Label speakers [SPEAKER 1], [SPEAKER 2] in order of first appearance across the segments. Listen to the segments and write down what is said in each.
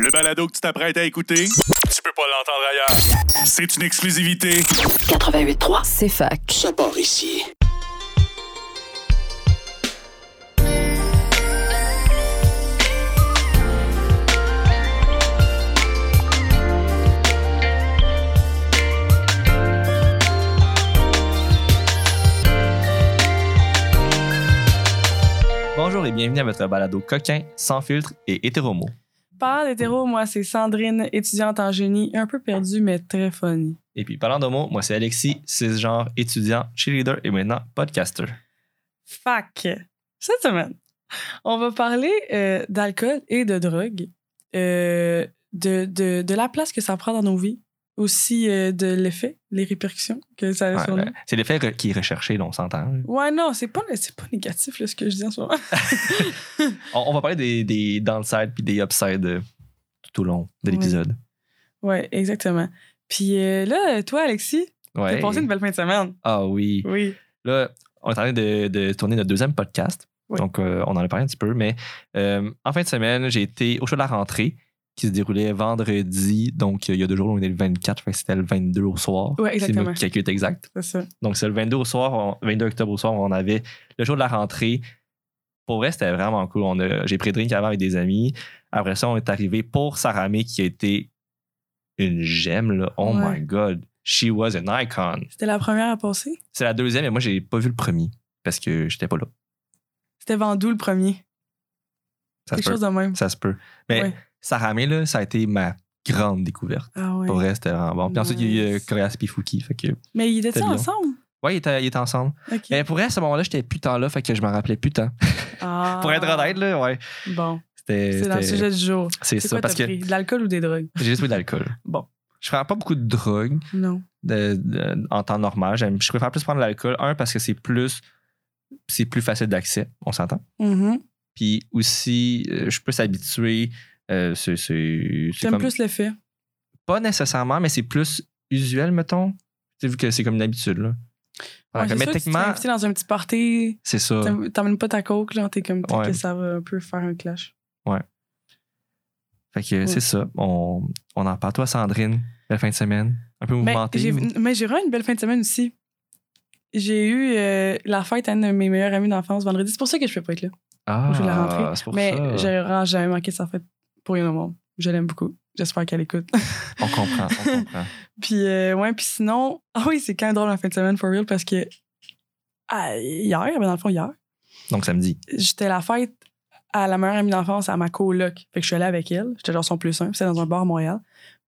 [SPEAKER 1] Le balado que tu t'apprêtes à écouter, tu peux pas l'entendre ailleurs. C'est une exclusivité.
[SPEAKER 2] 88.3,
[SPEAKER 3] C'est fac.
[SPEAKER 4] Ça part ici.
[SPEAKER 5] Bonjour et bienvenue à votre balado coquin, sans filtre et hétéromo.
[SPEAKER 6] Parlant d'hétéro, moi, c'est Sandrine, étudiante en génie, un peu perdue, mais très funny.
[SPEAKER 5] Et puis parlant d'homo, moi c'est Alexis, cisgenre, étudiant, cheerleader et maintenant podcaster.
[SPEAKER 6] Euh, Fac, cette semaine, on va parler euh, d'alcool et de drogue, euh, de, de, de la place que ça prend dans nos vies, aussi euh, de l'effet, les répercussions que ça a
[SPEAKER 5] Ouais,
[SPEAKER 6] sur nous.
[SPEAKER 5] euh, c'est l'effet re- qui est recherché, là, on s'entend.
[SPEAKER 6] Ouais, non, c'est pas, c'est pas négatif là, ce que je dis en ce moment.
[SPEAKER 5] On, on va parler des, des downsides puis des upsides euh, tout au long de
[SPEAKER 6] Ouais.
[SPEAKER 5] l'épisode.
[SPEAKER 6] ouais, exactement. Puis euh, là, toi, Alexis,
[SPEAKER 5] Ouais.
[SPEAKER 6] t'as passé une belle fin de semaine.
[SPEAKER 5] Ah oui.
[SPEAKER 6] Oui.
[SPEAKER 5] Là, on est en train de, de tourner notre deuxième podcast.
[SPEAKER 6] Oui.
[SPEAKER 5] Donc, euh, on en a parlé un petit peu, mais euh, en fin de semaine, j'ai été au show de la rentrée qui se déroulait vendredi. Donc, euh, il y a deux jours, on était le 24, fait que c'était le 22 au soir.
[SPEAKER 6] Ouais,
[SPEAKER 5] Si
[SPEAKER 6] exactement.
[SPEAKER 5] ma calcul est exact.
[SPEAKER 6] C'est ça.
[SPEAKER 5] Donc, c'est le 22 au soir, on- 22 octobre au soir, on avait le jour de la rentrée. Pour vrai, c'était vraiment cool. On a- J'ai pris drink avant avec des amis. Après ça, on est arrivé pour Saramé, qui a été une gemme. Là. Oh
[SPEAKER 6] Ouais.
[SPEAKER 5] my God. She was an icon.
[SPEAKER 6] C'était la première à passer.
[SPEAKER 5] C'est la deuxième, et moi, j'ai pas vu le premier parce que j'étais pas là.
[SPEAKER 6] C'était Vendoux le premier.
[SPEAKER 5] Ça se
[SPEAKER 6] Quelque
[SPEAKER 5] peut.
[SPEAKER 6] chose de même.
[SPEAKER 5] Ça se peut. Mais
[SPEAKER 6] Ouais.
[SPEAKER 5] Saramé, là, ça a été ma grande découverte.
[SPEAKER 6] Ah ouais.
[SPEAKER 5] Pour vrai, c'était vraiment bon. Puis ensuite, il y a eu euh,
[SPEAKER 6] Nice.
[SPEAKER 5] Coréas Pifuki. Fait que...
[SPEAKER 6] Mais ils étaient
[SPEAKER 5] C'était bien.
[SPEAKER 6] ensemble?
[SPEAKER 5] Ouais, ils étaient, ils étaient ensemble.
[SPEAKER 6] OK.
[SPEAKER 5] Mais pour vrai, à ce moment-là, j'étais plus tant là, fait que je m'en rappelais plus tant.
[SPEAKER 6] Ah.
[SPEAKER 5] Pour être honnête, là, ouais.
[SPEAKER 6] Bon,
[SPEAKER 5] C'était-
[SPEAKER 6] c'est dans le
[SPEAKER 5] c'était-
[SPEAKER 6] sujet du jour.
[SPEAKER 5] C'est
[SPEAKER 6] C'est
[SPEAKER 5] ça,
[SPEAKER 6] quoi
[SPEAKER 5] parce
[SPEAKER 6] t'as
[SPEAKER 5] que
[SPEAKER 6] pris? De l'alcool ou des drogues?
[SPEAKER 5] j'ai juste pris de l'alcool.
[SPEAKER 6] Bon.
[SPEAKER 5] Je prends pas beaucoup de drogue
[SPEAKER 6] Non.
[SPEAKER 5] de- de- en temps normal. J'aime- Je préfère plus prendre de l'alcool. Un, parce que c'est plus, c'est plus facile d'accès, on s'entend. Puis aussi, euh, je peux s'habituer. Euh, c'est- c'est c'est
[SPEAKER 6] J'aime
[SPEAKER 5] comme-
[SPEAKER 6] plus l'effet.
[SPEAKER 5] Pas nécessairement, mais c'est plus usuel, mettons. Tu sais, vu que c'est comme une habitude. Là. Alors
[SPEAKER 6] Ouais,
[SPEAKER 5] que- mais
[SPEAKER 6] c'est sûr que si t'es
[SPEAKER 5] techniquement,
[SPEAKER 6] invité dans un petit party,
[SPEAKER 5] c'est ça.
[SPEAKER 6] t'am- t'emmènes pas ta coke, là, t'es comme peut-être
[SPEAKER 5] Ouais.
[SPEAKER 6] que ça va un peu faire un clash.
[SPEAKER 5] Fait que euh, c'est
[SPEAKER 6] Ouais.
[SPEAKER 5] ça. On, on en parle. Toi, Sandrine, la fin de semaine. Un peu
[SPEAKER 6] Mais
[SPEAKER 5] mouvementée.
[SPEAKER 6] Ben, j'ai mais j'ai vraiment une belle fin de semaine aussi. J'ai eu euh, la fête à une de mes meilleures amies d'enfance vendredi. C'est pour ça que je peux pas être là.
[SPEAKER 5] ah,
[SPEAKER 6] je vais la rentrer.
[SPEAKER 5] c'est pour
[SPEAKER 6] mais
[SPEAKER 5] ça.
[SPEAKER 6] j'ai vraiment jamais manqué sa fête pour rien au monde. Je l'aime beaucoup. J'espère qu'elle écoute.
[SPEAKER 5] On comprend, on comprend.
[SPEAKER 6] Puis, euh, ouais, puis sinon, ah oui, c'est quand même drôle la fin de semaine, for real, parce que ah, hier, ben dans le fond, hier,
[SPEAKER 5] Donc, samedi.
[SPEAKER 6] j'étais à la fête à la meilleure amie d'enfance, à ma coloc. Fait que je suis allée avec elle, j'étais genre son plus un, puis c'était dans un bar à Montréal.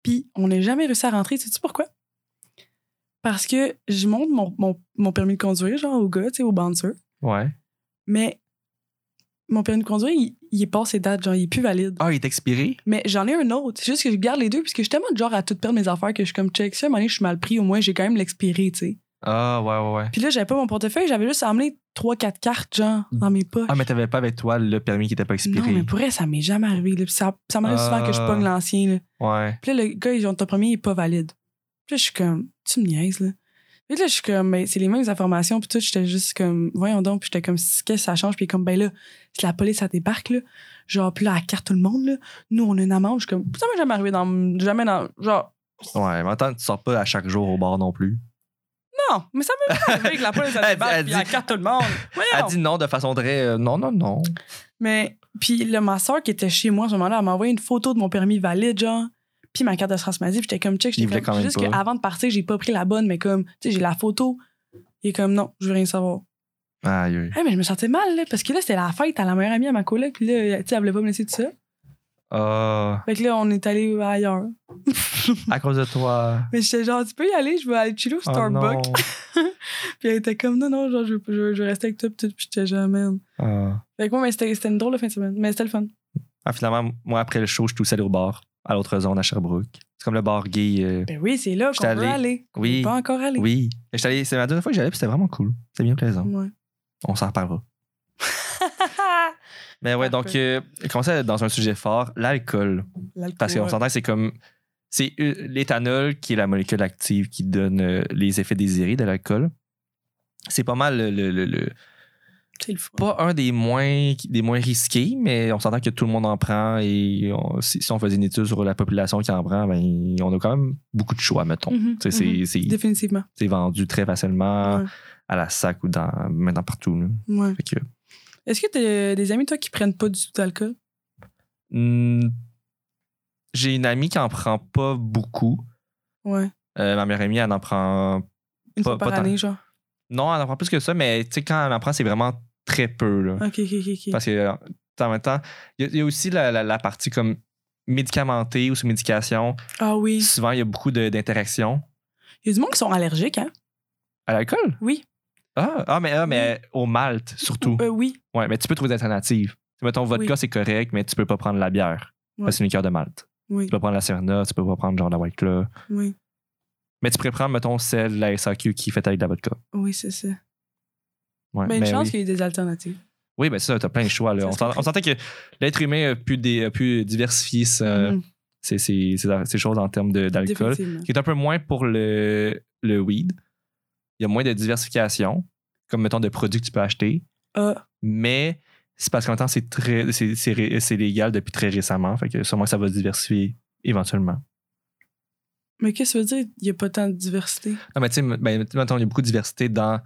[SPEAKER 6] Puis, on n'a jamais réussi à rentrer, sais-tu pourquoi? Parce que je montre mon, mon, mon permis de conduire, genre au gars, tu sais, au bouncer,
[SPEAKER 5] Ouais.
[SPEAKER 6] mais mon permis de conduire, il, il est pas ses dates, genre, il est plus valide.
[SPEAKER 5] Ah, il est expiré?
[SPEAKER 6] Mais j'en ai un autre. C'est juste que je garde les deux, puisque je suis tellement de genre à tout perdre mes affaires que je suis comme check. Si à un moment donné, je suis mal pris, au moins, j'ai quand même l'expiré, tu sais.
[SPEAKER 5] Ah, ouais, ouais, ouais.
[SPEAKER 6] Puis là, j'avais pas mon portefeuille, j'avais juste amené 3-4 cartes, genre, dans mes poches.
[SPEAKER 5] Ah, mais t'avais pas avec toi le permis qui était pas expiré.
[SPEAKER 6] non, mais pour elle, ça m'est jamais arrivé. là. Puis Ça, ça m'arrive
[SPEAKER 5] Ah.
[SPEAKER 6] souvent que je pogne l'ancien. là.
[SPEAKER 5] Ouais.
[SPEAKER 6] Puis là, le gars, ils ont ton premier, il est pas valide. Puis là, je suis comme, tu me niaises, là. Puis là, je suis comme, mais c'est les mêmes informations. Puis tout, j'étais juste comme, voyons donc. Puis j'étais comme, qu'est-ce que ça change? Puis il est comme, ben là, si la police, ça débarque, là. Genre, puis là, elle carte tout le monde, là. Nous, on a une amende. Je suis comme, ça m'est jamais arrivé dans. Jamais dans. Genre,
[SPEAKER 5] Ouais, mais attends, tu sors pas à chaque jour au bar non plus.
[SPEAKER 6] non, mais ça m'est jamais arrivé que la police,
[SPEAKER 5] Elle
[SPEAKER 6] ça
[SPEAKER 5] dit-
[SPEAKER 6] débarque,
[SPEAKER 5] elle
[SPEAKER 6] puis
[SPEAKER 5] dit-
[SPEAKER 6] elle carte tout le monde.
[SPEAKER 5] Elle
[SPEAKER 6] Voyons.
[SPEAKER 5] dit non de façon très. euh, non, non, non.
[SPEAKER 6] Mais, puis là, ma soeur qui était chez moi à ce moment-là, elle m'a envoyé une photo de mon permis valide, genre. Puis ma carte d'assurance maladie, puis j'étais comme check,
[SPEAKER 5] Il
[SPEAKER 6] j'étais
[SPEAKER 5] voulait
[SPEAKER 6] comme,
[SPEAKER 5] quand même
[SPEAKER 6] juste
[SPEAKER 5] pas.
[SPEAKER 6] que avant de partir, j'ai pas pris la bonne, mais comme, tu sais, j'ai la photo. Il est comme, non, je veux rien savoir.
[SPEAKER 5] Aïe, aïe.
[SPEAKER 6] Hey, mais je me sentais mal, là, parce que là, c'était la fête à la meilleure amie à ma collègue, puis là, tu sais, elle voulait pas me laisser tout ça.
[SPEAKER 5] Ah,
[SPEAKER 6] Fait que là, on est allé ailleurs.
[SPEAKER 5] à cause de toi.
[SPEAKER 6] Mais j'étais genre, tu peux y aller, je veux aller chiller au
[SPEAKER 5] Oh,
[SPEAKER 6] Starbucks.
[SPEAKER 5] non.
[SPEAKER 6] puis elle était comme, non, non, genre, je veux, je veux, je veux rester avec toi, puis tout, puis j'étais genre, man.
[SPEAKER 5] Ah.
[SPEAKER 6] Fait que moi, mais c'était c'était une drôle de fin de semaine, mais c'était le fun.
[SPEAKER 5] Ah, finalement, moi, après le show, je suis tout allé au bar, à l'autre zone, à Sherbrooke. C'est comme le bar gay. euh,
[SPEAKER 6] Ben oui, c'est là
[SPEAKER 5] J'étais
[SPEAKER 6] qu'on veut
[SPEAKER 5] allé.
[SPEAKER 6] aller. qu'on
[SPEAKER 5] Oui.
[SPEAKER 6] est Pas encore allé.
[SPEAKER 5] Oui. Et j'étais allé- C'est la deuxième fois que j'allais, puis c'était vraiment cool. C'est bien plaisant.
[SPEAKER 6] Ouais.
[SPEAKER 5] On s'en reparlera. Mais ouais, donc, euh, comme ça, dans un sujet fort, l'alcool. Parce qu'on s'entend que c'est comme. C'est euh, l'éthanol qui est la molécule active qui donne euh, les effets désirés de l'alcool. C'est pas mal le, le- le- le-
[SPEAKER 6] C'est le fun.
[SPEAKER 5] pas un des moins, des moins risqués, mais on s'entend que tout le monde en prend et on- si, si on faisait une étude sur la population qui en prend, ben, on a quand même beaucoup de choix, mettons.
[SPEAKER 6] Mhm,
[SPEAKER 5] Tu sais, c'est- Ah.
[SPEAKER 6] mhm.
[SPEAKER 5] c'est-
[SPEAKER 6] Définitivement.
[SPEAKER 5] C'est vendu très facilement
[SPEAKER 6] Ouais.
[SPEAKER 5] à la sac ou dans, maintenant partout. là.
[SPEAKER 6] Ouais.
[SPEAKER 5] Fait que,
[SPEAKER 6] Est-ce que t'as des amis, toi, qui prennent pas du tout d'alcool?
[SPEAKER 5] hmm, j'ai une amie qui en prend pas beaucoup.
[SPEAKER 6] Ouais.
[SPEAKER 5] Euh, ma meilleure amie, elle en prend.
[SPEAKER 6] Une
[SPEAKER 5] Pas-
[SPEAKER 6] fois par
[SPEAKER 5] pas tant.
[SPEAKER 6] année, genre.
[SPEAKER 5] Non, elle en prend plus que ça, mais tu sais, quand elle en prend, c'est vraiment très peu. Là.
[SPEAKER 6] Ok, ok, ok. ok.
[SPEAKER 5] Parce que, euh, en même temps, il y a- il y, a aussi la, la- la partie comme médicamentée ou sous médication.
[SPEAKER 6] Ah oui.
[SPEAKER 5] Souvent, il y a beaucoup de- d'interactions
[SPEAKER 6] Il y a du monde qui sont allergiques, hein?
[SPEAKER 5] à l'alcool.
[SPEAKER 6] Oui.
[SPEAKER 5] Ah, ah, mais, ah, mais au malt, surtout.
[SPEAKER 6] Euh, oui.
[SPEAKER 5] Ouais, mais tu peux trouver des alternatives. Tu sais, Mettons, vodka,
[SPEAKER 6] Oui.
[SPEAKER 5] c'est correct, mais tu peux pas prendre la bière.
[SPEAKER 6] Ouais.
[SPEAKER 5] Parce que c'est une liqueur de malt.
[SPEAKER 6] Oui.
[SPEAKER 5] Tu peux prendre la Serna, tu peux pas prendre genre la White Claw.
[SPEAKER 6] Oui.
[SPEAKER 5] Mais tu pourrais prendre, mettons, celle de la SAQ qui est faite avec de la vodka.
[SPEAKER 6] Oui, c'est ça.
[SPEAKER 5] Ouais,
[SPEAKER 6] Ben, une
[SPEAKER 5] mais
[SPEAKER 6] chance
[SPEAKER 5] oui.
[SPEAKER 6] qu'il y ait des alternatives.
[SPEAKER 5] Oui, ben ça, t'as plein de choix. Là.
[SPEAKER 6] Ça
[SPEAKER 5] On
[SPEAKER 6] se
[SPEAKER 5] s'entend on
[SPEAKER 6] comprend.
[SPEAKER 5] s'entend que l'être humain a pu, dé- a pu diversifier sa-
[SPEAKER 6] Mhm,
[SPEAKER 5] ses, ses- ses- ses choses en termes de- d'alcool.
[SPEAKER 6] définitivement.
[SPEAKER 5] qui est un peu moins pour le, le weed. Il y a moins de diversification, comme mettons de produits que tu peux acheter.
[SPEAKER 6] Ah,
[SPEAKER 5] Mais c'est parce qu'en même temps, c'est très- c'est- c'est ré- c'est légal depuis très récemment. Fait que sûrement que ça va se diversifier éventuellement.
[SPEAKER 6] mais qu'est-ce que ça veut dire? Il n'y a pas tant de diversité,
[SPEAKER 5] Non, mais tu sais, ben, mettons, il y a beaucoup de diversité dans.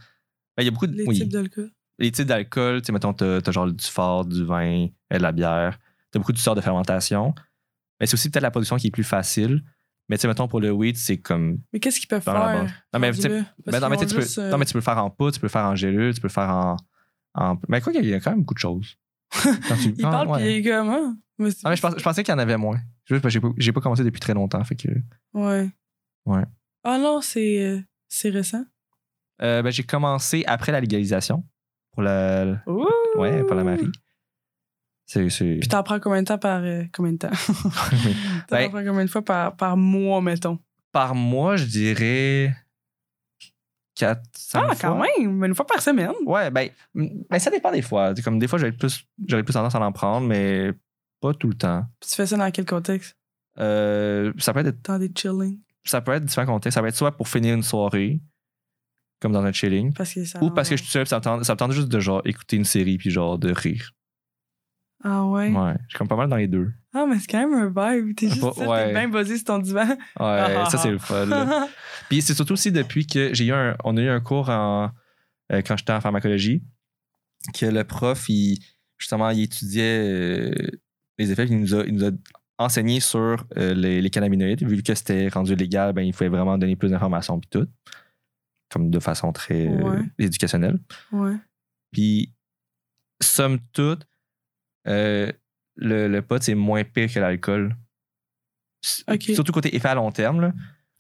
[SPEAKER 5] ben, il y a beaucoup de.
[SPEAKER 6] les
[SPEAKER 5] oui.
[SPEAKER 6] types d'alcool.
[SPEAKER 5] les types d'alcool, tu sais, mettons, t'as as genre du fort, du vin, euh, de la bière. T'as beaucoup de sortes de fermentation. Mais c'est aussi peut-être la production qui est plus facile. Mais tu sais, mettons, pour le weed, c'est comme.
[SPEAKER 6] Mais qu'est-ce qu'ils peuvent
[SPEAKER 5] Dans la base.
[SPEAKER 6] faire?
[SPEAKER 5] Non, mais tu sais-
[SPEAKER 6] rendu là? Parce
[SPEAKER 5] Ben, non, mais tu
[SPEAKER 6] qu'ils
[SPEAKER 5] sais,
[SPEAKER 6] ont
[SPEAKER 5] tu
[SPEAKER 6] juste,
[SPEAKER 5] peux,
[SPEAKER 6] euh,
[SPEAKER 5] non, mais tu peux le faire en poudre, tu peux le faire en gélule, tu peux le faire en. en- Mais quoi qu'il y a quand même beaucoup de choses. Quand tu-
[SPEAKER 6] Il
[SPEAKER 5] Ah,
[SPEAKER 6] parle,
[SPEAKER 5] ouais.
[SPEAKER 6] puis il est comme, hein? Mais c'est-
[SPEAKER 5] Ah, mais je, pense- je pensais qu'il y en avait moins. Juste parce que j'ai pas- j'ai pas commencé depuis très longtemps. Fait que.
[SPEAKER 6] Ouais.
[SPEAKER 5] Ouais.
[SPEAKER 6] Ah non, c'est euh, c'est récent.
[SPEAKER 5] Euh, ben, j'ai commencé après la légalisation. Pour la.
[SPEAKER 6] Ouh!
[SPEAKER 5] Ouais, pour la Marie. C'est. c'est-
[SPEAKER 6] Puis t'en prends combien de temps par. euh, combien de temps?
[SPEAKER 5] Oui.
[SPEAKER 6] T'en
[SPEAKER 5] Ben-
[SPEAKER 6] prends combien de fois par, par mois, mettons?
[SPEAKER 5] par mois, je dirais 4 5
[SPEAKER 6] ah, quand même! mais Une fois par semaine.
[SPEAKER 5] Ouais, ben, m- ben, ça dépend des fois. C'est Comme des fois, j'aurais plus, j'aurais plus tendance à en prendre, mais pas tout le temps.
[SPEAKER 6] Puis tu fais ça dans quel contexte?
[SPEAKER 5] Euh, ça, peut être,
[SPEAKER 6] Dans des chilling.
[SPEAKER 5] ça peut être différents contextes. Ça peut être soit pour finir une soirée, comme dans un chilling,
[SPEAKER 6] Parce que ça.
[SPEAKER 5] ou parce que je suis seul, puis ça me tente, ça me tente juste de genre écouter une série puis genre de rire.
[SPEAKER 6] Ah ouais.
[SPEAKER 5] Ouais, je suis comme pas mal dans les deux.
[SPEAKER 6] Ah, mais c'est quand même un vibe. T'es juste
[SPEAKER 5] Pas-
[SPEAKER 6] seul, t'es
[SPEAKER 5] ouais.
[SPEAKER 6] bien buzzé sur ton divan.
[SPEAKER 5] Ouais, ça c'est le fun. là. Puis c'est surtout aussi depuis que j'ai eu un, on a eu un cours en, euh, quand j'étais en pharmacologie que le prof, il, justement, il étudiait euh, les effets, puis il nous a, il nous a enseigné sur euh, les, les cannabinoïdes. Vu que c'était rendu légal, ben, il fallait vraiment donner plus d'informations puis tout, comme de façon très euh,
[SPEAKER 6] Ouais.
[SPEAKER 5] éducationnelle.
[SPEAKER 6] ouais.
[SPEAKER 5] Puis, somme toute, euh, le, le pot, c'est moins pire que l'alcool. S-
[SPEAKER 6] Ok.
[SPEAKER 5] Surtout côté effet à long terme, là,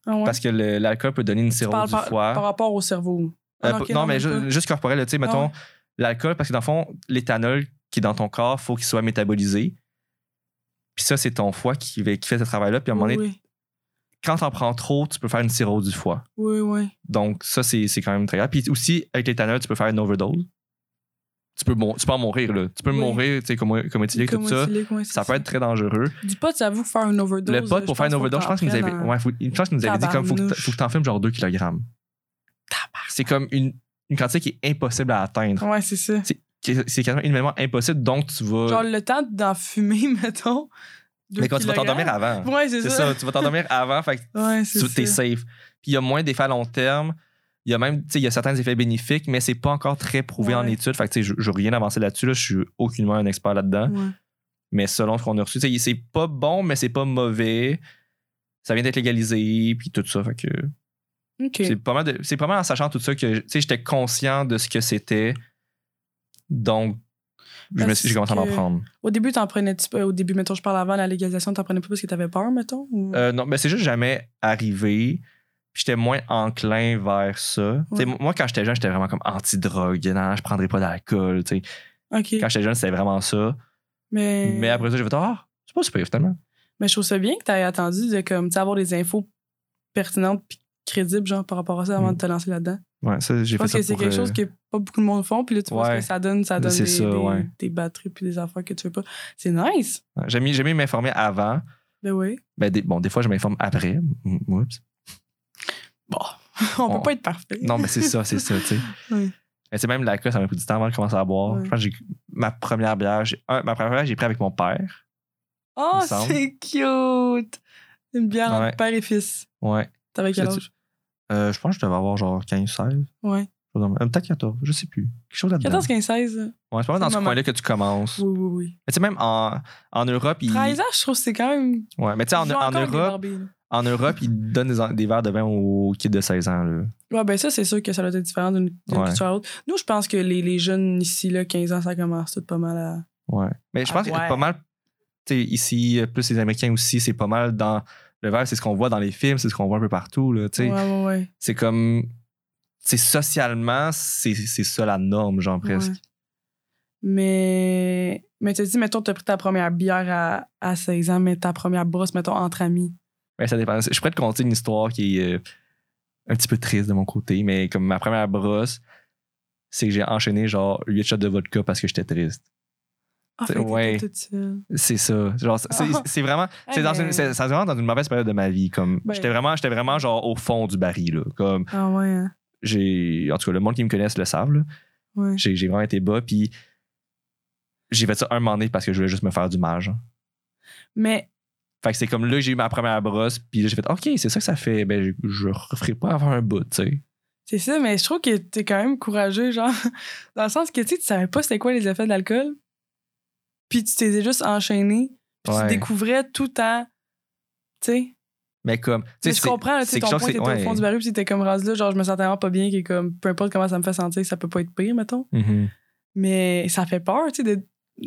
[SPEAKER 6] Ah ouais.
[SPEAKER 5] parce que le- l'alcool peut donner une
[SPEAKER 6] Tu
[SPEAKER 5] cirrhose
[SPEAKER 6] parles
[SPEAKER 5] du
[SPEAKER 6] par,
[SPEAKER 5] foie.
[SPEAKER 6] par rapport au cerveau.
[SPEAKER 5] Euh,
[SPEAKER 6] Ah,
[SPEAKER 5] p-
[SPEAKER 6] ok,
[SPEAKER 5] non, mais
[SPEAKER 6] même
[SPEAKER 5] ju-
[SPEAKER 6] pas.
[SPEAKER 5] juste corporel, là, tu sais, mettons,
[SPEAKER 6] ouais.
[SPEAKER 5] l'alcool, parce que dans le fond, l'éthanol qui est dans ton corps, faut qu'il soit métabolisé. Puis ça, c'est ton foie qui, va- qui fait ce travail-là. Puis à un moment donné,
[SPEAKER 6] Oui,
[SPEAKER 5] quand t'en prends trop, tu peux faire une cirrhose du foie.
[SPEAKER 6] oui. oui.
[SPEAKER 5] Donc ça, c'est c'est quand même très grave. Puis aussi, avec l'éthanol, tu peux faire une overdose. Tu peux, mon- tu peux en mourir, là. Tu peux
[SPEAKER 6] Oui.
[SPEAKER 5] mourir, tu sais, comme, comme éthylique, tout
[SPEAKER 6] Comment
[SPEAKER 5] ça.
[SPEAKER 6] tu l'es, comment
[SPEAKER 5] Ça
[SPEAKER 6] c'est
[SPEAKER 5] peut être très dangereux.
[SPEAKER 6] Du pot, ça avoue faire une overdose.
[SPEAKER 5] Le pot,
[SPEAKER 6] là,
[SPEAKER 5] pour faire une
[SPEAKER 6] pense
[SPEAKER 5] overdose, je
[SPEAKER 6] faut
[SPEAKER 5] pense qu'il nous
[SPEAKER 6] t'en
[SPEAKER 5] avait,
[SPEAKER 6] prennes
[SPEAKER 5] ouais, faut- je pense qu'il nous avait dit comme faut que t'a-
[SPEAKER 6] Tabarnouche.
[SPEAKER 5] faut que t'en filmes genre 2 kg. C'est comme une, une quantité qui est impossible à atteindre.
[SPEAKER 6] en- Ouais, c'est ça.
[SPEAKER 5] qui- c'est quasiment énormément impossible, donc tu vas.
[SPEAKER 6] Genre le temps d'en fumer, mettons. deux
[SPEAKER 5] mais quand tu vas
[SPEAKER 6] kilogrammes.
[SPEAKER 5] t'endormir avant.
[SPEAKER 6] Ouais, c'est
[SPEAKER 5] c'est ça.
[SPEAKER 6] ça.
[SPEAKER 5] tu vas t'endormir avant, fait que
[SPEAKER 6] Ouais,
[SPEAKER 5] tu
[SPEAKER 6] c'est
[SPEAKER 5] es
[SPEAKER 6] ça.
[SPEAKER 5] safe. Puis il y a moins d'effets à long terme. Il y a même, tu sais, il y a certains effets bénéfiques, mais c'est pas encore très prouvé en
[SPEAKER 6] Ouais.
[SPEAKER 5] études. Fait que, tu sais, je, je veux rien avancer là-dessus. Là. Je suis aucunement un expert là-dedans.
[SPEAKER 6] Ouais.
[SPEAKER 5] Mais selon ce qu'on a reçu, tu sais, c'est pas bon, mais c'est pas mauvais. Ça vient d'être légalisé, puis tout ça. Fait que
[SPEAKER 6] Ok.
[SPEAKER 5] c'est pas mal de- c'est pas mal en sachant tout ça que, tu sais, j'étais conscient de ce que c'était. Donc, je me
[SPEAKER 6] Parce
[SPEAKER 5] suis- j'ai commencé à en
[SPEAKER 6] que-
[SPEAKER 5] prendre.
[SPEAKER 6] Au début, t'en prenais tu Au début, mettons, je parle avant la légalisation, t'en prenais pas parce que t'avais peur, mettons? ou-
[SPEAKER 5] Euh, non, mais c'est juste jamais arrivé. Puis J'étais moins enclin vers ça. Tu sais,
[SPEAKER 6] Ouais.
[SPEAKER 5] Moi, quand j'étais jeune, j'étais vraiment comme anti-drogue. Non, je prendrais pas d'alcool. tu sais.
[SPEAKER 6] ok.
[SPEAKER 5] Quand j'étais jeune, c'était vraiment ça.
[SPEAKER 6] Mais...
[SPEAKER 5] Mais après ça, j'ai fait Ah, c'est pas super finalement.
[SPEAKER 6] Mais je trouve ça bien que t'aies attendu de comme, tu sais, avoir des infos pertinentes puis crédibles, genre, par rapport à ça avant
[SPEAKER 5] Mm.
[SPEAKER 6] de te lancer là-dedans.
[SPEAKER 5] Ouais, ça, j'ai
[SPEAKER 6] Je
[SPEAKER 5] fait
[SPEAKER 6] pense
[SPEAKER 5] ça.
[SPEAKER 6] que c'est
[SPEAKER 5] pour,
[SPEAKER 6] quelque
[SPEAKER 5] euh,
[SPEAKER 6] chose que pas beaucoup de monde font, puis là, tu vois ce
[SPEAKER 5] Ouais. Ben,
[SPEAKER 6] que ça donne, ça donne
[SPEAKER 5] C'est
[SPEAKER 6] des,
[SPEAKER 5] ça,
[SPEAKER 6] des-
[SPEAKER 5] ouais.
[SPEAKER 6] des batteries puis des affaires que tu veux pas. C'est nice!
[SPEAKER 5] ouais, J'aime mieux j'aime mieux m'informer avant.
[SPEAKER 6] Ben oui.
[SPEAKER 5] Ben, des- bon, des fois, je m'informe après. Mm, oups.
[SPEAKER 6] Bon, on
[SPEAKER 5] On-
[SPEAKER 6] peut pas être parfait.
[SPEAKER 5] Non, mais c'est ça, c'est ça. tu sais.
[SPEAKER 6] Ouais.
[SPEAKER 5] Mais c'est même la cosse, ça m'a pris du temps avant de commencer à boire.
[SPEAKER 6] Ouais.
[SPEAKER 5] Je pense que j'ai ma première bière, j'ai- un- ma première bière, j'ai pris avec mon père.
[SPEAKER 6] Oh,
[SPEAKER 5] Il me semble.
[SPEAKER 6] c'est cute! Une bière
[SPEAKER 5] Ouais.
[SPEAKER 6] entre père et fils.
[SPEAKER 5] Ouais.
[SPEAKER 6] T'avais quel
[SPEAKER 5] C'était-
[SPEAKER 6] âge?
[SPEAKER 5] Euh, je pense que je devais avoir genre 15, 16.
[SPEAKER 6] Ouais.
[SPEAKER 5] Euh, Peut-être 14, je sais plus. Quelque chose là-dedans.
[SPEAKER 6] 14, 15, 16.
[SPEAKER 5] Ouais, c'est pas mal dans
[SPEAKER 6] C'est
[SPEAKER 5] ce
[SPEAKER 6] le moment.
[SPEAKER 5] coin-là que tu commences.
[SPEAKER 6] Oui, oui, oui.
[SPEAKER 5] Mais tu sais, même en, en Europe, ils.
[SPEAKER 6] 13 ans, je trouve que c'est quand même.
[SPEAKER 5] Ouais, mais tu sais, en,
[SPEAKER 6] ils jouent
[SPEAKER 5] en
[SPEAKER 6] encore avec les
[SPEAKER 5] Europe,
[SPEAKER 6] Barbies, là.
[SPEAKER 5] en Europe, ils donnent des, des verres de vin aux kids de 16 ans. Là.
[SPEAKER 6] Ouais, ben ça, c'est sûr que ça doit être différent d'une d'une
[SPEAKER 5] Ouais.
[SPEAKER 6] culture à l'autre. Nous, je pense que les, les jeunes ici, là, 15 ans, ça commence tout pas mal à.
[SPEAKER 5] Ouais. Mais je
[SPEAKER 6] Ah
[SPEAKER 5] pense que
[SPEAKER 6] ouais.
[SPEAKER 5] pas mal. Tu sais, ici, euh, plus les Américains aussi, c'est pas mal dans. Le verre, c'est ce qu'on voit dans les films, c'est ce qu'on voit un peu partout. Là, tu sais.
[SPEAKER 6] Ouais, ouais, ouais.
[SPEAKER 5] C'est comme. tu sais, socialement, c'est c'est ça la norme, genre presque.
[SPEAKER 6] Ouais. Mais. Mais tu dis, mettons, t'as pris ta première bière à, à 16 ans, mais ta première brosse, mettons, entre amis.
[SPEAKER 5] Mais ça dépend. Je pourrais te conter une histoire qui est euh, un petit peu triste de mon côté, mais comme ma première brosse, c'est que j'ai enchaîné genre 8 shots de vodka parce que j'étais triste.
[SPEAKER 6] Ah,
[SPEAKER 5] C'est-
[SPEAKER 6] fait que t'étais
[SPEAKER 5] ouais.
[SPEAKER 6] toute seule.
[SPEAKER 5] C'est ça. Genre, c'est- c'est- c'est vraiment.
[SPEAKER 6] Ah,
[SPEAKER 5] C'est dans
[SPEAKER 6] mais-
[SPEAKER 5] une, c'est- ça se vraiment dans une mauvaise période de ma vie. Comme
[SPEAKER 6] Ben.
[SPEAKER 5] j'étais vraiment, j'étais vraiment genre au fond du baril. Là. Comme
[SPEAKER 6] Ah, ouais, hein.
[SPEAKER 5] j'ai, en tout cas, le monde qui me connaisse le savent. là.
[SPEAKER 6] Mm. ouais.
[SPEAKER 5] J'ai j'ai vraiment été bas. Puis j'ai fait ça un moment donné parce que je voulais juste me faire du mal. genre.
[SPEAKER 6] Mais
[SPEAKER 5] Fait que c'est comme là que j'ai eu ma première brosse. Puis là, j'ai fait ok, c'est ça que ça fait. Ben je, je referai pas avant un bout. Tu sais.
[SPEAKER 6] C'est ça, mais je trouve que t'es quand même courageux, genre, dans le sens que tu sais, tu savais pas c'était quoi les effets de l'alcool, puis tu t'es juste enchaîné, puis
[SPEAKER 5] Ouais.
[SPEAKER 6] tu découvrais tout en. Tu sais,
[SPEAKER 5] Mais comme tu sais,
[SPEAKER 6] Mais je
[SPEAKER 5] c'est-
[SPEAKER 6] comprends, là, tu
[SPEAKER 5] c'est
[SPEAKER 6] sais, ton
[SPEAKER 5] quelque
[SPEAKER 6] point,
[SPEAKER 5] chose
[SPEAKER 6] t'étais
[SPEAKER 5] que-
[SPEAKER 6] au fond
[SPEAKER 5] ouais.
[SPEAKER 6] du baril, puis t'étais comme rendu là, genre, je me sentais vraiment pas bien, que comme, peu importe comment ça me fait sentir, ça peut pas être pire, mettons.
[SPEAKER 5] Mhm.
[SPEAKER 6] Mais ça fait peur, tu sais, de.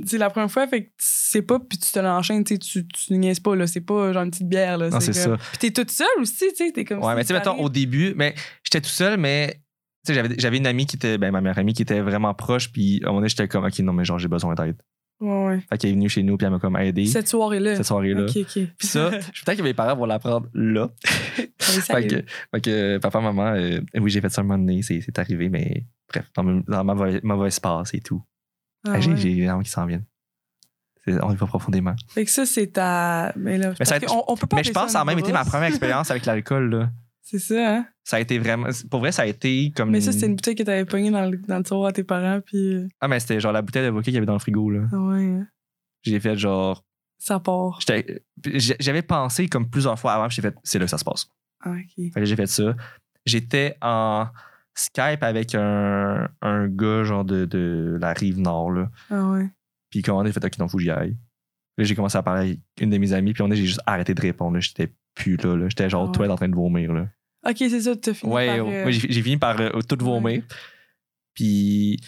[SPEAKER 6] C'est la première fois, fait que tu sais pas, puis tu te l'enchaînes, tu sais, tu tu niaises pas, là, c'est pas genre une petite bière, là.
[SPEAKER 5] Non, c'est
[SPEAKER 6] comme-
[SPEAKER 5] ça.
[SPEAKER 6] Puis t'es toute seule aussi, tu sais, t'es comme.
[SPEAKER 5] Ouais,
[SPEAKER 6] si
[SPEAKER 5] mais tu sais,
[SPEAKER 6] ça
[SPEAKER 5] mettons,
[SPEAKER 6] arrive.
[SPEAKER 5] au début, mais j'étais tout seul, mais tu sais, j'avais, j'avais une amie qui était, ben, ma meilleure amie qui était vraiment proche, puis à un moment donné, j'étais comme, OK, non, mais genre, j'ai besoin d'aide.
[SPEAKER 6] Ouais, ouais.
[SPEAKER 5] Fait qu'elle est venue chez nous, puis elle m'a comme aidé cette,
[SPEAKER 6] Cette soirée-là.
[SPEAKER 5] soirée-là.
[SPEAKER 6] Ok, ok.
[SPEAKER 5] Puis ça, je suis peut-être que mes parents vont l'apprendre là.
[SPEAKER 6] Allez,
[SPEAKER 5] fait,
[SPEAKER 6] salut.
[SPEAKER 5] que, fait que papa, maman, euh, oui, j'ai fait ça un moment donné, c'est, c'est arrivé, mais bref, dans, ma- dans ma mauvaise- mauvaise passe et tout.
[SPEAKER 6] Ah
[SPEAKER 5] Hey, j'ai,
[SPEAKER 6] ouais. Ah,
[SPEAKER 5] j'ai des larmes qui s'en viennent. C'est- on y va profondément.
[SPEAKER 6] Fait que ça, c'est ta. Mais là,
[SPEAKER 5] Mais ça-
[SPEAKER 6] parce qu'on- on, peut pas
[SPEAKER 5] mais je
[SPEAKER 6] appeler
[SPEAKER 5] pense que ça a même été ma
[SPEAKER 6] brosse.
[SPEAKER 5] première expérience avec l'alcool, là.
[SPEAKER 6] C'est ça, hein?
[SPEAKER 5] Ça a été vraiment. Pour vrai, ça a été comme.
[SPEAKER 6] Mais ça, c'était une bouteille que t'avais pognée dans le, dans le tiroir à tes parents, puis. euh,
[SPEAKER 5] Ah, mais c'était genre la bouteille de vodka qu'il y avait dans le frigo, là.
[SPEAKER 6] ah ouais, hein.
[SPEAKER 5] J'ai fait genre.
[SPEAKER 6] ça part.
[SPEAKER 5] j'étais- j'a- J'avais pensé comme plusieurs fois avant, puis j'ai fait c'est là que ça se passe.
[SPEAKER 6] Ah, ok.
[SPEAKER 5] Fait que j'ai fait ça. J'étais en Skype avec un, un gars, genre de, de la rive nord, là.
[SPEAKER 6] Ah ouais.
[SPEAKER 5] Puis comment on a fait, ok, non, faut que j'y aille. Là, j'ai commencé à parler avec une de mes amies, puis on a, j'ai juste arrêté de répondre, là. J'étais plus là, là. J'étais genre
[SPEAKER 6] Ah
[SPEAKER 5] toi en train de vomir, là.
[SPEAKER 6] Ok, c'est ça, t'as fini.
[SPEAKER 5] Ouais,
[SPEAKER 6] par, euh,
[SPEAKER 5] ouais, j'ai j'ai fini par euh, tout vomir. Puis,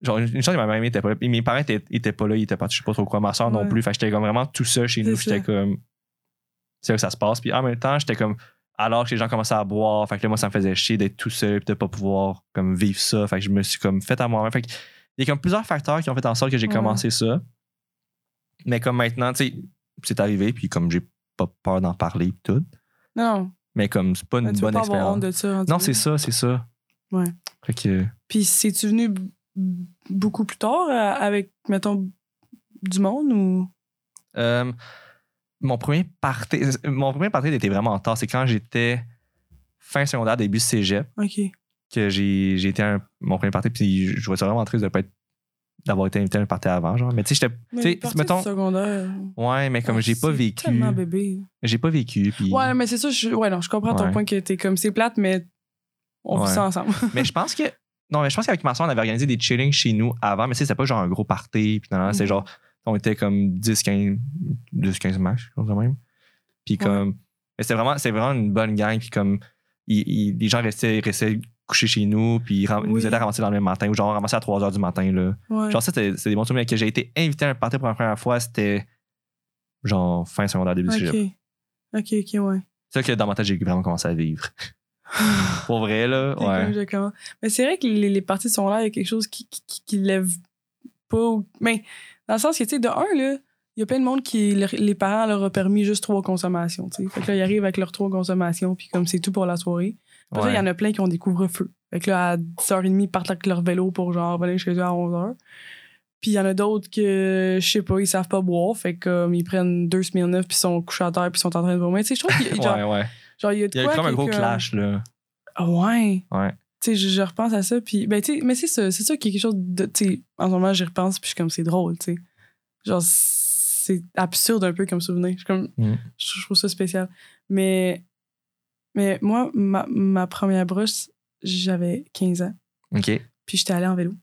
[SPEAKER 5] genre, une une chance que ma mère était pas là. Puis Mes parents étaient, étaient pas là, ils étaient partis, je sais pas trop quoi, ma soeur non
[SPEAKER 6] Ouais.
[SPEAKER 5] plus. Fait que j'étais comme vraiment tout seul chez
[SPEAKER 6] C'est
[SPEAKER 5] nous.
[SPEAKER 6] ça.
[SPEAKER 5] J'étais comme, c'est là que ça se passe. Puis en même temps, j'étais comme, alors que les gens commençaient à boire, fait que là, moi, ça me faisait chier d'être tout seul puis de pas pouvoir comme vivre ça. Fait que je me suis comme fait à moi-même. Fait que il y a comme plusieurs facteurs qui ont fait en sorte que j'ai
[SPEAKER 6] Ouais.
[SPEAKER 5] commencé ça. Mais comme maintenant, tu sais, c'est arrivé, puis comme j'ai pas peur d'en parler et tout.
[SPEAKER 6] Non, non.
[SPEAKER 5] Mais comme c'est pas une
[SPEAKER 6] Ben, tu
[SPEAKER 5] bonne
[SPEAKER 6] veux pas
[SPEAKER 5] expérience.
[SPEAKER 6] avoir honte de ça. en tout
[SPEAKER 5] Non,
[SPEAKER 6] cas.
[SPEAKER 5] c'est ça, c'est ça.
[SPEAKER 6] Ouais.
[SPEAKER 5] Fait que.
[SPEAKER 6] Puis, c'est-tu venu b- b- beaucoup plus tard euh, avec, mettons, du monde ou.
[SPEAKER 5] euh, mon premier party, mon premier party était vraiment en retard. C'est quand j'étais fin secondaire, début cégep,
[SPEAKER 6] Ok.
[SPEAKER 5] que j'ai j'ai été à un- mon premier party. Puis je vois ça vraiment triste de pas être d'avoir été invité à un party avant, genre. Mais tu sais, j'étais.
[SPEAKER 6] Mais
[SPEAKER 5] Tu sais,
[SPEAKER 6] les parties
[SPEAKER 5] mettons-
[SPEAKER 6] du secondaire.
[SPEAKER 5] Ouais, mais comme
[SPEAKER 6] ah,
[SPEAKER 5] j'ai pas
[SPEAKER 6] c'est
[SPEAKER 5] vécu.
[SPEAKER 6] Tellement bébé.
[SPEAKER 5] J'ai pas vécu. Puis,
[SPEAKER 6] Ouais, mais c'est ça, je, ouais, non, je comprends ton
[SPEAKER 5] Ouais.
[SPEAKER 6] point que t'es comme c'est plate, mais on
[SPEAKER 5] Ouais.
[SPEAKER 6] vit ça ensemble.
[SPEAKER 5] Mais je pense que. Non, mais je pense qu'avec ma soeur, on avait organisé des chillings chez nous avant, mais tu sais, c'était pas genre un gros party. Puis non, non, c'est
[SPEAKER 6] Mhm.
[SPEAKER 5] genre. On était comme 10, 15, 10, 15 matchs, quand même. Puis comme. Mais c'était vraiment, c'était vraiment une bonne gang. Puis comme. ils- ils- les gens restaient, restaient couchés chez nous, puis ils ram-
[SPEAKER 6] Oui.
[SPEAKER 5] nous aidaient à ramasser dans le même matin, ou genre on ramassait à 3 h du matin, là.
[SPEAKER 6] Ouais.
[SPEAKER 5] Genre, ça, c'était c'était des bons souvenirs. Que j'ai été invité à un party pour la première fois, c'était. Genre fin secondaire, début du
[SPEAKER 6] ok.
[SPEAKER 5] cégep.
[SPEAKER 6] Ok, ok, ouais.
[SPEAKER 5] C'est ça que dans ma tête, j'ai vraiment commencé à vivre. Pour vrai, là.
[SPEAKER 6] T'es comme,
[SPEAKER 5] Ouais.
[SPEAKER 6] je commence. Mais c'est vrai que les, les parties sont là, il y a quelque chose qui, qui, qui- qui lève pas. ou- Mais dans le sens que, tu sais, de un, là, il y a plein de monde qui, leur- les parents leur ont permis juste trois consommations, tu sais. Fait que là, ils arrivent avec leurs trois consommations, puis comme c'est tout pour la soirée. Après ça, il
[SPEAKER 5] Ouais.
[SPEAKER 6] y en a plein qui ont des couvre-feu. Fait que là, à 10h30, ils partent avec leur vélo pour genre venir chez eux à 11h. Puis il y en a d'autres que, je sais pas, ils savent pas boire. Fait que comme ils prennent deux semaines neuf, puis ils sont couchés à terre, puis ils sont en train de vomir. Tu sais, je trouve qu'il y a- genre,
[SPEAKER 5] Ouais, ouais.
[SPEAKER 6] genre, il y a de
[SPEAKER 5] Il y a eu
[SPEAKER 6] quoi
[SPEAKER 5] comme un
[SPEAKER 6] qui est
[SPEAKER 5] gros
[SPEAKER 6] comme-
[SPEAKER 5] clash, là.
[SPEAKER 6] Ah ouais.
[SPEAKER 5] Ouais.
[SPEAKER 6] tu sais, je, je repense à ça, puis, ben, tu sais, mais c'est ça, c'est ça qui est quelque chose de, tu sais, en ce moment, j'y repense, puis je suis comme, c'est drôle, tu sais. Genre, c'est absurde un peu comme souvenir. Je, suis comme,
[SPEAKER 5] Mm.
[SPEAKER 6] je, je trouve ça spécial. Mais, mais moi, ma, ma première brosse, j'avais 15 ans,
[SPEAKER 5] OK. Puis
[SPEAKER 6] puis j'étais allée en vélo.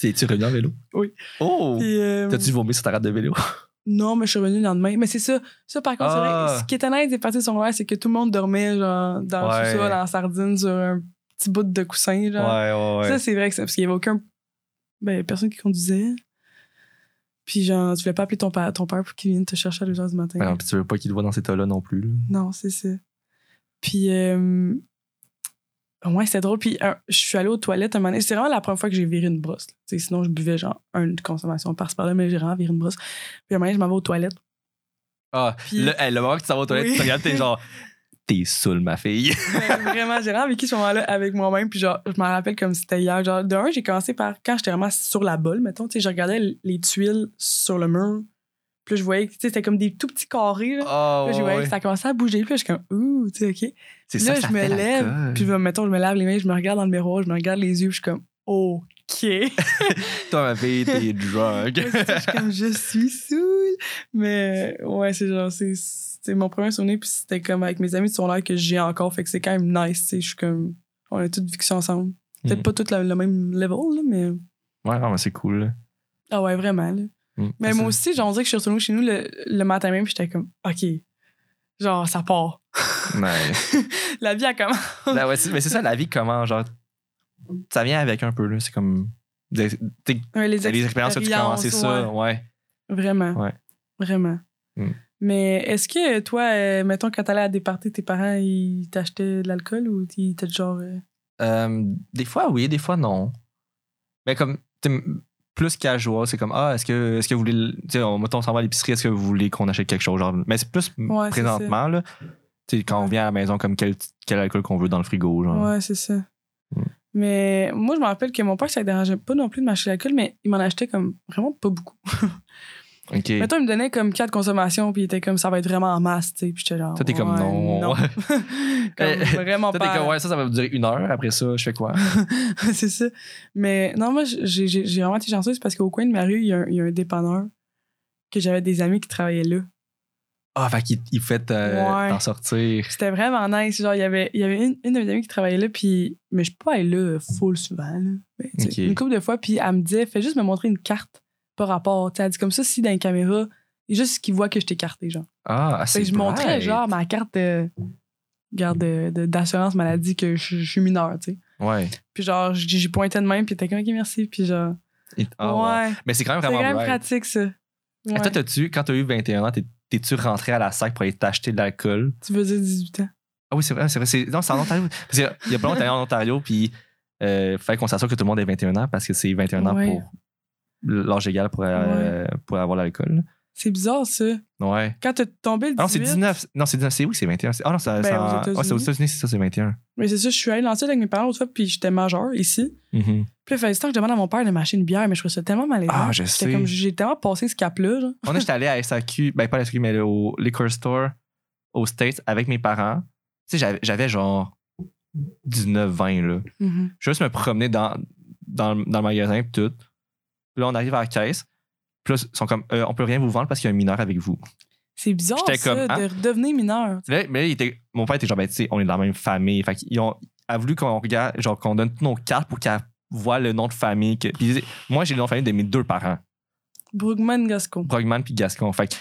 [SPEAKER 5] t'es-tu revenu en vélo?
[SPEAKER 6] Oui.
[SPEAKER 5] Oh!
[SPEAKER 6] Puis, euh,
[SPEAKER 5] T'as-tu vomi sur ta rate de vélo?
[SPEAKER 6] Non, mais je suis revenue le lendemain. Mais c'est ça. Ça, par contre, c'est vrai,
[SPEAKER 5] Ah.
[SPEAKER 6] ce qui était nice des parties secondaires, c'est que tout le monde dormait genre, dans le
[SPEAKER 5] Ouais.
[SPEAKER 6] sous-sol, en sardine, sur un petit bout de coussin. Genre.
[SPEAKER 5] ouais,
[SPEAKER 6] Ça, c'est vrai que ça, parce qu'il n'y avait aucun. Ben, personne qui conduisait. Puis, genre, tu voulais pas appeler ton, pa- ton père pour qu'il vienne te chercher à 2 h du matin.
[SPEAKER 5] Ah, puis tu veux pas qu'il te voit dans cet état-là non plus. là.
[SPEAKER 6] Non, c'est ça. Puis, euh, ouais, c'était drôle. Puis, un- je suis allée aux toilettes un moment donné. C'est vraiment la première fois que j'ai viré une brosse. là. Tu sais, sinon, je buvais genre une consommation par-ci par-là, mais j'ai vraiment viré une brosse. Puis, un moment donné, je m'en vais aux toilettes.
[SPEAKER 5] Ah,
[SPEAKER 6] Puis-
[SPEAKER 5] le, hey, le moment que tu t'en vas aux toilettes,
[SPEAKER 6] Oui.
[SPEAKER 5] tu te regardes, t'es genre, t'es saoul, ma fille.
[SPEAKER 6] Mais vraiment, j'ai vraiment vécu ce moment-là avec moi-même. Puis genre, je m'en rappelle comme si c'était hier. Genre, de un, j'ai commencé par quand j'étais vraiment sur la bolle, mettons, tu sais, je regardais l- les tuiles sur le mur. Puis là, je voyais que tu sais, c'était comme des tout petits carrés. Là.
[SPEAKER 5] Oh,
[SPEAKER 6] Puis là, j'ai voyais que ça commençait à bouger. Puis là, je suis comme, ouh, tu sais, OK.
[SPEAKER 5] C'est
[SPEAKER 6] là,
[SPEAKER 5] que
[SPEAKER 6] je me
[SPEAKER 5] fait
[SPEAKER 6] lève,
[SPEAKER 5] l'alcool.
[SPEAKER 6] Puis mettons, je me lave les mains, je me regarde dans le miroir, je me regarde les yeux, puis je suis comme, OK.
[SPEAKER 5] Toi, ma fille, t'es drunk.
[SPEAKER 6] Moi, c'est ça, je suis comme je suis saoule. Mais euh, ouais, c'est genre, c'est- c'est mon premier souvenir. Puis c'était comme avec mes amis de son l'air que j'ai encore. Fait que c'est quand même nice. tu sais, Je suis comme, on a tous vécu ça ensemble. Peut-être
[SPEAKER 5] Mm.
[SPEAKER 6] pas tous la- le même level, là, mais.
[SPEAKER 5] Ouais, non, mais c'est cool. là.
[SPEAKER 6] Ah ouais, vraiment. là.
[SPEAKER 5] Mm.
[SPEAKER 6] Mais
[SPEAKER 5] Ça,
[SPEAKER 6] moi
[SPEAKER 5] c'est-
[SPEAKER 6] aussi, genre, on dirait que je suis retournée chez nous le, le matin même. Puis j'étais comme, OK. Genre, ça part.
[SPEAKER 5] Nice.
[SPEAKER 6] La vie, elle commence.
[SPEAKER 5] Là, Ben ouais, c'est- mais c'est ça, la vie, comment, genre, ça vient avec un peu, là. C'est comme. des- t'es-
[SPEAKER 6] Ouais, les,
[SPEAKER 5] les expériences que tu commences, c'est ça,
[SPEAKER 6] ouais.
[SPEAKER 5] ouais.
[SPEAKER 6] Vraiment.
[SPEAKER 5] Ouais.
[SPEAKER 6] Vraiment.
[SPEAKER 5] Mm.
[SPEAKER 6] Mais est-ce que toi, euh, mettons, quand t'allais à des parties, tes parents, ils t'achetaient de l'alcool ou ils étaient genre. euh,
[SPEAKER 5] Euh, des fois, oui, des fois, non. Mais comme, t'sais, m- plus casual, c'est comme, ah, est-ce que, est-ce que vous voulez, le- tu sais, on, mettons, on s'en va à l'épicerie, est-ce que vous voulez qu'on achète quelque chose? Genre, mais c'est plus m-
[SPEAKER 6] Ouais, c'est
[SPEAKER 5] présentement, là. Tu sais, quand on
[SPEAKER 6] Ouais.
[SPEAKER 5] vient à la maison, comme quel, quel alcool qu'on veut dans le frigo, genre.
[SPEAKER 6] Ouais, c'est ça.
[SPEAKER 5] Mm.
[SPEAKER 6] Mais moi, je me rappelle que mon père, ça ne dérangeait pas non plus de m'acheter de l'alcool, mais il m'en achetait comme vraiment pas beaucoup.
[SPEAKER 5] Ok.
[SPEAKER 6] Mettons, il me donnait comme quatre consommations, puis il était comme ça va être vraiment en masse, tu sais. Puis j'étais genre.
[SPEAKER 5] Toi, t'es comme,
[SPEAKER 6] ouais,
[SPEAKER 5] non.
[SPEAKER 6] non. comme vraiment
[SPEAKER 5] Toi, t'es
[SPEAKER 6] pas.
[SPEAKER 5] comme, ouais, ça, ça va vous durer une heure. Après ça, je fais quoi?
[SPEAKER 6] c'est ça. Mais non, moi, j'ai j'ai- j'ai vraiment été chanceuse parce qu'au coin de ma rue, il y, a un- il y a un dépanneur que j'avais des amis qui travaillaient là.
[SPEAKER 5] Ah, fait qu'il il fait euh,
[SPEAKER 6] Ouais.
[SPEAKER 5] t'en sortir.
[SPEAKER 6] Puis C'était vraiment nice. Genre, il y avait, il y avait une, une de mes amies qui travaillait là, puis. Mais je suis pas allée là full souvent, là. Mais, tu sais,
[SPEAKER 5] Ok.
[SPEAKER 6] Une couple de fois, puis elle me disait, fais juste me montrer une carte par rapport. Tu sais, elle dit comme ça, si dans une caméra, il y a juste qu'ils voient que je t'ai écarté, genre.
[SPEAKER 5] Ah,
[SPEAKER 6] Fait
[SPEAKER 5] c'est
[SPEAKER 6] que je montrais,
[SPEAKER 5] bright.
[SPEAKER 6] genre, ma carte de. garde de- de- d'assurance maladie que je, je suis mineure, tu sais.
[SPEAKER 5] Ouais.
[SPEAKER 6] Puis genre, j'ai j'ai pointé de même, puis t'es comme, ok, merci. Puis genre,
[SPEAKER 5] Et- ah, ouais.
[SPEAKER 6] ouais.
[SPEAKER 5] Mais c'est quand même
[SPEAKER 6] C'est
[SPEAKER 5] vraiment
[SPEAKER 6] quand même
[SPEAKER 5] bright.
[SPEAKER 6] pratique, ça.
[SPEAKER 5] Et
[SPEAKER 6] Ouais.
[SPEAKER 5] Toi, t'as-tu, quand t'as eu 21 ans, t'es- t'es-tu rentré à la sac pour aller t'acheter de l'alcool?
[SPEAKER 6] Tu veux dire 18 ans.
[SPEAKER 5] Ah oui, c'est vrai, c'est vrai. c'est- Non, c'est en Ontario. Parce qu'il y a plein d'Ontariens en Ontario, puis euh, fait qu'on s'assure que tout le monde ait 21 ans parce que c'est 21 ans
[SPEAKER 6] Ouais.
[SPEAKER 5] pour l'âge égal pour, euh, pour avoir l'alcool.
[SPEAKER 6] C'est bizarre, ça.
[SPEAKER 5] Ouais.
[SPEAKER 6] Quand t'es tombé le 18
[SPEAKER 5] Ah non, c'est 19. Non, c'est 19. C'est où c'est 21? C'est- Ah non, c'est
[SPEAKER 6] Ben,
[SPEAKER 5] c'est en-
[SPEAKER 6] aux
[SPEAKER 5] ah, c'est aux
[SPEAKER 6] États-Unis.
[SPEAKER 5] États-Unis, c'est ça, c'est 21.
[SPEAKER 6] Mais c'est ça, je suis allée lancer avec mes parents l'autre fois, puis j'étais majeure ici.
[SPEAKER 5] Mhm.
[SPEAKER 6] Puis là, il fallait du temps que je demande à mon père de m'acheter une bière, mais je trouvais ça tellement malaisant.
[SPEAKER 5] Ah, je
[SPEAKER 6] J'étais
[SPEAKER 5] sais.
[SPEAKER 6] comme, j'ai tellement passé ce cap-là. genre.
[SPEAKER 5] On est j'étais allé à SAQ, ben pas à la SAQ, mais au liquor store aux States avec mes parents. Tu sais, j'avais- j'avais genre 19, 20, là. Je vais juste me promener dans, dans, le- dans le magasin, pis tout. Puis là, on arrive à la caisse. Puis là, ils sont comme, Euh, on peut rien vous vendre parce qu'il y a un mineur avec vous.
[SPEAKER 6] C'est bizarre,
[SPEAKER 5] J'étais
[SPEAKER 6] ça,
[SPEAKER 5] comme, hein?
[SPEAKER 6] de redevenir mineur.
[SPEAKER 5] Là, mais là, il était, mon père était genre, ben, tu sais, on est dans la même famille. Fait qu'ils ont, a voulu qu'on regarde, genre, qu'on donne tous nos cartes pour qu'elle voit le nom de famille. que- puis il disait, moi, j'ai le nom de famille de mes deux parents,
[SPEAKER 6] Brugman Gascon.
[SPEAKER 5] Brogman puis Gascon. Fait que,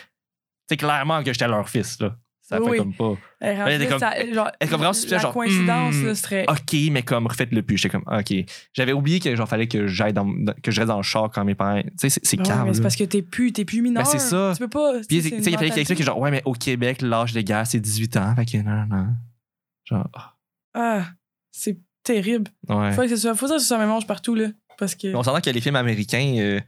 [SPEAKER 5] c'est clairement que j'étais leur fils, là. Ça
[SPEAKER 6] Oui.
[SPEAKER 5] fait comme pas.
[SPEAKER 6] Elle
[SPEAKER 5] elle était comme-
[SPEAKER 6] genre,
[SPEAKER 5] elle était comme vraiment suspecte,
[SPEAKER 6] la
[SPEAKER 5] genre,
[SPEAKER 6] coïncidence,
[SPEAKER 5] hmm,
[SPEAKER 6] là, serait.
[SPEAKER 5] OK, mais comme refaites-le plus. J'étais comme OK. J'avais oublié que genre fallait que j'aille dans que je reste dans le char quand mes parents. Tu sais, c'est, c'est
[SPEAKER 6] Ben ouais,
[SPEAKER 5] calme.
[SPEAKER 6] mais c'est
[SPEAKER 5] là.
[SPEAKER 6] parce que t'es plus, t'es plus mineur.
[SPEAKER 5] Ben, c'est ça.
[SPEAKER 6] Tu peux pas.
[SPEAKER 5] Puis,
[SPEAKER 6] tu sais,
[SPEAKER 5] tu
[SPEAKER 6] c'est
[SPEAKER 5] sais,
[SPEAKER 6] une
[SPEAKER 5] il fallait qu'il
[SPEAKER 6] mentalité.
[SPEAKER 5] explique, genre, ouais, mais au Québec, l'âge légal, c'est 18 ans. Fait que non, non, non. Genre, ah,
[SPEAKER 6] Ah, c'est terrible.
[SPEAKER 5] ouais.
[SPEAKER 6] Faut que ce soit, faut que ça soit même âge partout, là. Parce que.
[SPEAKER 5] On s'entend que les films américains, euh,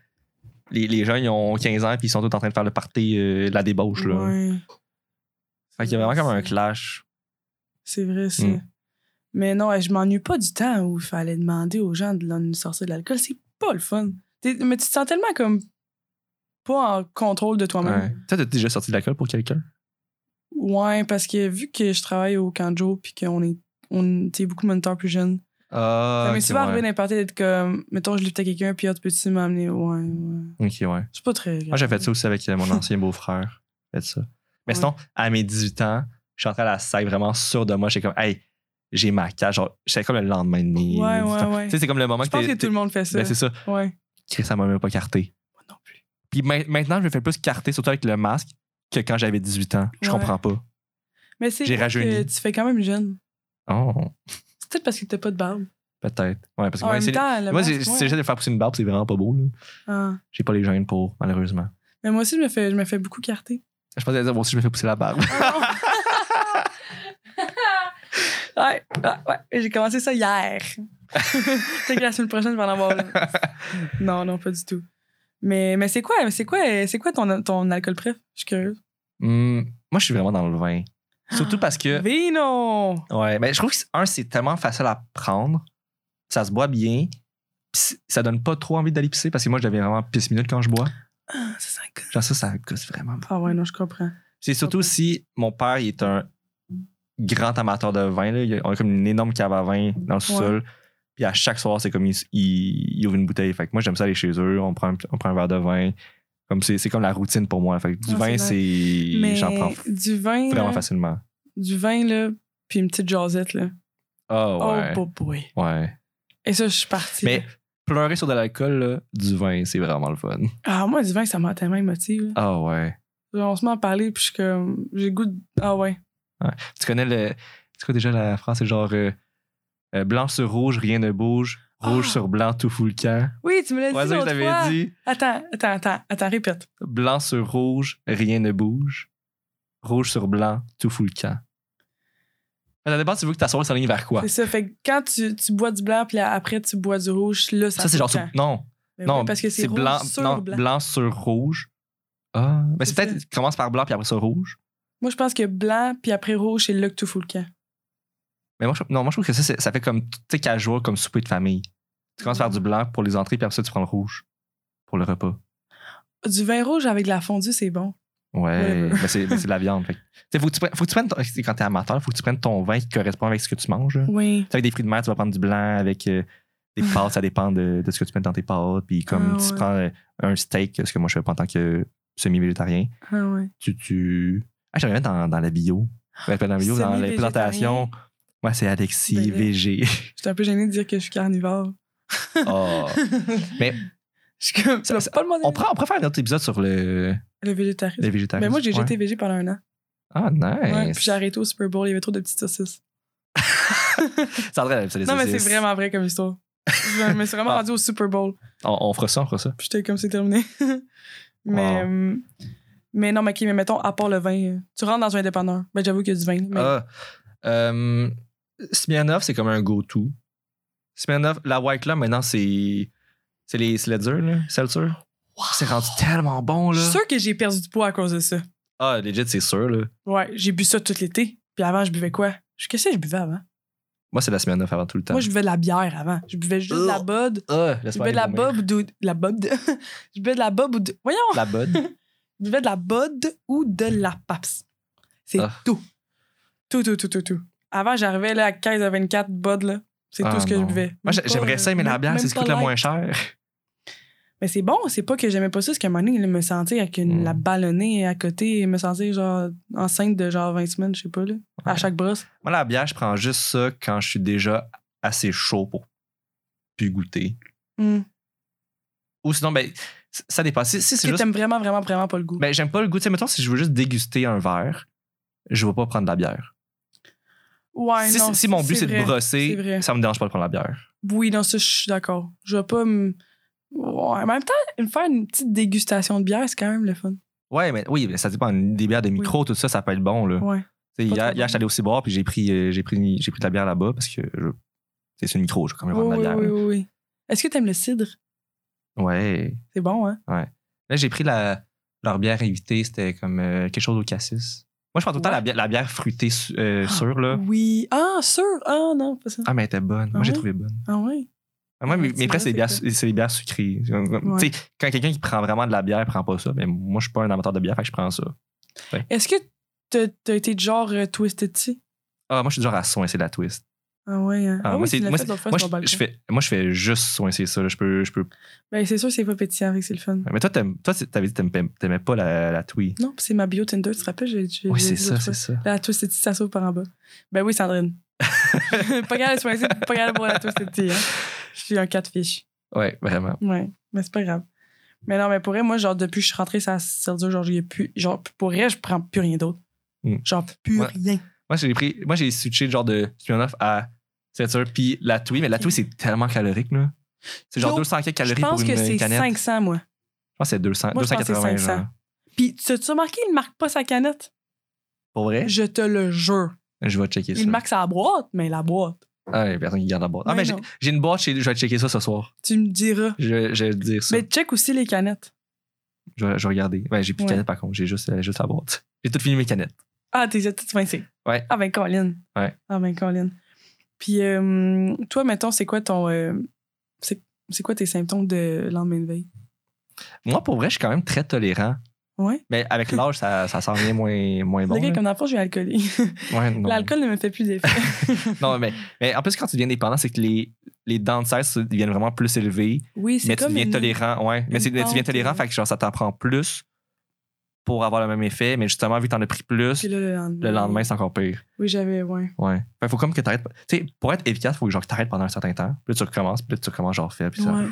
[SPEAKER 5] les, les gens, ils ont 15 ans, puis ils sont tous en train de faire le party, euh, la débauche, là.
[SPEAKER 6] Ouais.
[SPEAKER 5] Fait qu'il y a vraiment comme un clash.
[SPEAKER 6] C'est vrai, ça.
[SPEAKER 5] Mm.
[SPEAKER 6] Mais non, je m'ennuie pas du temps où il fallait demander aux gens de leur- nous sortir de l'alcool. C'est pas le fun. T'es- mais tu te sens tellement comme pas en contrôle de toi-même.
[SPEAKER 5] Ouais. Toi, t'as déjà sorti de l'alcool pour quelqu'un?
[SPEAKER 6] Ouais. parce que vu que je travaille au Kanjo puis qu'on est on, tu sais, beaucoup de moniteurs plus jeunes.
[SPEAKER 5] Ah,
[SPEAKER 6] ça m'est
[SPEAKER 5] ok,
[SPEAKER 6] souvent arrivé
[SPEAKER 5] ouais.
[SPEAKER 6] d'importer d'être comme, mettons, je lutte à quelqu'un, puis ah, tu peux-tu m'amener? Ouais, ouais.
[SPEAKER 5] Ok, ouais.
[SPEAKER 6] C'est pas très.
[SPEAKER 5] Moi, j'ai fait ça aussi avec euh, mon ancien beau-frère. J'ai fait ça. Mais
[SPEAKER 6] Ouais.
[SPEAKER 5] sinon, à mes 18 ans, je suis entré à la salle vraiment sûr de moi. J'étais comme, hey, j'ai ma cage. Genre, j'étais comme le lendemain de mes
[SPEAKER 6] Ouais,
[SPEAKER 5] 18 ans.
[SPEAKER 6] ouais, ouais.
[SPEAKER 5] Tu sais, c'est comme le moment
[SPEAKER 6] Je pense que
[SPEAKER 5] t'es-
[SPEAKER 6] tout le monde fait ça.
[SPEAKER 5] Ben, c'est ça.
[SPEAKER 6] Ouais.
[SPEAKER 5] Chris, ça m'a même pas carté.
[SPEAKER 6] Moi non plus.
[SPEAKER 5] Puis ma- maintenant, je me fais plus carter, surtout avec le masque, que quand j'avais 18 ans. Je
[SPEAKER 6] Ouais.
[SPEAKER 5] comprends pas.
[SPEAKER 6] Mais c'est
[SPEAKER 5] J'ai
[SPEAKER 6] vrai que
[SPEAKER 5] rajeuni.
[SPEAKER 6] tu fais quand même jeune.
[SPEAKER 5] Oh,
[SPEAKER 6] C'est peut-être parce que t'as pas de barbe.
[SPEAKER 5] peut-être. Ouais, parce que
[SPEAKER 6] En
[SPEAKER 5] moi,
[SPEAKER 6] même
[SPEAKER 5] c'est-
[SPEAKER 6] temps, le
[SPEAKER 5] moi,
[SPEAKER 6] masque,
[SPEAKER 5] j'ai-
[SPEAKER 6] ouais.
[SPEAKER 5] c'est juste de faire pousser une barbe, c'est vraiment pas beau. là.
[SPEAKER 6] Ah.
[SPEAKER 5] J'ai pas les gènes pour, malheureusement.
[SPEAKER 6] Mais moi aussi, je me fais, je me fais beaucoup carter.
[SPEAKER 5] Je pensais dire, moi aussi, je me fais pousser la barbe.
[SPEAKER 6] ouais, ouais, ouais. J'ai commencé ça hier. c'est que la semaine prochaine, je vais en avoir une. Non, non, pas du tout. Mais, mais c'est quoi, c'est quoi, c'est quoi ton, ton alcool préf? Je suis curieuse.
[SPEAKER 5] Hum, moi, je suis vraiment dans le vin. Surtout parce que.
[SPEAKER 6] Vino!
[SPEAKER 5] Ouais, mais je trouve que, c'est- un, c'est tellement facile à prendre. Ça se boit bien. Pis c'est- ça donne pas trop envie d'aller pisser parce que moi, je deviens vraiment pisse minute quand je bois.
[SPEAKER 6] Ah, c'est ça, goût.
[SPEAKER 5] Genre, ça, ça gosse vraiment.
[SPEAKER 6] Ah ouais, non, je comprends.
[SPEAKER 5] C'est surtout si mon père, il est un grand amateur de vin. Là. Il a- On a comme une énorme cave à vin dans le sous-sol. Puis à chaque soir, c'est comme il, il- il ouvre une bouteille. Fait que moi, j'aime ça aller chez eux. On prend, un- on prend un verre de vin. Comme c'est c'est comme la routine pour moi. Fait que du
[SPEAKER 6] Ah,
[SPEAKER 5] vin,
[SPEAKER 6] c'est
[SPEAKER 5] c'est.
[SPEAKER 6] Mais
[SPEAKER 5] J'en prends f-
[SPEAKER 6] du vin,
[SPEAKER 5] vraiment
[SPEAKER 6] là,
[SPEAKER 5] facilement.
[SPEAKER 6] du vin, là, puis une petite jasette, là.
[SPEAKER 5] Ah ouais.
[SPEAKER 6] Oh, boy.
[SPEAKER 5] ouais.
[SPEAKER 6] Et ça, je suis partie.
[SPEAKER 5] Mais pleurer sur de l'alcool, là, du vin, c'est vraiment le fun.
[SPEAKER 6] Ah, moi, du vin, ça m'a tellement émotive. là.
[SPEAKER 5] Ah ouais.
[SPEAKER 6] Genre, on se met à parler, puis je suis comme. J'ai le goût de. Ah ouais.
[SPEAKER 5] Tu connais le. C'est quoi déjà la France? C'est genre euh, euh, blanc sur rouge, rien ne bouge. Rouge
[SPEAKER 6] Ah!
[SPEAKER 5] sur blanc, tout fout le camp.
[SPEAKER 6] Oui, tu me l'as dit.
[SPEAKER 5] Ouais, ça, je
[SPEAKER 6] l'autre fois.
[SPEAKER 5] t'avais dit.
[SPEAKER 6] Attends, attends, attends, attends, répète.
[SPEAKER 5] Blanc sur rouge, rien ne bouge. Rouge sur blanc, tout fout le camp. Mais Ça dépend, tu veux que ta soirée s'aligne vers quoi?
[SPEAKER 6] C'est ça. Fait que quand tu, tu bois du blanc, puis là, après, tu bois du rouge, là, ça.
[SPEAKER 5] Ça, c'est genre. sur- Non, non,
[SPEAKER 6] Ben parce que c'est rouge
[SPEAKER 5] blanc,
[SPEAKER 6] sur
[SPEAKER 5] non,
[SPEAKER 6] blanc.
[SPEAKER 5] blanc sur rouge. Ah, mais c'est
[SPEAKER 6] C'est
[SPEAKER 5] peut-être
[SPEAKER 6] ça.
[SPEAKER 5] tu commences par blanc puis après ça rouge.
[SPEAKER 6] Moi, je pense que blanc, puis après rouge, c'est là que tout fout le camp.
[SPEAKER 5] Mais moi, je, non, moi, je trouve que ça, c'est- ça fait comme, tu sais, casual, comme souper de famille. Tu commences par du blanc pour les entrées, puis après ça, tu prends le rouge pour le repas.
[SPEAKER 6] Du vin rouge avec de la fondue, c'est bon.
[SPEAKER 5] Ouais,
[SPEAKER 6] Whatever.
[SPEAKER 5] mais c'est mais c'est de la viande. Fait. que- Tu sais, Faut, que tu prennes- faut que tu prennes, ton- quand t'es amateur, faut que tu prennes ton vin qui correspond avec ce que tu manges. là. Tu
[SPEAKER 6] Oui.
[SPEAKER 5] sais, Avec des fruits de mer, tu vas prendre du blanc, avec euh, des pâtes, ça dépend de, de ce que tu mets dans tes pâtes. Puis comme
[SPEAKER 6] Ah,
[SPEAKER 5] si tu
[SPEAKER 6] ouais.
[SPEAKER 5] prends euh, un steak, ce que moi je fais pas en tant que semi-végétarien,
[SPEAKER 6] Ah ouais.
[SPEAKER 5] tu. tu... Ah, j'en ai même dans, dans la bio. Ouais, pas dans la bio, dans les
[SPEAKER 6] Semi-végétarien.
[SPEAKER 5] présentations. Moi, c'est Alexis
[SPEAKER 6] Ben là.
[SPEAKER 5] VG.
[SPEAKER 6] J'étais un peu gênée de dire que je suis carnivore.
[SPEAKER 5] Oh. Mais-
[SPEAKER 6] Je suis comme. Tu
[SPEAKER 5] Ça-
[SPEAKER 6] m'as
[SPEAKER 5] ça-
[SPEAKER 6] Ah. pas demandé.
[SPEAKER 5] On, prend, on pourrait faire un autre épisode sur le,
[SPEAKER 6] Le végétarisme.
[SPEAKER 5] les végétariens.
[SPEAKER 6] Mais moi, j'ai
[SPEAKER 5] Ouais.
[SPEAKER 6] jeté végé pendant un an.
[SPEAKER 5] Ah, nice.
[SPEAKER 6] Ouais, puis j'ai arrêté au Super Bowl, il y avait trop de petites saucisses.
[SPEAKER 5] Ça devrait être les
[SPEAKER 6] Non, mais c'est
[SPEAKER 5] saucisses.
[SPEAKER 6] vraiment vrai comme histoire. Je me suis vraiment
[SPEAKER 5] Ah.
[SPEAKER 6] rendue au Super Bowl.
[SPEAKER 5] On, on fera ça, on fera ça.
[SPEAKER 6] Puis j'étais comme c'est terminé. mais,
[SPEAKER 5] Wow.
[SPEAKER 6] euh, mais non, mais, ok, mais mettons, à part le vin, euh, tu rentres dans un dépanneur. Ben, j'avoue qu'il y a du vin. Mais
[SPEAKER 5] Ah, euh, Smirnoff, c'est comme un go-to. Smirnoff, la White Claw, maintenant, c'est. C'est les Sledger, là. Seltzer. C'est rendu tellement bon,
[SPEAKER 6] je
[SPEAKER 5] là.
[SPEAKER 6] suis sûre que j'ai perdu du poids à cause de ça.
[SPEAKER 5] Ah, legit, c'est sûr, là.
[SPEAKER 6] Ouais, j'ai bu ça tout l'été. Puis avant, je buvais quoi? Je- Qu'est-ce que je buvais avant?
[SPEAKER 5] Moi, c'est la Smirnoff avant tout le temps.
[SPEAKER 6] Moi, je buvais de la bière avant. Je buvais juste de la
[SPEAKER 5] Ugh.
[SPEAKER 6] bod.
[SPEAKER 5] Ah,
[SPEAKER 6] Je
[SPEAKER 5] laisse-moi
[SPEAKER 6] buvais de la
[SPEAKER 5] aller vomir.
[SPEAKER 6] bob ou de... La bob de- je buvais de la bob ou de... Voyons!
[SPEAKER 5] La Bud.
[SPEAKER 6] Je buvais de la bod ou de la paps. C'est
[SPEAKER 5] Ah.
[SPEAKER 6] tout. Tout, tout, tout, tout, tout. Avant, j'arrivais là, à 15 à 24 bod, là. C'est
[SPEAKER 5] Ah,
[SPEAKER 6] tout ce que
[SPEAKER 5] non.
[SPEAKER 6] je buvais.
[SPEAKER 5] Moi, j'ai-
[SPEAKER 6] Même
[SPEAKER 5] j'aimerais
[SPEAKER 6] pas,
[SPEAKER 5] ça, mais
[SPEAKER 6] euh,
[SPEAKER 5] la
[SPEAKER 6] même-
[SPEAKER 5] bière, c'est
[SPEAKER 6] même
[SPEAKER 5] ce qui
[SPEAKER 6] pas
[SPEAKER 5] coûte le
[SPEAKER 6] light.
[SPEAKER 5] moins cher.
[SPEAKER 6] Mais c'est bon, c'est pas que j'aimais pas ça, c'est qu'à un moment donné, de me sentir avec une,
[SPEAKER 5] Mm.
[SPEAKER 6] la ballonnée à côté et me sentir genre enceinte de genre 20 semaines, je sais pas, là, à
[SPEAKER 5] Ouais.
[SPEAKER 6] chaque brosse.
[SPEAKER 5] Moi, la bière, je prends juste ça quand je suis déjà assez chaud pour plus goûter.
[SPEAKER 6] Mm.
[SPEAKER 5] Ou sinon, ben, c- ça dépend. Si, si
[SPEAKER 6] Tu
[SPEAKER 5] c'est
[SPEAKER 6] sais,
[SPEAKER 5] juste.
[SPEAKER 6] t'aimes vraiment, vraiment, vraiment pas le goût.
[SPEAKER 5] Ben, j'aime pas le goût. Tu sais, mettons, si je veux juste déguster un verre, je vais pas prendre de la bière.
[SPEAKER 6] ouais,
[SPEAKER 5] si,
[SPEAKER 6] non,
[SPEAKER 5] si mon but c'est de
[SPEAKER 6] vrai. c'est
[SPEAKER 5] brosser,
[SPEAKER 6] vrai.
[SPEAKER 5] ça me dérange pas de prendre la bière.
[SPEAKER 6] Oui, non, ça, je suis d'accord. Je vais pas me. Ouais, en même temps, me faire une petite dégustation de bière, c'est quand même le fun.
[SPEAKER 5] Ouais, mais oui, mais ça dépend. Des bières de micro, tout ça, ça peut être bon. Là.
[SPEAKER 6] Ouais.
[SPEAKER 5] Tu sais, Hier,
[SPEAKER 6] pas trop
[SPEAKER 5] hier,
[SPEAKER 6] bon.
[SPEAKER 5] j'étais allé au ciboire, puis j'ai pris, euh, j'ai pris, j'ai pris de la bière là-bas parce que je- c'est sur le micro, je vais quand même
[SPEAKER 6] Oui,
[SPEAKER 5] prendre de
[SPEAKER 6] oui,
[SPEAKER 5] la bière.
[SPEAKER 6] oui, oui, oui. Est-ce que t'aimes le cidre?
[SPEAKER 5] là. Ouais.
[SPEAKER 6] C'est bon, hein?
[SPEAKER 5] Là, j'ai pris la, leur bière invitée, c'était comme euh, quelque chose au cassis. Moi, je prends tout le temps
[SPEAKER 6] Ouais.
[SPEAKER 5] la bière, la bière fruitée su- euh, sûre, là.
[SPEAKER 6] Oui. Ah, sûr. Ah, non, pas ça.
[SPEAKER 5] Ah, mais elle était bonne. Moi,
[SPEAKER 6] Ah
[SPEAKER 5] j'ai
[SPEAKER 6] ouais?
[SPEAKER 5] trouvé bonne.
[SPEAKER 6] Ah, ouais.
[SPEAKER 5] Moi,
[SPEAKER 6] Ouais,
[SPEAKER 5] mes,
[SPEAKER 6] tu
[SPEAKER 5] mes
[SPEAKER 6] vois,
[SPEAKER 5] presses, c'est des
[SPEAKER 6] c'est
[SPEAKER 5] bières,
[SPEAKER 6] quoi?
[SPEAKER 5] su- c'est des bières sucrées.
[SPEAKER 6] Ouais.
[SPEAKER 5] Tu sais, quand quelqu'un qui prend vraiment de la bière, prend pas ça. Mais moi, je suis pas un amateur de bière, fait que je prends ça.
[SPEAKER 6] Est-ce que t'as t'as été du genre euh, twisted tea?
[SPEAKER 5] Ah, moi, je suis du genre à soin, c'est de la twist.
[SPEAKER 6] Ah ouais. hein.
[SPEAKER 5] Ah,
[SPEAKER 6] Ah
[SPEAKER 5] moi,
[SPEAKER 6] oui,
[SPEAKER 5] c'est-
[SPEAKER 6] tu l'as
[SPEAKER 5] moi,
[SPEAKER 6] fait l'autre fois
[SPEAKER 5] Moi,
[SPEAKER 6] sur ton
[SPEAKER 5] je, je
[SPEAKER 6] balcon.
[SPEAKER 5] fais, moi, je fais juste soincer ça. là. Je peux, je peux...
[SPEAKER 6] Ben, c'est sûr, que c'est pas pétillant, fait que c'est le fun.
[SPEAKER 5] Mais toi, t'aimes- toi, c'est- t'avais dit que t'aimais- t'aimais pas la, la Twee.
[SPEAKER 6] Non, c'est ma bio Tinder, tu te rappelles? J'ai- j'ai-
[SPEAKER 5] Oui,
[SPEAKER 6] j'ai
[SPEAKER 5] c'est
[SPEAKER 6] dit
[SPEAKER 5] ça,
[SPEAKER 6] l'autre
[SPEAKER 5] c'est
[SPEAKER 6] fois.
[SPEAKER 5] ça.
[SPEAKER 6] La Twisted Tea, ça s'ouvre par en bas. Ben oui, Sandrine. pas grave, soin, pas grave pour la Twisted Tea. Hein. Je suis un catfish.
[SPEAKER 5] Ouais, vraiment.
[SPEAKER 6] Ouais, mais c'est pas grave. Mais non, mais pour vrai, moi, genre, depuis que je suis rentrée, ça sert dur. Genre, j'ai plus. Genre, pour vrai, je prends plus rien d'autre.
[SPEAKER 5] Hmm.
[SPEAKER 6] Genre, plus
[SPEAKER 5] Ouais.
[SPEAKER 6] rien.
[SPEAKER 5] Moi, j'ai pris, moi, j'ai switché genre de Smirnoff à Seltzer puis la Twee, mais la Twee, c'est tellement calorique, là. C'est genre
[SPEAKER 6] Yo,
[SPEAKER 5] 200 quelques
[SPEAKER 6] Je
[SPEAKER 5] calories pour
[SPEAKER 6] pense
[SPEAKER 5] une
[SPEAKER 6] que c'est
[SPEAKER 5] canette.
[SPEAKER 6] 500, moi.
[SPEAKER 5] Je pense que c'est 200,
[SPEAKER 6] Moi, je pense que c'est
[SPEAKER 5] 280,
[SPEAKER 6] 500.
[SPEAKER 5] genre.
[SPEAKER 6] Puis, tu as remarqué, il marque pas sa canette?
[SPEAKER 5] Pour vrai,
[SPEAKER 6] Je te le jure.
[SPEAKER 5] je vais checker ça.
[SPEAKER 6] Il marque sa boîte, mais la boîte.
[SPEAKER 5] Ah, il y a personne qui garde la boîte. Ah,
[SPEAKER 6] Mais
[SPEAKER 5] mais j'ai
[SPEAKER 6] non.
[SPEAKER 5] j'ai une boîte chez je vais checker ça ce soir.
[SPEAKER 6] Tu me diras.
[SPEAKER 5] Je, je vais te dire ça.
[SPEAKER 6] Mais check aussi les canettes.
[SPEAKER 5] Je, vais, je vais regarder. Ouais, j'ai plus de
[SPEAKER 6] Ouais.
[SPEAKER 5] canettes par contre, j'ai juste, euh, juste la boîte. J'ai tout fini mes canettes.
[SPEAKER 6] Ah, t'es déjà tout pincé.
[SPEAKER 5] Ouais.
[SPEAKER 6] Ah, ben, Colin.
[SPEAKER 5] Ouais.
[SPEAKER 6] Ah, ben, Colin. Puis, euh, toi, mettons, c'est quoi ton. euh, c'est c'est quoi tes symptômes de lendemain de veille?
[SPEAKER 5] Moi, pour vrai, je suis quand même très tolérant.
[SPEAKER 6] Ouais.
[SPEAKER 5] Mais avec l'âge, ça, ça s'en vient moins, moins bon.
[SPEAKER 6] le gars,
[SPEAKER 5] là.
[SPEAKER 6] comme dans le fond, je vais alcoolique.
[SPEAKER 5] Ouais, non.
[SPEAKER 6] L'alcool ne me fait plus d'effet.
[SPEAKER 5] Non, mais, mais en plus, quand tu deviens dépendant, c'est que les, les dents de serre se- deviennent vraiment plus élevées.
[SPEAKER 6] Oui, c'est
[SPEAKER 5] Mais tu
[SPEAKER 6] comme
[SPEAKER 5] deviens
[SPEAKER 6] une-
[SPEAKER 5] tolérant. Ouais. Mais
[SPEAKER 6] une
[SPEAKER 5] c'est- mais tu deviens
[SPEAKER 6] pente,
[SPEAKER 5] tolérant,
[SPEAKER 6] euh.
[SPEAKER 5] fait que genre, ça t'en prend plus pour avoir le même effet. Mais justement, vu que t'en as pris plus,
[SPEAKER 6] Puis là, le lendemain.
[SPEAKER 5] le lendemain, c'est encore pire.
[SPEAKER 6] Oui, j'avais, ouais.
[SPEAKER 5] Ouais. Fait que faut comme que t'arrêtes. Tu sais, pour être efficace, faut que genre que t'arrêtes pendant un certain temps. Puis là, tu recommences, puis là, tu recommences genre fait, puis ça.
[SPEAKER 6] Ouais.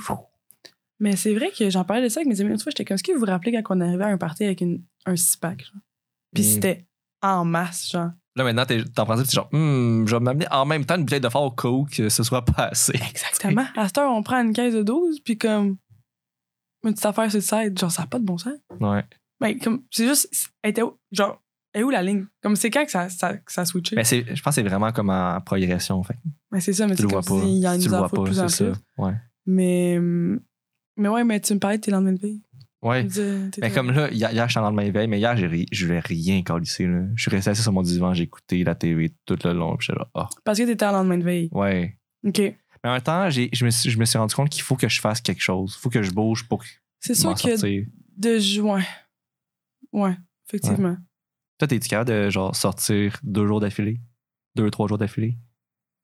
[SPEAKER 6] Mais c'est vrai que j'en parlais de ça avec mes amis une fois. J'étais comme, est-ce que vous vous rappelez quand on arrivait à un party avec une, un six-pack? genre? Puis
[SPEAKER 5] Mm.
[SPEAKER 6] c'était en masse, genre.
[SPEAKER 5] Là, maintenant, t'es- t'en prends ça, puis t'es genre, Hmm, je vais m'amener en même temps une bouteille de fort au coke, que ce soit pas assez.
[SPEAKER 6] Exactement. À cette heure, on prend une caisse de 12, puis comme, une petite affaire sur le side. Genre, ça n'a pas de bon sens.
[SPEAKER 5] Ouais.
[SPEAKER 6] Mais Ben, comme, c'est juste, c'est- elle était où, genre, elle est où la ligne? Comme, c'est quand que ça, ça, que ça a switché?
[SPEAKER 5] Mais c'est- je pense que c'est vraiment comme en progression. Fait que
[SPEAKER 6] Mais c'est ça,
[SPEAKER 5] Ben,
[SPEAKER 6] mais
[SPEAKER 5] tu
[SPEAKER 6] c'est
[SPEAKER 5] le
[SPEAKER 6] comme
[SPEAKER 5] vois pas.
[SPEAKER 6] si il y en
[SPEAKER 5] Tu
[SPEAKER 6] nous
[SPEAKER 5] le
[SPEAKER 6] en
[SPEAKER 5] vois
[SPEAKER 6] faut de
[SPEAKER 5] pas,
[SPEAKER 6] plus en
[SPEAKER 5] c'est
[SPEAKER 6] plus.
[SPEAKER 5] ça. Ouais.
[SPEAKER 6] Mais, hum, mais ouais, mais tu me parlais de tes lendemains de veille.
[SPEAKER 5] Ouais.
[SPEAKER 6] Tu me disais, t'étais-
[SPEAKER 5] Mais comme là, hier, hier je suis en lendemain de veille, mais hier, j'ai ri- je vais rien calisser. Là. Je suis resté assis sur mon divan, j'ai écouté la TV tout le long. Puis j'étais là, ah,
[SPEAKER 6] Parce que t'étais en lendemain de veille.
[SPEAKER 5] ouais.
[SPEAKER 6] OK.
[SPEAKER 5] Mais en même temps, j'ai- je me, suis- je me suis rendu compte qu'il faut que je fasse quelque chose. Il faut que je bouge pour
[SPEAKER 6] C'est sûr
[SPEAKER 5] m'en
[SPEAKER 6] que
[SPEAKER 5] sortir.
[SPEAKER 6] de juin. Ouais, effectivement.
[SPEAKER 5] Toi, t'es-tu capable de genre, sortir deux jours d'affilée? Deux, trois jours d'affilée?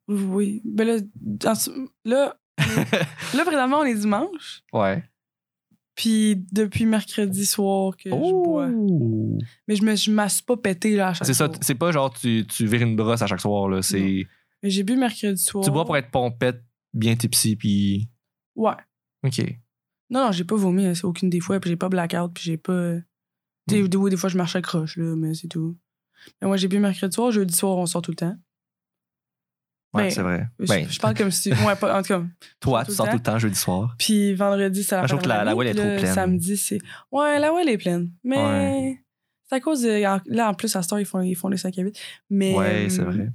[SPEAKER 6] Oui. Ben là, dans ce- là, là, présentement, on est dimanche.
[SPEAKER 5] Ouais.
[SPEAKER 6] Puis depuis mercredi soir que je bois.
[SPEAKER 5] Ouh.
[SPEAKER 6] Mais je me je m'asse pas pété là à chaque
[SPEAKER 5] Oh! C'est ça,
[SPEAKER 6] soir.
[SPEAKER 5] c'est pas genre tu, tu vires une brosse à chaque soir. Là. C'est,
[SPEAKER 6] Mais j'ai bu mercredi soir.
[SPEAKER 5] tu bois pour être pompette, bien tipsy, puis.
[SPEAKER 6] Ouais.
[SPEAKER 5] OK.
[SPEAKER 6] Non, non, j'ai pas vomi, hein, c'est aucune des fois. Puis j'ai pas blackout, puis j'ai pas. euh, Des,
[SPEAKER 5] Mm.
[SPEAKER 6] des, oui, des fois, je marche à croche, là, mais c'est tout. Mais moi, j'ai bu mercredi soir, jeudi soir, on sort tout le temps.
[SPEAKER 5] Ouais,
[SPEAKER 6] Ben,
[SPEAKER 5] c'est vrai.
[SPEAKER 6] Je,
[SPEAKER 5] Ben,
[SPEAKER 6] je parle comme si. Ouais, pas, en tout cas.
[SPEAKER 5] toi,
[SPEAKER 6] tout
[SPEAKER 5] tu
[SPEAKER 6] le
[SPEAKER 5] sors
[SPEAKER 6] temps.
[SPEAKER 5] tout le temps jeudi soir.
[SPEAKER 6] Puis vendredi, c'est la
[SPEAKER 5] Moi, je
[SPEAKER 6] fin
[SPEAKER 5] trouve que la-
[SPEAKER 6] de
[SPEAKER 5] la
[SPEAKER 6] journée,
[SPEAKER 5] voile est
[SPEAKER 6] puis
[SPEAKER 5] trop
[SPEAKER 6] là,
[SPEAKER 5] pleine.
[SPEAKER 6] Samedi, c'est. Ouais, la voile est pleine. Mais
[SPEAKER 5] Ouais.
[SPEAKER 6] c'est à cause de. en- Là, en plus, à ce temps, ils font, ils font les 5 à 8. Mais,
[SPEAKER 5] Ouais,
[SPEAKER 6] euh,
[SPEAKER 5] c'est vrai.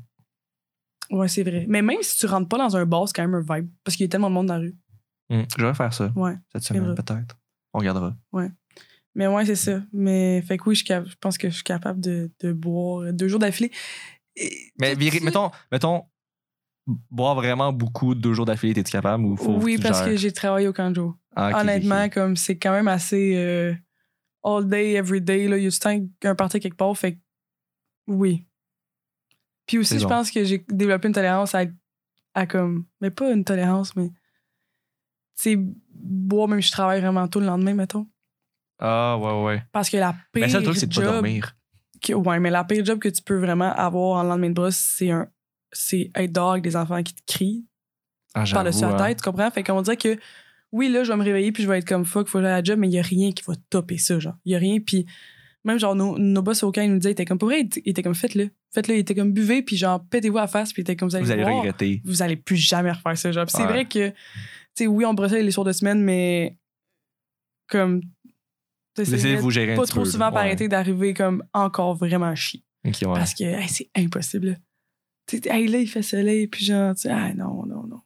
[SPEAKER 6] Ouais, c'est vrai. Mais même si tu rentres pas dans un bar, c'est quand même un vibe. Parce qu'il y a tellement de monde dans la rue.
[SPEAKER 5] Hmm, Je vais faire ça
[SPEAKER 6] Ouais.
[SPEAKER 5] cette
[SPEAKER 6] c'est
[SPEAKER 5] semaine,
[SPEAKER 6] vrai.
[SPEAKER 5] peut-être. On regardera.
[SPEAKER 6] Mais ouais, c'est ça. Mais fait que oui, je, suis cap- je pense que je suis capable de, de boire deux jours d'affilée. Et-
[SPEAKER 5] Mais
[SPEAKER 6] Tout
[SPEAKER 5] virer-
[SPEAKER 6] de suite-
[SPEAKER 5] mettons, mettons, boire vraiment beaucoup deux jours d'affilée, t'es-tu capable ou faut
[SPEAKER 6] Oui,
[SPEAKER 5] tu
[SPEAKER 6] parce
[SPEAKER 5] gères?
[SPEAKER 6] que j'ai travaillé au canjo.
[SPEAKER 5] Ah, ok, ok, ok.
[SPEAKER 6] Honnêtement, comme c'est quand même assez euh, all day, every day. Là, il y a du temps qu'un party quelque part, fait que oui. Puis aussi,
[SPEAKER 5] C'est
[SPEAKER 6] je
[SPEAKER 5] bon.
[SPEAKER 6] pense que j'ai développé une tolérance à, à comme. Mais pas une tolérance, mais. Tu sais, boire même si je travaille vraiment tôt le lendemain, mettons.
[SPEAKER 5] Ah, ouais, ouais.
[SPEAKER 6] Parce que la pire.
[SPEAKER 5] Mais ça, le truc, c'est de pas
[SPEAKER 6] job
[SPEAKER 5] dormir.
[SPEAKER 6] que- ouais, mais la pire job que tu peux vraiment avoir en lendemain de brosse, c'est un. C'est être dehors avec des enfants qui te crient
[SPEAKER 5] Ah,
[SPEAKER 6] par-dessus
[SPEAKER 5] j'avoue,
[SPEAKER 6] la
[SPEAKER 5] hein.
[SPEAKER 6] tête, tu comprends? Fait qu'on dirait que oui, là, je vais me réveiller puis je vais être comme fuck, faut aller à la job, mais il y a rien qui va topper ça, genre. Il y a rien. Puis même, genre, nos, nos boss au camp, ils nous disaient, ils étaient comme, pour vrai, ils étaient comme, faites-le. Faites-le, ils étaient comme, buvez, puis genre, pétez-vous à la face, puis ils étaient comme, vous allez,
[SPEAKER 5] Vous allez
[SPEAKER 6] voir,
[SPEAKER 5] regretter.
[SPEAKER 6] vous allez plus jamais refaire ça, genre. Puis c'est
[SPEAKER 5] Ouais.
[SPEAKER 6] vrai que, tu sais, oui, on brossait les soirs de semaine, mais comme,
[SPEAKER 5] Vous essayez de vous gérer un
[SPEAKER 6] pas
[SPEAKER 5] petit
[SPEAKER 6] trop
[SPEAKER 5] peu,
[SPEAKER 6] souvent
[SPEAKER 5] ouais.
[SPEAKER 6] par arrêter d'arriver comme encore vraiment chier.
[SPEAKER 5] Ok, ouais.
[SPEAKER 6] Parce que hey, c'est impossible. là. Tu sais, hey, là, il fait soleil, puis genre, tu sais, ah non, non, non.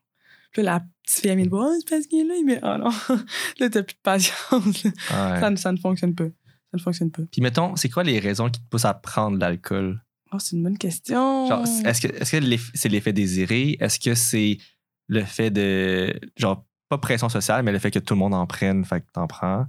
[SPEAKER 6] Puis là, la petite fille, elle vient de voir, Ah, c'est parce qu'il est là, mais ah non, là, t'as plus de patience. là.
[SPEAKER 5] Ouais.
[SPEAKER 6] Ça, ne- ça ne fonctionne pas. Ça ne fonctionne pas.
[SPEAKER 5] Puis mettons, c'est quoi les raisons qui te poussent à prendre de l'alcool?
[SPEAKER 6] Oh, c'est une bonne question.
[SPEAKER 5] Genre, est-ce que est-ce que l'eff- c'est l'effet désiré? Est-ce que c'est le fait de. Genre, pas pression sociale, mais le fait que tout le monde en prenne, fait que t'en prends?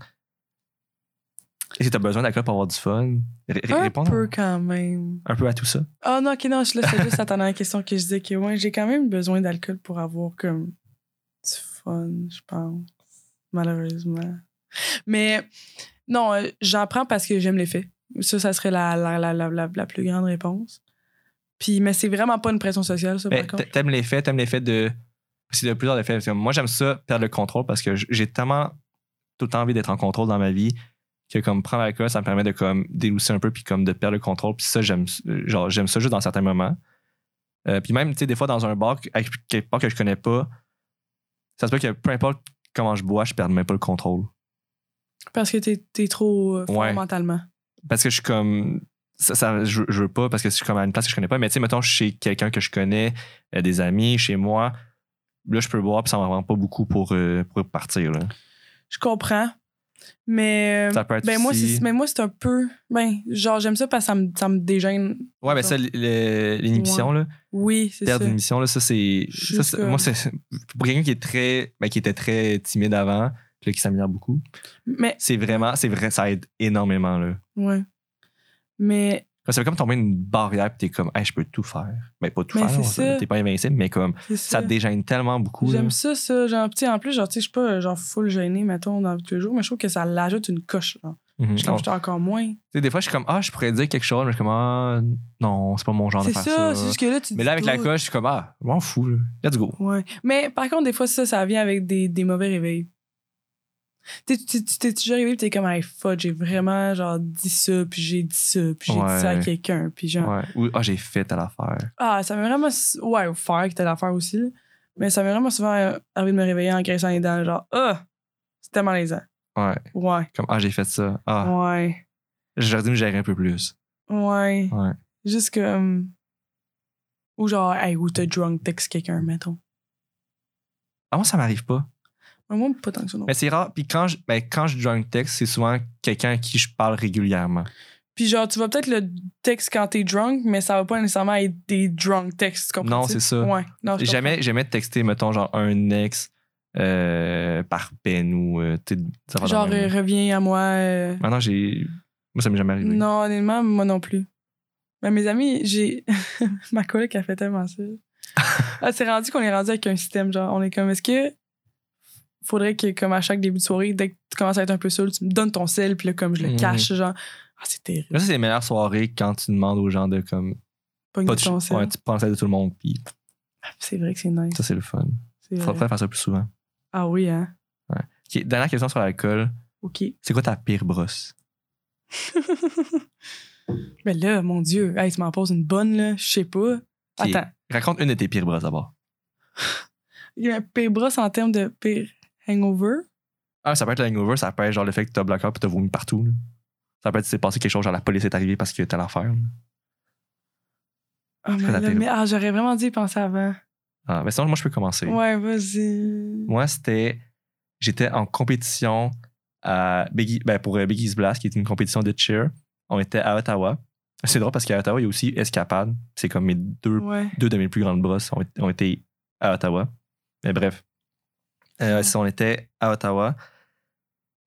[SPEAKER 5] Est-ce que t'as besoin d'alcool pour avoir du fun? Ré- ré-
[SPEAKER 6] Un
[SPEAKER 5] répondre
[SPEAKER 6] peu quand même.
[SPEAKER 5] un peu à tout ça.
[SPEAKER 6] Ah non, ok, non, je laisse juste attendre la question que je disais que ouais, j'ai quand même besoin d'alcool pour avoir comme du fun, je pense. Malheureusement. Mais non, euh, j'en prends parce que j'aime les faits. Ça, ça serait la, la, la, la, la, la plus grande réponse. Puis, mais c'est vraiment pas une pression sociale, ça,
[SPEAKER 5] Mais
[SPEAKER 6] par contre.
[SPEAKER 5] Ben, t'a- t'aimes l'effet, t'aimes l'effet de. C'est de plusieurs effets. Parce que Moi, j'aime ça, perdre le contrôle, parce que j- j'ai tellement tout le temps envie d'être en contrôle dans ma vie que comme prendre l'alcool, ça me permet de comme délousser un peu puis comme de perdre le contrôle. Puis ça, j'aime euh, genre j'aime ça juste dans certains moments. Euh, puis même, tu sais, des fois dans un bar que- avec quelque part que je connais pas, ça se peut que peu importe comment je bois, je perds même pas le contrôle.
[SPEAKER 6] Parce que t'es es trop euh, fort
[SPEAKER 5] Ouais.
[SPEAKER 6] mentalement.
[SPEAKER 5] parce que je suis comme ça, ça- je, veux- je veux pas parce que je suis comme à une place que je connais pas mais tu sais mettons chez quelqu'un que je connais euh, des amis chez moi là je peux boire puis ça m'en rend pas beaucoup pour euh, pour partir là.
[SPEAKER 6] Je comprends. Mais. euh,
[SPEAKER 5] ça peut être
[SPEAKER 6] ben, moi,
[SPEAKER 5] aussi-
[SPEAKER 6] c'est ben, moi, c'est un peu. Ben, genre, j'aime ça parce que ça me, ça me dégêne.
[SPEAKER 5] ouais mais ça l- le- l'inhibition là
[SPEAKER 6] Oui, c'est ça.
[SPEAKER 5] perdre l'inhibition là ça c'est
[SPEAKER 6] Juste
[SPEAKER 5] ça, c'est-
[SPEAKER 6] comme-
[SPEAKER 5] moi c'est pour quelqu'un qui est très ben, qui était très timide avant puis là, qui s'améliore beaucoup
[SPEAKER 6] Mais,
[SPEAKER 5] c'est vraiment c'est vrai ça aide énormément là
[SPEAKER 6] ouais. Mais
[SPEAKER 5] Comme ça fait comme tomber une barrière puis t'es comme hey, je peux tout faire ben pas tout
[SPEAKER 6] Mais
[SPEAKER 5] faire
[SPEAKER 6] c'est
[SPEAKER 5] on-
[SPEAKER 6] ça.
[SPEAKER 5] t'es pas invincible mais comme
[SPEAKER 6] C'est
[SPEAKER 5] ça hein.
[SPEAKER 6] ça.
[SPEAKER 5] te dégêne tellement beaucoup là.
[SPEAKER 6] J'aime ça, ça. Genre, tu sais, en plus, genre, tu sais, je suis pas euh, genre full gênée, mettons, dans tous les jours, mais je trouve que ça l'ajoute une coche. Genre.
[SPEAKER 5] Mhm.
[SPEAKER 6] Je trouve que j'étais encore moins.
[SPEAKER 5] Tu sais, des fois, je suis comme, ah, je pourrais dire quelque chose, mais je suis comme, ah, non, c'est pas mon genre de
[SPEAKER 6] C'est
[SPEAKER 5] faire ça.
[SPEAKER 6] ça, c'est juste que là, tu
[SPEAKER 5] Mais
[SPEAKER 6] dis
[SPEAKER 5] là, avec la
[SPEAKER 6] tout.
[SPEAKER 5] coche, je suis comme, ah, je m'en fous, là. Let's go.
[SPEAKER 6] Ouais. Mais par contre, des fois, ça, ça vient avec des, des mauvais réveils. Tu sais, tu- tu- t'es toujours réveillé, puis t'es comme, hey, fuck, j'ai vraiment, genre, dit ça, puis j'ai dit ça, puis j'ai
[SPEAKER 5] Ouais.
[SPEAKER 6] dit ça à quelqu'un, puis genre,
[SPEAKER 5] Ouais. Ou, ah, j'ai fait telle affaire.
[SPEAKER 6] ah, ça m'a vraiment. s- Ouais, ou faire, que t'as l'affaire aussi, là. Mais ça m'a vraiment souvent euh, arrivé de me réveiller en graissant les dents, genre, ah, c'est tellement malaisant.
[SPEAKER 5] Ouais.
[SPEAKER 6] Ouais,
[SPEAKER 5] Comme, ah, j'ai fait ça. Ah,
[SPEAKER 6] ouais.
[SPEAKER 5] j'aurais dû me gérer un peu plus.
[SPEAKER 6] Ouais.
[SPEAKER 5] Ouais.
[SPEAKER 6] Juste comme. Ou genre, hey, ou t'as drunk text quelqu'un, mettons.
[SPEAKER 5] Ah, moi, ça m'arrive pas.
[SPEAKER 6] Mais moi, pas tant que ça non.
[SPEAKER 5] Mais c'est rare. Puis quand je, ben, quand je drunk text, c'est souvent quelqu'un à qui je parle régulièrement.
[SPEAKER 6] Ah, Puis genre, tu vas peut-être le texte quand t'es drunk, mais ça va pas nécessairement être des drunk texts, tu comprends?
[SPEAKER 5] Non, c'est ça.
[SPEAKER 6] Ouais, non, je
[SPEAKER 5] Jamais, jamais de texter, mettons, genre, un ex euh, par peine ou, euh, tu sais, des affaires
[SPEAKER 6] comprends.
[SPEAKER 5] de
[SPEAKER 6] Genre,
[SPEAKER 5] même.
[SPEAKER 6] euh, reviens à moi. euh,
[SPEAKER 5] Maintenant, j'ai. Moi, ça m'est jamais arrivé.
[SPEAKER 6] Non, honnêtement, moi non plus. Mais mes amis, j'ai. Ma collègue a fait tellement ça. ah, c'est rendu qu'on est rendu avec un système. Genre, on est comme, est-ce que. Faudrait que, comme à chaque début de soirée, dès que tu commences à être un peu saoul, tu me donnes ton sel, puis là, comme je le
[SPEAKER 5] Mhm.
[SPEAKER 6] cache, genre. Ah, c'est terrible.
[SPEAKER 5] Là, c'est les meilleures soirées quand tu demandes aux gens de, comme,
[SPEAKER 6] Pogne
[SPEAKER 5] pas de
[SPEAKER 6] ton
[SPEAKER 5] ch-
[SPEAKER 6] sel. Ah,
[SPEAKER 5] ouais, tu prends celle de tout le monde, puis
[SPEAKER 6] C'est vrai que c'est nice.
[SPEAKER 5] ça, c'est le fun.
[SPEAKER 6] C'est
[SPEAKER 5] Faudrait
[SPEAKER 6] vrai.
[SPEAKER 5] faire ça plus souvent.
[SPEAKER 6] Ah oui, hein?
[SPEAKER 5] Ok, dernière question sur l'alcool.
[SPEAKER 6] OK.
[SPEAKER 5] C'est quoi ta pire brosse?
[SPEAKER 6] Mais là, mon Dieu, hey, tu m'en poses une bonne, là. Je sais pas.
[SPEAKER 5] Ok,
[SPEAKER 6] Attends.
[SPEAKER 5] Raconte une de tes pires brosses d'abord.
[SPEAKER 6] Il y a un pire brosse en termes de pire hangover.
[SPEAKER 5] Ah, ça peut être le hangover, ça peut être genre le fait que t'as bloqué puis t'as vomi partout. là. Ça peut être c'est passé quelque chose, genre la police est arrivée parce que t'as l'affaire. là.
[SPEAKER 6] Ah, mais,
[SPEAKER 5] quoi la
[SPEAKER 6] là,
[SPEAKER 5] pire?
[SPEAKER 6] mais- ah, j'aurais vraiment dû y penser avant.
[SPEAKER 5] Ah, mais sinon, moi, je peux commencer.
[SPEAKER 6] Ouais, vas-y.
[SPEAKER 5] Moi, c'était. J'étais en compétition à Biggie- ben, pour euh, Biggie's Blast, qui est une compétition de cheer. On était à Ottawa. C'est drôle parce qu'à Ottawa, il y a aussi Escapade. C'est comme mes deux
[SPEAKER 6] Ouais.
[SPEAKER 5] deux de mes plus grandes brosses ont, ont été à Ottawa. Mais bref, Euh, si on était à Ottawa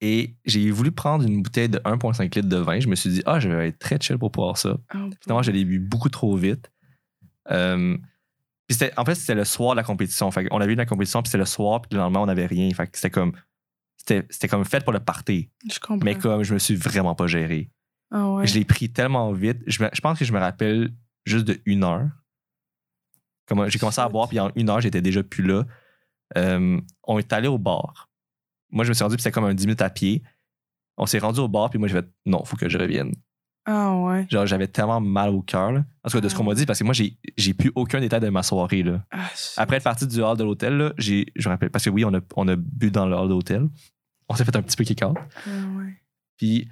[SPEAKER 5] et j'ai voulu prendre une bouteille de 1,5 litres de vin, je me suis dit, ah, je vais être très chill pour pouvoir ça.
[SPEAKER 6] Ah,
[SPEAKER 5] Finalement, je l'ai bu beaucoup trop vite. Euh, puis c'était- en fait, c'était le soir de la compétition. Fait on avait eu la compétition, puis c'était le soir, puis le lendemain, on n'avait rien. Fait que c'était comme. C'était c'était comme fait pour le party.
[SPEAKER 6] je comprends.
[SPEAKER 5] Mais comme je me suis vraiment pas géré.
[SPEAKER 6] ah ouais.
[SPEAKER 5] Je l'ai pris tellement vite. Je, me- je pense que je me rappelle juste de une heure. Comme, j'ai commencé à
[SPEAKER 6] Shit.
[SPEAKER 5] boire, puis en une heure, j'étais déjà plus là. Euh, on est allé au bar. Moi, je me suis rendu, puis c'était comme un 10 minutes à pied. On s'est rendu au bar, puis moi, j'ai fait non, faut que je revienne.
[SPEAKER 6] Ah ouais.
[SPEAKER 5] Genre, j'avais tellement mal au cœur. là. En tout cas, de ce qu'on m'a dit, parce que moi, j'ai, j'ai plus aucun détail de ma soirée. Là.
[SPEAKER 6] Ah, shit.
[SPEAKER 5] Après être parti du hall de l'hôtel, là, j'ai, je me rappelle, parce que oui, on a, on a bu dans le hall de l'hôtel. On s'est fait un petit peu kick-out.
[SPEAKER 6] Ah ouais.
[SPEAKER 5] Puis,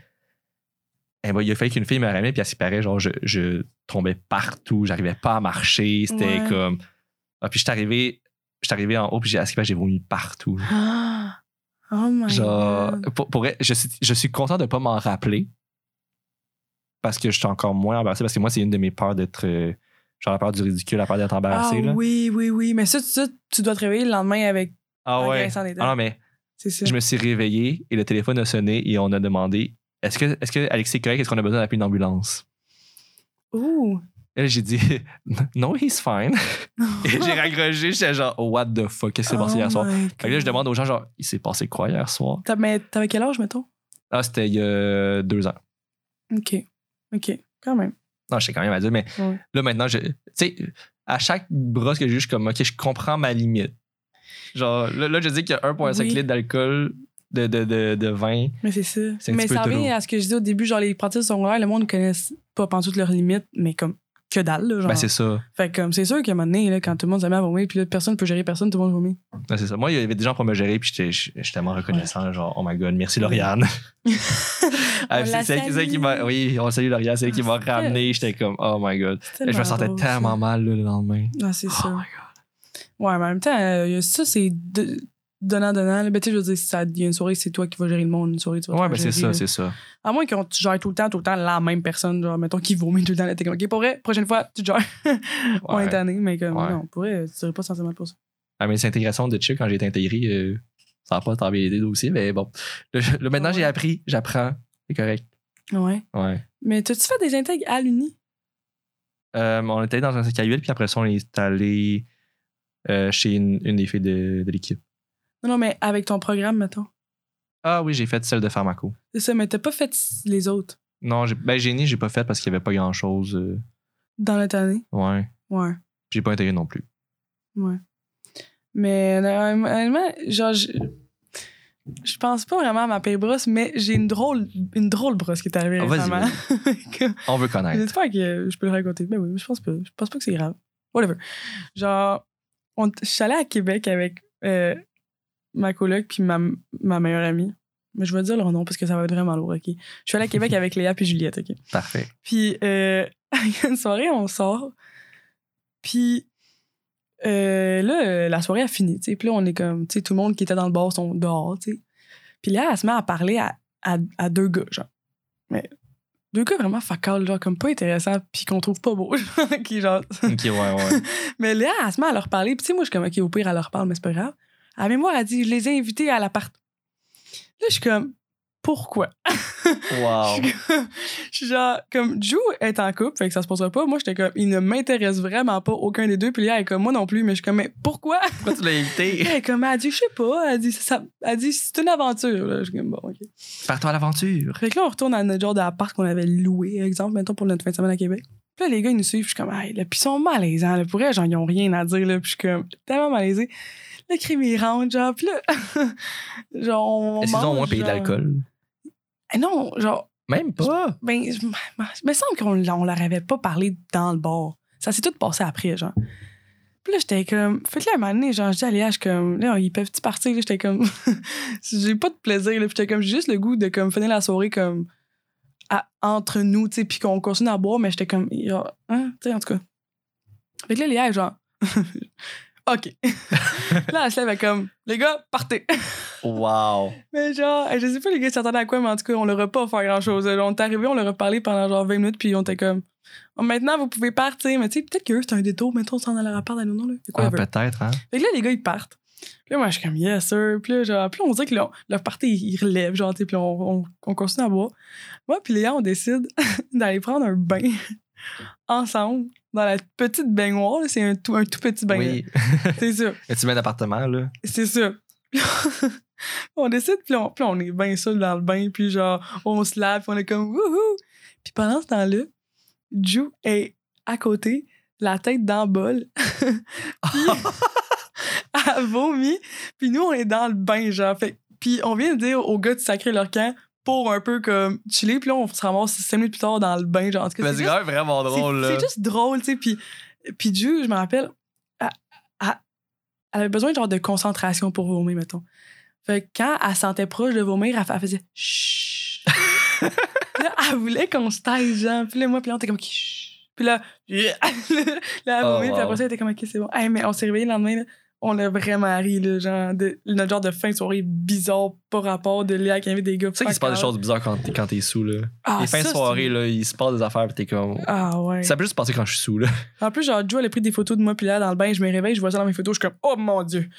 [SPEAKER 5] eh ben, il a fallu qu'une fille me ramène, puis à ce qui paraît, genre, je, je tombais partout, j'arrivais pas à marcher, c'était
[SPEAKER 6] Ouais.
[SPEAKER 5] comme. Ah, puis je suis arrivé, je suis arrivé en haut, puis j'ai, à ce qui paraît, j'ai vomi partout.
[SPEAKER 6] Ah. Oh my
[SPEAKER 5] Genre, euh,
[SPEAKER 6] god.
[SPEAKER 5] pour, pour vrai, je, suis, je suis content de pas m'en rappeler, parce que je suis encore moins embarrassé, parce que moi, c'est une de mes peurs d'être. euh, genre, la peur du ridicule, la peur d'être
[SPEAKER 6] Ah
[SPEAKER 5] embarrassé, là.
[SPEAKER 6] oui, oui, oui. Mais ça, ça, tu dois te réveiller le lendemain avec
[SPEAKER 5] Ah
[SPEAKER 6] en
[SPEAKER 5] ouais.
[SPEAKER 6] graissant les dents.
[SPEAKER 5] Ah non, mais
[SPEAKER 6] C'est ça.
[SPEAKER 5] je me suis réveillé et le téléphone a sonné et on a demandé Est-ce que, est-ce que Alexis est correct? Est-ce qu'on a besoin d'appeler une ambulance?
[SPEAKER 6] Ouh.
[SPEAKER 5] Et là, j'ai dit, non, he's fine. Et j'ai raccroché, j'étais genre, what the fuck, qu'est-ce qui s'est
[SPEAKER 6] Oh
[SPEAKER 5] passé hier soir? Fait que là, je demande aux gens, genre, il s'est passé quoi hier soir?
[SPEAKER 6] T'as- mais T'avais quel âge, mettons?
[SPEAKER 5] Ah, c'était il y a deux ans.
[SPEAKER 6] OK. OK. Quand même.
[SPEAKER 5] Non, je sais quand même à dire, mais
[SPEAKER 6] Ouais.
[SPEAKER 5] là, maintenant, je- tu sais, à chaque brosse que j'ai, eu, je suis comme, OK, je comprends ma limite. Genre, là, là, je dis qu'il y a 1,5
[SPEAKER 6] Oui.
[SPEAKER 5] litres d'alcool, de, de, de, de vin.
[SPEAKER 6] Mais c'est ça.
[SPEAKER 5] C'est un
[SPEAKER 6] Mais
[SPEAKER 5] petit peu
[SPEAKER 6] ça
[SPEAKER 5] trop.
[SPEAKER 6] revient à ce que je disais au début, genre les pratiques secondaires, le monde ne connaissent pas pantoute leurs limites, mais comme que dalle, là, genre.
[SPEAKER 5] Ben, c'est ça.
[SPEAKER 6] fait que, comme c'est sûr qu'à un moment donné, là, quand tout le monde se met à vomir, puis là, personne peut gérer personne, tout le monde vomit.
[SPEAKER 5] Ben, c'est ça. Moi, il y avait des gens pour me gérer, puis j'étais je- je suis tellement reconnaissant, genre, oh my god, merci Lauriane. Ah,
[SPEAKER 6] On
[SPEAKER 5] c'est
[SPEAKER 6] la
[SPEAKER 5] c'est elle qui- c'est elle qui m'a.
[SPEAKER 6] salue.
[SPEAKER 5] Oui, on salue Lauriane, c'est elle qui m'a
[SPEAKER 6] Parfait.
[SPEAKER 5] ramené. J'étais comme, oh my god.
[SPEAKER 6] C'est
[SPEAKER 5] Et je me
[SPEAKER 6] tellement
[SPEAKER 5] sentais
[SPEAKER 6] drôle,
[SPEAKER 5] tellement mal là, le lendemain.
[SPEAKER 6] ça. Ah, c'est
[SPEAKER 5] Oh
[SPEAKER 6] ça.
[SPEAKER 5] my
[SPEAKER 6] Ouais, mais en même temps, euh, y a ça, c'est de- donnant-donnant. là. Ben, tu sais, je veux dire, si ça- il y a une soirée, c'est toi qui vas gérer le monde, une soirée, tu vas
[SPEAKER 5] god. Ouais,
[SPEAKER 6] te
[SPEAKER 5] ben,
[SPEAKER 6] faire
[SPEAKER 5] c'est
[SPEAKER 6] gérer,
[SPEAKER 5] ça, c'est
[SPEAKER 6] là.
[SPEAKER 5] ça.
[SPEAKER 6] À moins qu'on tu gères tout le temps, tout le temps la même personne, genre, mettons, qui vomit tout le temps, là, t'es comme, OK, pour vrai, prochaine fois, tu gères. On est
[SPEAKER 5] Ouais.
[SPEAKER 6] tanné, mais comme,
[SPEAKER 5] Ouais.
[SPEAKER 6] non, pour vrai, tu serais pas senti mal pour ça.
[SPEAKER 5] Ah, mais cette intégration de Chip, quand j'ai été intégré, euh, ça n'a pas tant bien aidé aussi, mais bon. Là, je- là, maintenant,
[SPEAKER 6] Ouais.
[SPEAKER 5] j'ai appris, j'apprends. C'est correct.
[SPEAKER 6] Ouais.
[SPEAKER 5] Ouais.
[SPEAKER 6] Mais t'as-tu fait des intègres à l'Uni?
[SPEAKER 5] Euh, on était dans un 5 à 8, puis après ça, on est allé euh, chez une, une des filles de, de l'équipe.
[SPEAKER 6] Non, non, mais avec ton programme, mettons.
[SPEAKER 5] Ah oui, j'ai fait celle de Pharmaco.
[SPEAKER 6] C'est ça, mais t'as pas fait les autres
[SPEAKER 5] Non, j'ai- ben, Génie, j'ai pas fait parce qu'il n'y avait pas grand-chose. euh,
[SPEAKER 6] dans notre année.
[SPEAKER 5] ouais.
[SPEAKER 6] Ouais,
[SPEAKER 5] Puis j'ai pas intégré non plus.
[SPEAKER 6] ouais. Mais euh, honnêtement, genre, je, je pense pas vraiment à ma pire brosse, mais j'ai une drôle, une drôle brosse qui est arrivée
[SPEAKER 5] Ah, vas-y,
[SPEAKER 6] récemment.
[SPEAKER 5] On veut connaître.
[SPEAKER 6] J'espère que je peux le raconter. Mais oui, mais je pense pas. Je pense pas que c'est grave. Whatever. Genre, on, je suis allée à Québec avec euh, ma coloc puis ma, ma meilleure amie. Mais je vais dire leur nom parce que ça va être vraiment lourd, OK? Je suis allée à Québec avec Léa puis Juliette, OK?
[SPEAKER 5] Parfait.
[SPEAKER 6] Puis, euh, il y a une soirée, on sort. Puis, euh, là, euh, la soirée a fini. tu sais. Puis là, on est comme, tu sais, tout le monde qui était dans le bar sont dehors. tu sais. Puis là, elle se met à parler à, à- à deux gars, genre. Mais deux gars vraiment facal, genre, comme pas intéressants, puis qu'on trouve pas beaux, genre, qui, genre.
[SPEAKER 5] Ok, ouais, ouais.
[SPEAKER 6] Mais là, elle se met à leur parler. Puis, tu sais, moi, je suis comme, OK, au pire, elle leur parle, mais c'est pas grave. À mémoire, elle dit, je les ai invités à l'appart. Là, je suis comme, pourquoi?
[SPEAKER 5] Wow.
[SPEAKER 6] Je suis comme- je suis genre, comme, Drew est en couple, fait que ça se passera pas. Moi, j'étais comme, il ne m'intéresse vraiment pas, aucun des deux. Puis là, elle est comme, moi non plus, mais je suis comme, mais pourquoi?
[SPEAKER 5] Pourquoi tu l'as invité?
[SPEAKER 6] Elle est comme, elle a dit, je sais pas. Elle dit, ça, elle dit, c'est une aventure. Là, je suis comme, bon, OK.
[SPEAKER 5] Partons à l'aventure.
[SPEAKER 6] Fait que là, on retourne à notre genre d'appart qu'on avait loué, exemple, mettons, pour notre fin de semaine à Québec. Puis là, les gars, ils nous suivent, puis je suis comme, hey, là, puis ils sont malaisants, là, pour vrai, genre, ils ont rien à dire, là, puis je suis comme, tellement malaisé. Le crime, il rentre, genre, puis là, genre, on.
[SPEAKER 5] Est-ce qu'ils ont au moins
[SPEAKER 6] mange,
[SPEAKER 5] payé de
[SPEAKER 6] genre.
[SPEAKER 5] l'alcool?
[SPEAKER 6] Eh Non, genre,
[SPEAKER 5] Même pas.
[SPEAKER 6] ben, je- m- m- il me semble qu'on on leur avait pas parlé dans le bar. Ça s'est tout passé après, genre. Puis là, j'étais comme. Faites-le un moment donné, genre, je dis à Léa, je suis comme. Là, ils peuvent-tu partir? Là, J'étais comme. j'ai pas de plaisir, là. Puis j'étais comme. J'ai juste le goût de, comme, finir la soirée, comme. à- entre nous, tu sais, puis qu'on continue à boire, mais j'étais comme. genre, Hein? Tu sais, en tout cas. Fait que là, Léa, est genre. OK. là, elle se lève, elle est comme. Les gars, partez!
[SPEAKER 5] Wow.
[SPEAKER 6] Mais genre, je sais pas les gars s'attendaient à quoi, mais en tout cas, on leur a pas offert grand chose. On est arrivé, on leur a parlé pendant genre 20 minutes, puis on était comme. Oh, maintenant, vous pouvez partir. Mais tu sais, peut-être que eux, c'était un détour. Mettons, on s'en allait à part à nous, non, là. C'est quoi,
[SPEAKER 5] Ah,
[SPEAKER 6] ever.
[SPEAKER 5] peut-être, hein?
[SPEAKER 6] Fait que là, les gars, ils partent. Puis là, moi, je suis comme, yes, sir. Puis là, genre, puis là, on dirait que là, leur party, ils relèvent, genre, tu sais, puis on, on, on continue à boire. Moi, puis Léa, on décide d'aller prendre un bain ensemble dans la petite baignoire. là. C'est un tout, un tout petit bain.
[SPEAKER 5] oui.
[SPEAKER 6] là. C'est ça.
[SPEAKER 5] Et tu mets d'appartement, là?
[SPEAKER 6] C'est ça. Puis là, on décide, puis on, puis on est bien seul dans le bain, puis genre, on se lave, puis on est comme wouhou. Puis pendant ce temps-là, Ju est à côté, la tête dans le bol. puis elle vomit, puis nous, on est dans le bain, genre. Fait, puis on vient de dire aux gars de sacrer leur camp pour un peu comme chiller, puis là, on se ramasse cinq minutes plus tard dans le bain, genre. En tout cas,
[SPEAKER 5] Mais
[SPEAKER 6] c'est
[SPEAKER 5] c'est
[SPEAKER 6] juste-
[SPEAKER 5] quand même vraiment drôle,
[SPEAKER 6] c'est-
[SPEAKER 5] là.
[SPEAKER 6] C'est juste drôle, tu sais. Puis, puis Ju, je me rappelle, elle, elle- elle avait besoin genre de concentration pour vomir, mettons. Fait que quand elle se sentait proche de vomir, elle, fa- elle faisait chut. là, elle voulait qu'on se taise, genre. Puis là, moi, puis là, on était comme chut. Puis là, yeah. là, elle
[SPEAKER 5] Oh,
[SPEAKER 6] vomit, puis
[SPEAKER 5] wow.
[SPEAKER 6] après ça, elle était comme ok, c'est bon. Hey, mais on s'est réveillé le lendemain, là, on a vraiment ri, là, genre, de, notre genre de fin de soirée bizarre, pas rapport de Léa qui invite des gars.
[SPEAKER 5] Tu sais qu'il se passe des choses bizarres quand t'es, quand t'es sous, là.
[SPEAKER 6] Ah,
[SPEAKER 5] Les fins de
[SPEAKER 6] ça, c'est-
[SPEAKER 5] soirée, là, il se passe des affaires, pis t'es comme.
[SPEAKER 6] Ah ouais.
[SPEAKER 5] Ça peut juste se passer quand je suis sous, là.
[SPEAKER 6] En plus, genre, Joe, elle a pris des photos de moi, puis là, dans le bain, je me réveille, je vois ça dans mes photos, je suis comme, oh mon Dieu!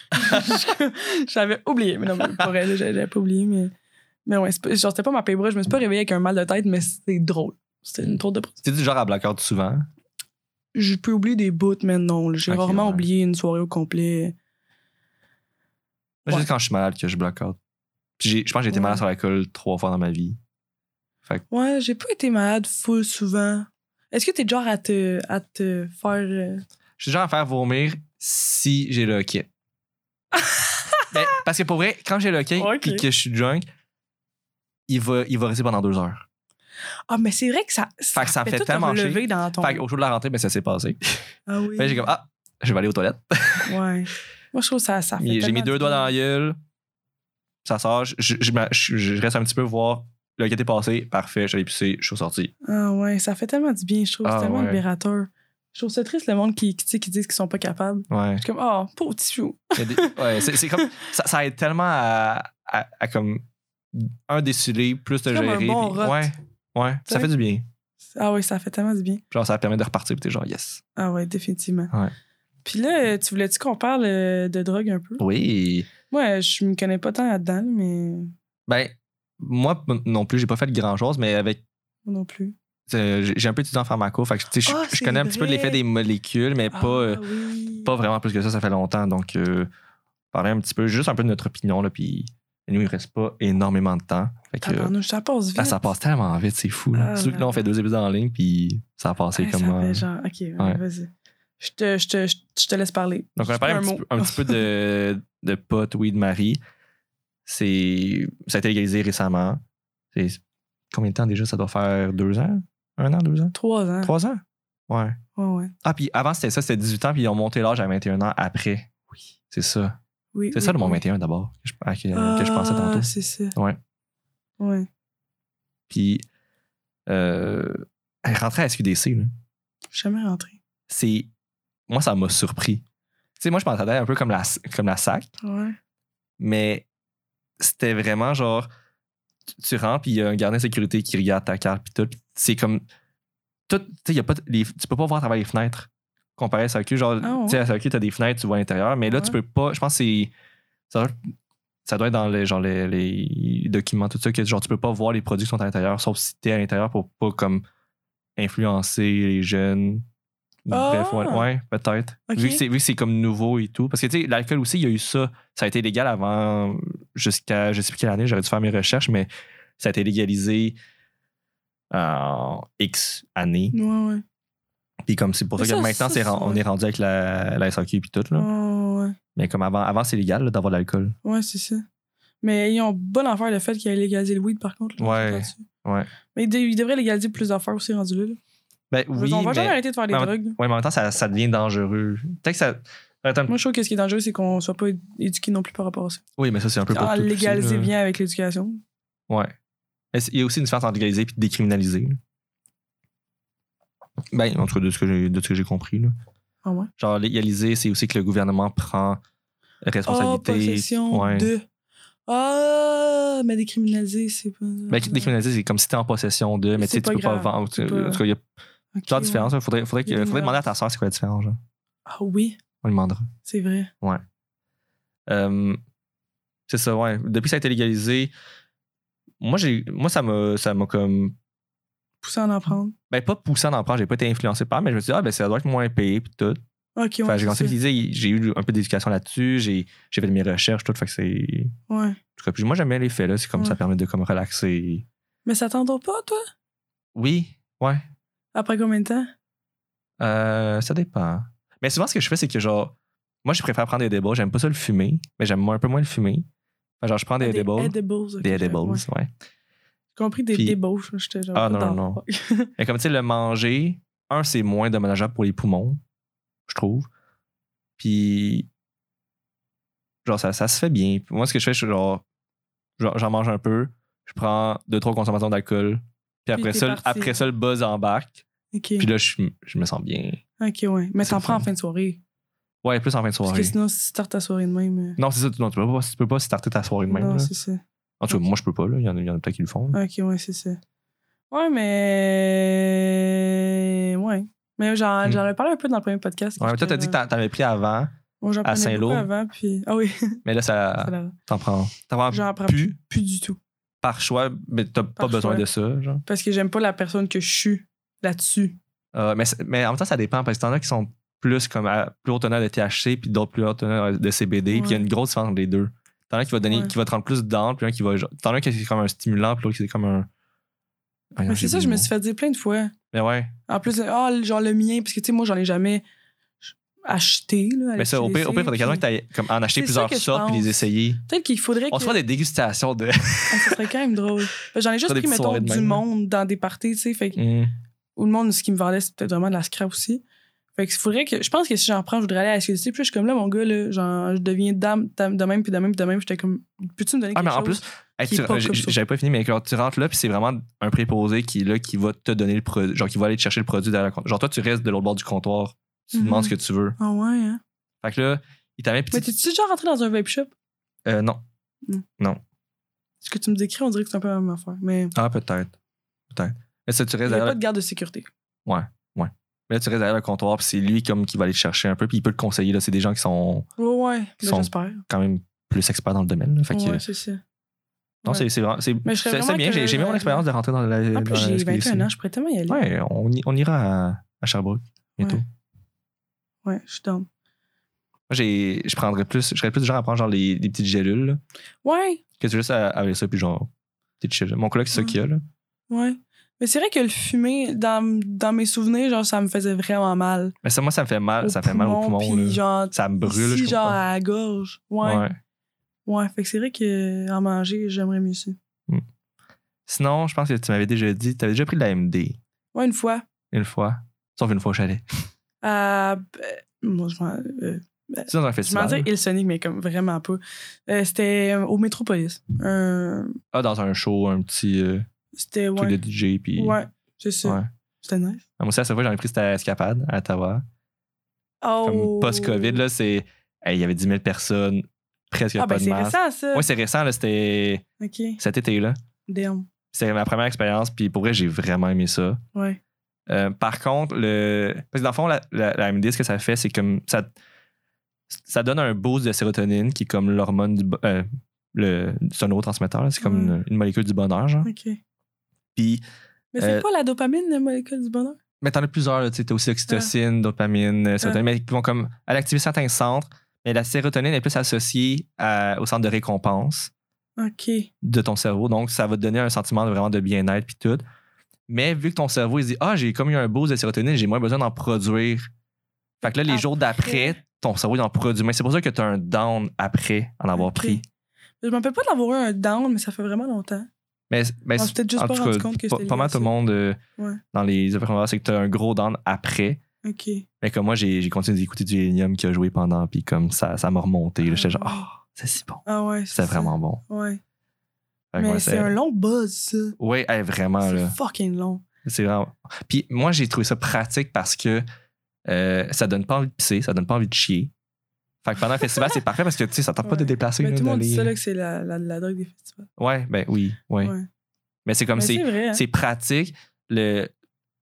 [SPEAKER 6] J'avais oublié, mais non, mais pour elle, j'avais j'avais pas oublié, mais. Mais ouais, c'est pas- genre, c'était pas ma paye je me suis pas réveillée avec un mal de tête, mais c'est drôle. C'était une tour de bras.
[SPEAKER 5] T'es du genre à blackout souvent.
[SPEAKER 6] Je peux oublier des bouts, mais non. là, J'ai
[SPEAKER 5] Ok,
[SPEAKER 6] rarement
[SPEAKER 5] ouais.
[SPEAKER 6] oublié une soirée au complet.
[SPEAKER 5] Moi, c'est
[SPEAKER 6] Ouais.
[SPEAKER 5] juste quand je suis malade que je blackout. Puis j'ai- je pense que j'ai été
[SPEAKER 6] Ouais.
[SPEAKER 5] malade sur la colle trois fois dans ma vie.
[SPEAKER 6] Ouais, j'ai pas été malade full souvent. Est-ce que t'es du genre à te, à te faire. euh,
[SPEAKER 5] Je suis du genre à faire vomir si j'ai le hockey. Ben, parce que pour vrai, quand j'ai le hockey
[SPEAKER 6] Ok.
[SPEAKER 5] puis que je suis drunk, il va, il va rester pendant deux heures.
[SPEAKER 6] Ah, mais c'est vrai que ça.
[SPEAKER 5] Fait que ça me fait
[SPEAKER 6] tout
[SPEAKER 5] tellement chier.
[SPEAKER 6] relever dans ton.
[SPEAKER 5] Fait qu'au jour de la rentrée, ben, ça s'est passé.
[SPEAKER 6] Ah oui.
[SPEAKER 5] Ben, j'ai comme, ah, je vais aller aux toilettes.
[SPEAKER 6] Ouais. Moi, je trouve ça. ça fait
[SPEAKER 5] J'ai mis
[SPEAKER 6] tellement
[SPEAKER 5] deux
[SPEAKER 6] du
[SPEAKER 5] doigts dans
[SPEAKER 6] bien.
[SPEAKER 5] la gueule. Ça sort. Je, je- je me- je- je reste un petit peu voir. Le hockey est passé. Parfait. Je suis allé pisser. Je suis sorti.
[SPEAKER 6] Ah ouais, ça fait tellement du bien, je trouve.
[SPEAKER 5] Ah
[SPEAKER 6] c'est tellement
[SPEAKER 5] ouais.
[SPEAKER 6] libérateur. Je trouve ça triste le monde qui, qui, tu sais, qui disent qu'ils sont pas capables.
[SPEAKER 5] Ouais.
[SPEAKER 6] Je suis comme, ah, pauvre petit chou.
[SPEAKER 5] Il y a des- ouais, c'est c'est comme. Ça, ça aide tellement à, à- à comme. Un décelé, plus de
[SPEAKER 6] C'est comme un
[SPEAKER 5] gérer.
[SPEAKER 6] bon
[SPEAKER 5] puis-
[SPEAKER 6] rot.
[SPEAKER 5] ouais. Ouais. Ça
[SPEAKER 6] sais?
[SPEAKER 5] fait du bien.
[SPEAKER 6] Ah ouais, ça fait tellement du bien.
[SPEAKER 5] Genre, ça permet de repartir. Puis t'es genre, yes.
[SPEAKER 6] Ah ouais, définitivement.
[SPEAKER 5] Ouais.
[SPEAKER 6] Puis là, tu voulais-tu qu'on parle euh, de drogue un peu?
[SPEAKER 5] Oui.
[SPEAKER 6] Moi, je me connais pas tant là-dedans, mais
[SPEAKER 5] Ben, moi m- non plus, j'ai pas fait de grand chose, mais avec.
[SPEAKER 6] moi non plus.
[SPEAKER 5] euh, j'ai- j'ai un peu étudié en pharmaco. Fait que, tu sais, je-
[SPEAKER 6] Ah,
[SPEAKER 5] je
[SPEAKER 6] c'est
[SPEAKER 5] connais un petit peu
[SPEAKER 6] vrai.
[SPEAKER 5] l'effet des molécules, mais pas. euh,
[SPEAKER 6] Ah oui.
[SPEAKER 5] pas vraiment plus que ça, ça fait longtemps. Donc, euh, parler un petit peu, juste un peu de notre opinion, là, puis nous, il reste pas énormément de temps. Fait que,
[SPEAKER 6] Tabarnouche, ça passe vite.
[SPEAKER 5] ah, ça passe tellement vite, c'est fou. là.
[SPEAKER 6] Ah,
[SPEAKER 5] Surtout que là, on fait deux épisodes en ligne, puis ça a passé
[SPEAKER 6] Ouais, ça
[SPEAKER 5] comme...
[SPEAKER 6] fait
[SPEAKER 5] euh,
[SPEAKER 6] genre, OK, ouais,
[SPEAKER 5] ouais.
[SPEAKER 6] vas-y. Je te, je, te, je, je te laisse parler.
[SPEAKER 5] Donc, on a
[SPEAKER 6] Juste
[SPEAKER 5] parlé un,
[SPEAKER 6] un
[SPEAKER 5] petit,
[SPEAKER 6] mot.
[SPEAKER 5] peu- un petit peu de, de pot, oui, de Marie. C'est, ça a été légalisé récemment. C'est combien de temps déjà? Ça doit faire deux ans? Un an, deux ans?
[SPEAKER 6] Trois ans.
[SPEAKER 5] Trois ans? Ouais.
[SPEAKER 6] Ouais, ouais.
[SPEAKER 5] Ah, puis avant, c'était ça, c'était 18 ans, puis ils ont monté l'âge à 21 ans après. Oui. C'est ça.
[SPEAKER 6] Oui,
[SPEAKER 5] C'est
[SPEAKER 6] oui,
[SPEAKER 5] ça le mon
[SPEAKER 6] oui.
[SPEAKER 5] 21 d'abord, que je, à- que, que je pensais
[SPEAKER 6] Ah,
[SPEAKER 5] tantôt.
[SPEAKER 6] c'est ça.
[SPEAKER 5] Ouais.
[SPEAKER 6] Ouais.
[SPEAKER 5] Puis, euh, rentrer à SQDC, là,
[SPEAKER 6] Je suis jamais rentrée.
[SPEAKER 5] c'est. Moi, ça m'a surpris. Tu sais, moi, je m'entendais un peu comme la, comme la SAC,
[SPEAKER 6] Ouais.
[SPEAKER 5] mais c'était vraiment genre. tu- Tu rentres, puis il y a un gardien de sécurité qui regarde ta carte, puis tout. puis c'est comme. Tout, tu sais, il y a pas, de- les- tu peux pas voir à travers les fenêtres. Comparé à SAQ, genre,
[SPEAKER 6] Ah ouais.
[SPEAKER 5] tu sais, à SAQ, t'as des fenêtres, tu vois à l'intérieur, mais là,
[SPEAKER 6] Ouais.
[SPEAKER 5] tu peux pas. Je pense que c'est. Ça doit, ça doit être dans les, genre, les, les documents, tout ça, que genre, tu peux pas voir les produits qui sont à l'intérieur, sauf si t'es à l'intérieur pour pas, comme, influencer les jeunes. Ou
[SPEAKER 6] Ah!
[SPEAKER 5] Bref, ouais, ouais, peut-être.
[SPEAKER 6] Ok.
[SPEAKER 5] Vu que c'est- vu que c'est comme nouveau et tout. Parce que, tu sais, l'alcool aussi, il y a eu ça. Ça a été légal avant, jusqu'à, je sais plus quelle année, j'aurais dû faire mes recherches, mais ça a été légalisé en X années.
[SPEAKER 6] Ouais, ouais.
[SPEAKER 5] Puis comme c'est pour ça,
[SPEAKER 6] Mais
[SPEAKER 5] que
[SPEAKER 6] ça,
[SPEAKER 5] maintenant,
[SPEAKER 6] ça,
[SPEAKER 5] c'est
[SPEAKER 6] ça,
[SPEAKER 5] ren- on
[SPEAKER 6] ouais.
[SPEAKER 5] est rendu avec la, la SAQ et tout. Là.
[SPEAKER 6] Ouais, ouais.
[SPEAKER 5] Mais comme avant, avant c'est légal là, d'avoir de l'alcool.
[SPEAKER 6] Ouais, c'est ça. Mais ils ont bonne affaire le fait qu'il ait légalisé le weed, par contre. là,
[SPEAKER 5] Ouais,
[SPEAKER 6] là-dessus.
[SPEAKER 5] ouais.
[SPEAKER 6] Mais ils, de- ils devraient légaliser plus d'affaires aussi rendu là. là.
[SPEAKER 5] Ben oui,
[SPEAKER 6] on va jamais
[SPEAKER 5] mais,
[SPEAKER 6] arrêter de faire des
[SPEAKER 5] mais en-
[SPEAKER 6] drogues.
[SPEAKER 5] ouais, mais en même temps, ça, ça devient dangereux. Peut-être que ça. Attends,
[SPEAKER 6] Moi, je trouve que ce qui est dangereux, c'est qu'on soit pas é- éduqué non plus par rapport à ça.
[SPEAKER 5] oui, mais ça, c'est un peu pour
[SPEAKER 6] Ah,
[SPEAKER 5] tout aussi,
[SPEAKER 6] légaliser
[SPEAKER 5] là.
[SPEAKER 6] bien avec l'éducation.
[SPEAKER 5] Ouais. Mais c'est- Il y a aussi une différence entre légaliser et décriminaliser. là. Ben, en tout cas, de ce que j'ai, de ce que j'ai compris. Là.
[SPEAKER 6] Ah ouais.
[SPEAKER 5] Genre, légaliser, c'est aussi que le gouvernement prend
[SPEAKER 6] Ah,
[SPEAKER 5] responsabilité.
[SPEAKER 6] possession
[SPEAKER 5] Ouais.
[SPEAKER 6] de. Ah, mais décriminaliser, c'est pas.
[SPEAKER 5] Ben, décriminaliser, c'est comme si t'es en possession de, mais tu
[SPEAKER 6] C'est
[SPEAKER 5] sais, tu
[SPEAKER 6] pas
[SPEAKER 5] peux
[SPEAKER 6] grave.
[SPEAKER 5] pas vendre. tu-
[SPEAKER 6] C'est pas-
[SPEAKER 5] En tout cas, il y a
[SPEAKER 6] Ok,
[SPEAKER 5] plusieurs
[SPEAKER 6] ouais.
[SPEAKER 5] différences. Il faudrait, faudrait, que-
[SPEAKER 6] Il y a des
[SPEAKER 5] faudrait demander à ta soeur c'est quoi la différence. genre.
[SPEAKER 6] Ah oui,
[SPEAKER 5] On lui demandera.
[SPEAKER 6] c'est vrai.
[SPEAKER 5] Euh, c'est ça, ouais. Depuis que ça a été légalisé, moi, j'ai, moi ça, m'a, ça m'a comme.
[SPEAKER 6] Pousser à en prendre.
[SPEAKER 5] Ben, pas poussé à en prendre, j'ai pas été influencé par, mais je me suis dit, ah, ben, ça doit être moins payé, puis tout.
[SPEAKER 6] Ok,
[SPEAKER 5] Fait que
[SPEAKER 6] ouais.
[SPEAKER 5] j'ai
[SPEAKER 6] c'est
[SPEAKER 5] commencé à utiliser, j'ai eu un peu d'éducation là-dessus, j'ai j'ai fait de mes recherches, tout. Fait que c'est. en
[SPEAKER 6] ça. Ouais.
[SPEAKER 5] tout cas, puis moi, j'aime bien les faits, là. C'est comme ça
[SPEAKER 6] Ouais.
[SPEAKER 5] permet de comme relaxer.
[SPEAKER 6] Mais ça t'entend pas, toi?
[SPEAKER 5] Oui, ouais.
[SPEAKER 6] Après combien de temps?
[SPEAKER 5] Euh, ça dépend. Mais souvent, ce que je fais, c'est que genre. Moi, je préfère prendre des débats. J'aime pas ça le fumer, mais j'aime un peu moins le fumer. Fait que genre, je prends des
[SPEAKER 6] Ah,
[SPEAKER 5] edibles.
[SPEAKER 6] Edibles. ok,
[SPEAKER 5] Des edibles,
[SPEAKER 6] ouais.
[SPEAKER 5] ouais.
[SPEAKER 6] J'ai compris des
[SPEAKER 5] Puis-
[SPEAKER 6] débauches. là, J'étais genre.
[SPEAKER 5] Ah, non,
[SPEAKER 6] pas dans-
[SPEAKER 5] non. Mais comme tu sais, le manger, un, c'est moins dommageable pour les poumons, je trouve. Puis, genre, ça, ça se fait bien. Puis moi, ce que je fais, je suis genre, genre, j'en mange un peu, je prends deux, trois consommations d'alcool. Puis après,
[SPEAKER 6] t'es
[SPEAKER 5] ça,
[SPEAKER 6] parti.
[SPEAKER 5] après ça, le buzz embarque.
[SPEAKER 6] Ok.
[SPEAKER 5] Puis là, je, je me sens bien.
[SPEAKER 6] Ok, ouais. Mais
[SPEAKER 5] C'est
[SPEAKER 6] t'en
[SPEAKER 5] le
[SPEAKER 6] prends en
[SPEAKER 5] fun.
[SPEAKER 6] fin de soirée.
[SPEAKER 5] Ouais, plus en fin de
[SPEAKER 6] Parce
[SPEAKER 5] soirée.
[SPEAKER 6] que sinon, si tu startes ta soirée de même. euh,
[SPEAKER 5] Non, c'est ça. Non, tu peux pas, tu peux pas starter ta soirée de même.
[SPEAKER 6] non,
[SPEAKER 5] là.
[SPEAKER 6] c'est ça.
[SPEAKER 5] en tout cas, moi, je peux pas. là. Il y en a, il y en a peut-être qui le font.
[SPEAKER 6] Ok, ouais, c'est ça. Ouais, mais. Ouais. Mais j'en
[SPEAKER 5] Hmm.
[SPEAKER 6] j'en avais parlé un peu dans le premier podcast.
[SPEAKER 5] Ouais, mais toi, t'as dit que t'en- t'avais pris avant,
[SPEAKER 6] Moi, j'en
[SPEAKER 5] à
[SPEAKER 6] prenais
[SPEAKER 5] Saint-Lô.
[SPEAKER 6] beaucoup avant, puis. Ah oui,
[SPEAKER 5] mais là, ça.
[SPEAKER 6] ça l'a-
[SPEAKER 5] T'en prends. T'en prends
[SPEAKER 6] j'en prends
[SPEAKER 5] plus.
[SPEAKER 6] plus du tout.
[SPEAKER 5] par choix, mais t'as pas
[SPEAKER 6] Par
[SPEAKER 5] besoin
[SPEAKER 6] choix.
[SPEAKER 5] de ça. Genre.
[SPEAKER 6] Parce que j'aime pas la personne que je suis là-dessus.
[SPEAKER 5] Euh, mais, c'est- mais en même temps, ça dépend parce que t'en as qui sont plus comme à- plus haut teneur de THC puis d'autres plus haut teneur de CBD. Puis il y a
[SPEAKER 6] Ouais.
[SPEAKER 5] une grosse différence entre les deux. T'en as qui va donner,
[SPEAKER 6] Ouais.
[SPEAKER 5] qui va te rendre plus down, puis un qui va. genre- T'en as un qui est comme un stimulant, puis l'autre qui est comme un. Ah, non,
[SPEAKER 6] Mais
[SPEAKER 5] j'ai
[SPEAKER 6] c'est ça,
[SPEAKER 5] oublié
[SPEAKER 6] je
[SPEAKER 5] le
[SPEAKER 6] me
[SPEAKER 5] mot.
[SPEAKER 6] suis fait dire plein de fois.
[SPEAKER 5] Mais ouais.
[SPEAKER 6] En plus, ah, le- genre le mien, parce que tu sais, moi, j'en ai jamais acheté. Là, à la
[SPEAKER 5] Mais ça, au pire,
[SPEAKER 6] SQDC,
[SPEAKER 5] au pire, faudrait
[SPEAKER 6] puis
[SPEAKER 5] quasiment que t'ailles comme en acheter
[SPEAKER 6] C'est ça
[SPEAKER 5] plusieurs
[SPEAKER 6] que je
[SPEAKER 5] sortes puis les
[SPEAKER 6] pense.
[SPEAKER 5] essayer.
[SPEAKER 6] Peut-être qu'il faudrait
[SPEAKER 5] On
[SPEAKER 6] que.
[SPEAKER 5] se fait des dégustations de.
[SPEAKER 6] Ah, ça serait quand même drôle. Parce que J'en ai juste
[SPEAKER 5] Faire des
[SPEAKER 6] pris,
[SPEAKER 5] petites
[SPEAKER 6] mettons,
[SPEAKER 5] soirées de
[SPEAKER 6] du
[SPEAKER 5] même.
[SPEAKER 6] monde dans des parties, tu sais. Fait que-
[SPEAKER 5] Mm.
[SPEAKER 6] ou le monde, ce qui me vendait, c'était peut-être vraiment de la scrap aussi. Fait que faudrait que. Je pense que si j'en prends, je voudrais aller à la SQDC. Puis là, je suis comme là, mon gars, là, genre, je deviens dame, dame- de même, puis de même, puis de même. J'étais comme, peux-tu me donner
[SPEAKER 5] Ah,
[SPEAKER 6] quelque
[SPEAKER 5] mais en
[SPEAKER 6] chose?
[SPEAKER 5] plus, hey,
[SPEAKER 6] qui
[SPEAKER 5] tu-
[SPEAKER 6] est pas
[SPEAKER 5] j-
[SPEAKER 6] comme ça.
[SPEAKER 5] j'avais pas fini, mais quand tu rentres là, puis c'est vraiment un préposé qui est là, qui va te donner le produit, genre qui va aller te chercher le produit derrière le comptoir. Genre, toi, tu restes de l'autre bord du comptoir, tu
[SPEAKER 6] Mhm.
[SPEAKER 5] demandes ce que tu veux.
[SPEAKER 6] Ah ouais, hein?
[SPEAKER 5] Fait que là, il t'amène,
[SPEAKER 6] Mais
[SPEAKER 5] puis tu-
[SPEAKER 6] t'es-tu déjà rentré dans un vape shop?
[SPEAKER 5] euh, non.
[SPEAKER 6] Ce que tu me décris, on dirait que c'est un peu la même affaire. Mais
[SPEAKER 5] Ah, peut-être. Peut-être. Mais ça, tu restes
[SPEAKER 6] il n'y a
[SPEAKER 5] derrière,
[SPEAKER 6] pas de garde de sécurité.
[SPEAKER 5] mais là, tu restes derrière le comptoir, puis c'est lui comme qui va aller te chercher un peu, puis il peut te conseiller. Là, c'est des gens qui sont
[SPEAKER 6] Ouais, ouais.
[SPEAKER 5] Qui
[SPEAKER 6] Ben,
[SPEAKER 5] sont-
[SPEAKER 6] J'espère.
[SPEAKER 5] quand même plus experts dans le domaine. là. Fait que,
[SPEAKER 6] Ouais, c'est ça.
[SPEAKER 5] non,
[SPEAKER 6] ouais.
[SPEAKER 5] c'est c'est vraiment. C'est
[SPEAKER 6] Mais je serais
[SPEAKER 5] c'est- c'est
[SPEAKER 6] vraiment
[SPEAKER 5] bien, j'ai j'ai aimé
[SPEAKER 6] curieuse
[SPEAKER 5] mon
[SPEAKER 6] d'aller
[SPEAKER 5] expérience de rentrer dans la.
[SPEAKER 6] En plus,
[SPEAKER 5] dans la
[SPEAKER 6] j'ai
[SPEAKER 5] SQDC.
[SPEAKER 6] 21 ans, je pourrais tellement y aller. Ouais,
[SPEAKER 5] Ouais, on, y- on ira à, à Sherbrooke bientôt.
[SPEAKER 6] Ouais. je suis down.
[SPEAKER 5] Moi, j'ai- je prendrais plus, je serais plus du genre à prendre genre les, les petites gélules, là,
[SPEAKER 6] Ouais,
[SPEAKER 5] que tu juste à- avec ça, puis genre, petite chill. Mon collègue, c'est ça
[SPEAKER 6] Ouais.
[SPEAKER 5] qu'il y a, là.
[SPEAKER 6] ouais. Mais c'est vrai que le fumer, dans, dans mes souvenirs, genre, ça me faisait vraiment mal.
[SPEAKER 5] Mais ça, moi, ça me fait mal,
[SPEAKER 6] Au
[SPEAKER 5] ça fait mal au poumon,
[SPEAKER 6] puis
[SPEAKER 5] là.
[SPEAKER 6] genre,
[SPEAKER 5] Ça me brûle,
[SPEAKER 6] ici,
[SPEAKER 5] je
[SPEAKER 6] genre,
[SPEAKER 5] comprends.
[SPEAKER 6] à la gorge. Ouais, ouais.
[SPEAKER 5] Ouais.
[SPEAKER 6] Fait que c'est vrai que en manger, j'aimerais mieux ça.
[SPEAKER 5] Sinon, je pense que tu m'avais déjà dit, tu avais déjà pris de la MD
[SPEAKER 6] Ouais, une fois,
[SPEAKER 5] une fois, sauf une fois au chalet.
[SPEAKER 6] à. ben, Moi, je m'en. euh,
[SPEAKER 5] C'est dans un
[SPEAKER 6] je m'en
[SPEAKER 5] festival.
[SPEAKER 6] dis Ilsonic, mais comme vraiment pas. Euh, C'était euh, au Métropolis. Un-
[SPEAKER 5] Ah, dans un show, un petit euh,
[SPEAKER 6] C'était,
[SPEAKER 5] truc
[SPEAKER 6] ouais.
[SPEAKER 5] de DJ, puis.
[SPEAKER 6] Ouais, c'est ça.
[SPEAKER 5] Ouais.
[SPEAKER 6] C'était nice.
[SPEAKER 5] Ah, Moi aussi, à cette fois, j'en ai pris, c'était à Escapade, à Ottawa. Comme
[SPEAKER 6] Oh.
[SPEAKER 5] post-COVID, là, c'est. Hey, Il y avait 10 000 personnes, presque
[SPEAKER 6] Ah,
[SPEAKER 5] pas
[SPEAKER 6] ben
[SPEAKER 5] de
[SPEAKER 6] c'est
[SPEAKER 5] masque.
[SPEAKER 6] récent, ça.
[SPEAKER 5] Ouais, c'est récent, là, c'était
[SPEAKER 6] OK.
[SPEAKER 5] cet été-là.
[SPEAKER 6] Damn.
[SPEAKER 5] C'était ma première expérience, puis pour vrai, j'ai vraiment aimé ça.
[SPEAKER 6] Ouais.
[SPEAKER 5] Euh, par contre, le... parce que dans le fond, la, la, la MD, ce que ça fait, c'est comme ça, ça donne un boost de sérotonine qui est comme l'hormone du. bo- euh, le, c'est un neurotransmetteur, là, c'est comme
[SPEAKER 6] Ouais.
[SPEAKER 5] une, une molécule du bonheur, genre.
[SPEAKER 6] OK.
[SPEAKER 5] Puis,
[SPEAKER 6] Mais c'est
[SPEAKER 5] Euh,
[SPEAKER 6] pas la dopamine, la molécule du bonheur?
[SPEAKER 5] mais t'en as plusieurs, là, tu sais, t'as aussi
[SPEAKER 6] Ah.
[SPEAKER 5] l'oxytocine, dopamine, euh, sérotonine, mais qui vont comme aller activer certains centres, mais la sérotonine est plus associée à- au centre de récompense.
[SPEAKER 6] OK.
[SPEAKER 5] de ton cerveau. Donc, ça va te donner un sentiment de, vraiment de bien-être puis tout. Mais vu que ton cerveau, il se dit Ah, j'ai comme eu un boost de sérotonine, j'ai moins besoin d'en produire. Fait que là, les jours
[SPEAKER 6] Après.
[SPEAKER 5] d'après, ton cerveau, il en produit. Mais c'est pour ça que tu as un down après en avoir
[SPEAKER 6] OK.
[SPEAKER 5] pris.
[SPEAKER 6] Je m'en rappelle pas d'avoir eu un down, mais ça fait vraiment longtemps.
[SPEAKER 5] Mais, mais
[SPEAKER 6] On s'est peut-être juste
[SPEAKER 5] en
[SPEAKER 6] pas
[SPEAKER 5] tout
[SPEAKER 6] rendu
[SPEAKER 5] cas,
[SPEAKER 6] compte que
[SPEAKER 5] pas-
[SPEAKER 6] c'était
[SPEAKER 5] Pas
[SPEAKER 6] lié
[SPEAKER 5] mal
[SPEAKER 6] à
[SPEAKER 5] tout le
[SPEAKER 6] ça.
[SPEAKER 5] monde euh,
[SPEAKER 6] Ouais.
[SPEAKER 5] dans les affaires qu'on va, c'est que tu as un gros down après.
[SPEAKER 6] OK.
[SPEAKER 5] Mais comme moi, j'ai j'ai continué d'écouter du Helium qui a joué pendant, puis comme ça ça m'a remonté. là. J'étais genre,
[SPEAKER 6] Ah ouais.
[SPEAKER 5] Ah, c'est si bon.
[SPEAKER 6] Ah ouais.
[SPEAKER 5] C'était
[SPEAKER 6] ça.
[SPEAKER 5] vraiment bon.
[SPEAKER 6] Ouais.
[SPEAKER 5] Fait que
[SPEAKER 6] mais
[SPEAKER 5] ouais,
[SPEAKER 6] c'est
[SPEAKER 5] c'est-
[SPEAKER 6] un long buzz, ça.
[SPEAKER 5] Ouais, hey, vraiment.
[SPEAKER 6] c'est
[SPEAKER 5] Là.
[SPEAKER 6] fucking long.
[SPEAKER 5] C'est vraiment. Puis moi, j'ai trouvé ça pratique parce que euh, ça donne pas envie de pisser, ça donne pas envie de chier. Fait que pendant un festival, c'est parfait parce que tu sais, ça tente pas de
[SPEAKER 6] Ouais.
[SPEAKER 5] déplacer.
[SPEAKER 6] Mais
[SPEAKER 5] là,
[SPEAKER 6] tout le monde dit
[SPEAKER 5] d'aller- euh,
[SPEAKER 6] ça, là, que c'est la, la, la drogue des festivals.
[SPEAKER 5] Ouais, ben oui, ouais.
[SPEAKER 6] Ouais.
[SPEAKER 5] Mais c'est comme
[SPEAKER 6] Mais
[SPEAKER 5] c'est,
[SPEAKER 6] c'est vrai. hein.
[SPEAKER 5] c'est pratique, le,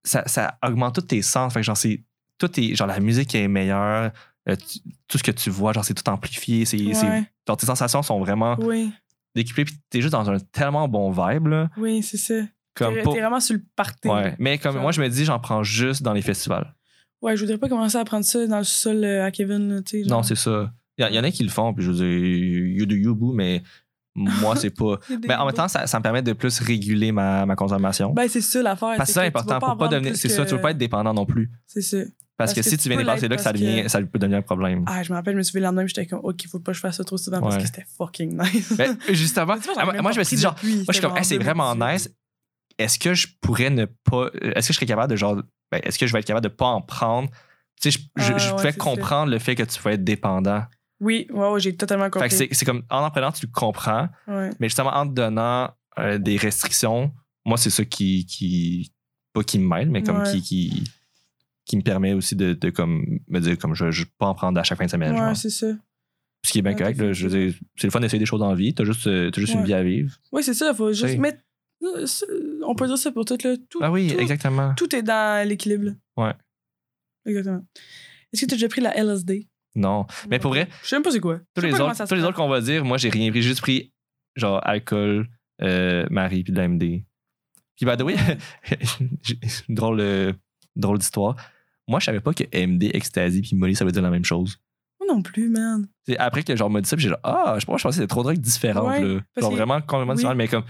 [SPEAKER 5] ça, ça augmente tous tes sens. Fait que genre, c'est, tout est, genre la musique est meilleure, euh, tu- tout ce que tu vois, genre c'est tout amplifié, c'est, c'est-
[SPEAKER 6] Ouais.
[SPEAKER 5] genre, tes sensations sont vraiment
[SPEAKER 6] Oui,
[SPEAKER 5] décuplées, puis t'es juste dans un tellement bon vibe, là,
[SPEAKER 6] oui, c'est ça.
[SPEAKER 5] comme
[SPEAKER 6] T'es
[SPEAKER 5] pour-
[SPEAKER 6] t'es vraiment sur le party.
[SPEAKER 5] ouais. Mais comme
[SPEAKER 6] Genre.
[SPEAKER 5] moi, je me dis, j'en prends juste dans les festivals.
[SPEAKER 6] Ouais, je voudrais pas commencer à prendre ça dans le sol euh, à Kevin, là, tu sais.
[SPEAKER 5] Non, c'est ça. Il y, en a qui le font, puis je veux dire, you do you, boo, mais moi, c'est pas. Mais en même temps, ça, ça me permet de plus réguler ma, ma consommation.
[SPEAKER 6] Ben, c'est ça l'affaire.
[SPEAKER 5] parce que c'est
[SPEAKER 6] tu
[SPEAKER 5] important
[SPEAKER 6] vas
[SPEAKER 5] pour
[SPEAKER 6] en
[SPEAKER 5] pas
[SPEAKER 6] vendre
[SPEAKER 5] devenir.
[SPEAKER 6] plus
[SPEAKER 5] C'est
[SPEAKER 6] que-
[SPEAKER 5] ça, tu veux pas être dépendant non plus.
[SPEAKER 6] C'est ça.
[SPEAKER 5] Parce, que, si tu viens
[SPEAKER 6] peux
[SPEAKER 5] dépasser
[SPEAKER 6] l'être
[SPEAKER 5] là, que ça,
[SPEAKER 6] parce
[SPEAKER 5] devient,
[SPEAKER 6] que-
[SPEAKER 5] ça peut devenir un problème.
[SPEAKER 6] Ah, je me rappelle, je me suis fait le lendemain, j'étais comme, OK, faut pas que je fasse ça trop souvent parce
[SPEAKER 5] Ouais.
[SPEAKER 6] que c'était fucking nice.
[SPEAKER 5] Mais justement,
[SPEAKER 6] Mais tu vois, j'en ai
[SPEAKER 5] ah, moi,
[SPEAKER 6] même
[SPEAKER 5] moi,
[SPEAKER 6] pas
[SPEAKER 5] je me suis
[SPEAKER 6] pris
[SPEAKER 5] dit, genre,
[SPEAKER 6] depuis,
[SPEAKER 5] moi, je suis
[SPEAKER 6] c'était
[SPEAKER 5] comme, Hey, c'est
[SPEAKER 6] vendredi.
[SPEAKER 5] vraiment nice. Est-ce que je pourrais ne pas. Est-ce que je serais capable de, genre. ben, Est-ce que je vais être capable de pas en prendre? Tu sais, je, je,
[SPEAKER 6] Ah,
[SPEAKER 5] je
[SPEAKER 6] ouais,
[SPEAKER 5] pouvais
[SPEAKER 6] c'est
[SPEAKER 5] comprendre le fait que tu pouvais être dépendant.
[SPEAKER 6] Oui, ouais, ouais, j'ai totalement
[SPEAKER 5] Fait
[SPEAKER 6] compris.
[SPEAKER 5] que c'est c'est comme, en en prenant, tu le comprends.
[SPEAKER 6] Ouais.
[SPEAKER 5] Mais justement, en te donnant euh, des restrictions, moi, c'est ça qui, qui. Pas qui me mêle, mais comme
[SPEAKER 6] Ouais.
[SPEAKER 5] qui, qui. qui me permet aussi de, de comme, me dire, comme je ne veux pas en prendre à chaque fin de semaine. genre.
[SPEAKER 6] Ouais, c'est ça.
[SPEAKER 5] Ce qui est bien
[SPEAKER 6] Ouais,
[SPEAKER 5] correct. là, je veux dire, c'est le fun d'essayer des choses en vie. Tu as juste, euh, t'as juste une
[SPEAKER 6] Ouais.
[SPEAKER 5] vie à vivre.
[SPEAKER 6] Oui, c'est ça, faut
[SPEAKER 5] C'est-
[SPEAKER 6] juste mettre. euh, ça- On peut dire ça pour tout, là. Tout,
[SPEAKER 5] Ah oui,
[SPEAKER 6] tout-
[SPEAKER 5] exactement.
[SPEAKER 6] tout est dans l'équilibre. là.
[SPEAKER 5] Ouais.
[SPEAKER 6] Exactement. Est-ce que tu as déjà pris la LSD?
[SPEAKER 5] Non. Mais pour vrai,
[SPEAKER 6] Je sais même pas c'est quoi.
[SPEAKER 5] tous
[SPEAKER 6] Je sais
[SPEAKER 5] les
[SPEAKER 6] pas comment
[SPEAKER 5] autres,
[SPEAKER 6] ça se
[SPEAKER 5] tous les
[SPEAKER 6] prend.
[SPEAKER 5] autres qu'on va dire, moi, j'ai rien pris. J'ai juste pris, genre, alcool, euh, Marie puis de l'AMD. Puis, by the way, j'ai- drôle, euh, drôle d'histoire. Moi, je savais pas que MD, ecstasy puis Molly, ça veut dire la même chose.
[SPEAKER 6] Moi non plus, man.
[SPEAKER 5] C'est après que genre m'a dit ça, puis j'ai genre, ah, je sais pas, je pensais que c'était trois drogues différentes.
[SPEAKER 6] Ouais,
[SPEAKER 5] là.
[SPEAKER 6] parce
[SPEAKER 5] Genre
[SPEAKER 6] que-
[SPEAKER 5] vraiment complètement
[SPEAKER 6] oui.
[SPEAKER 5] différentes, mais comme.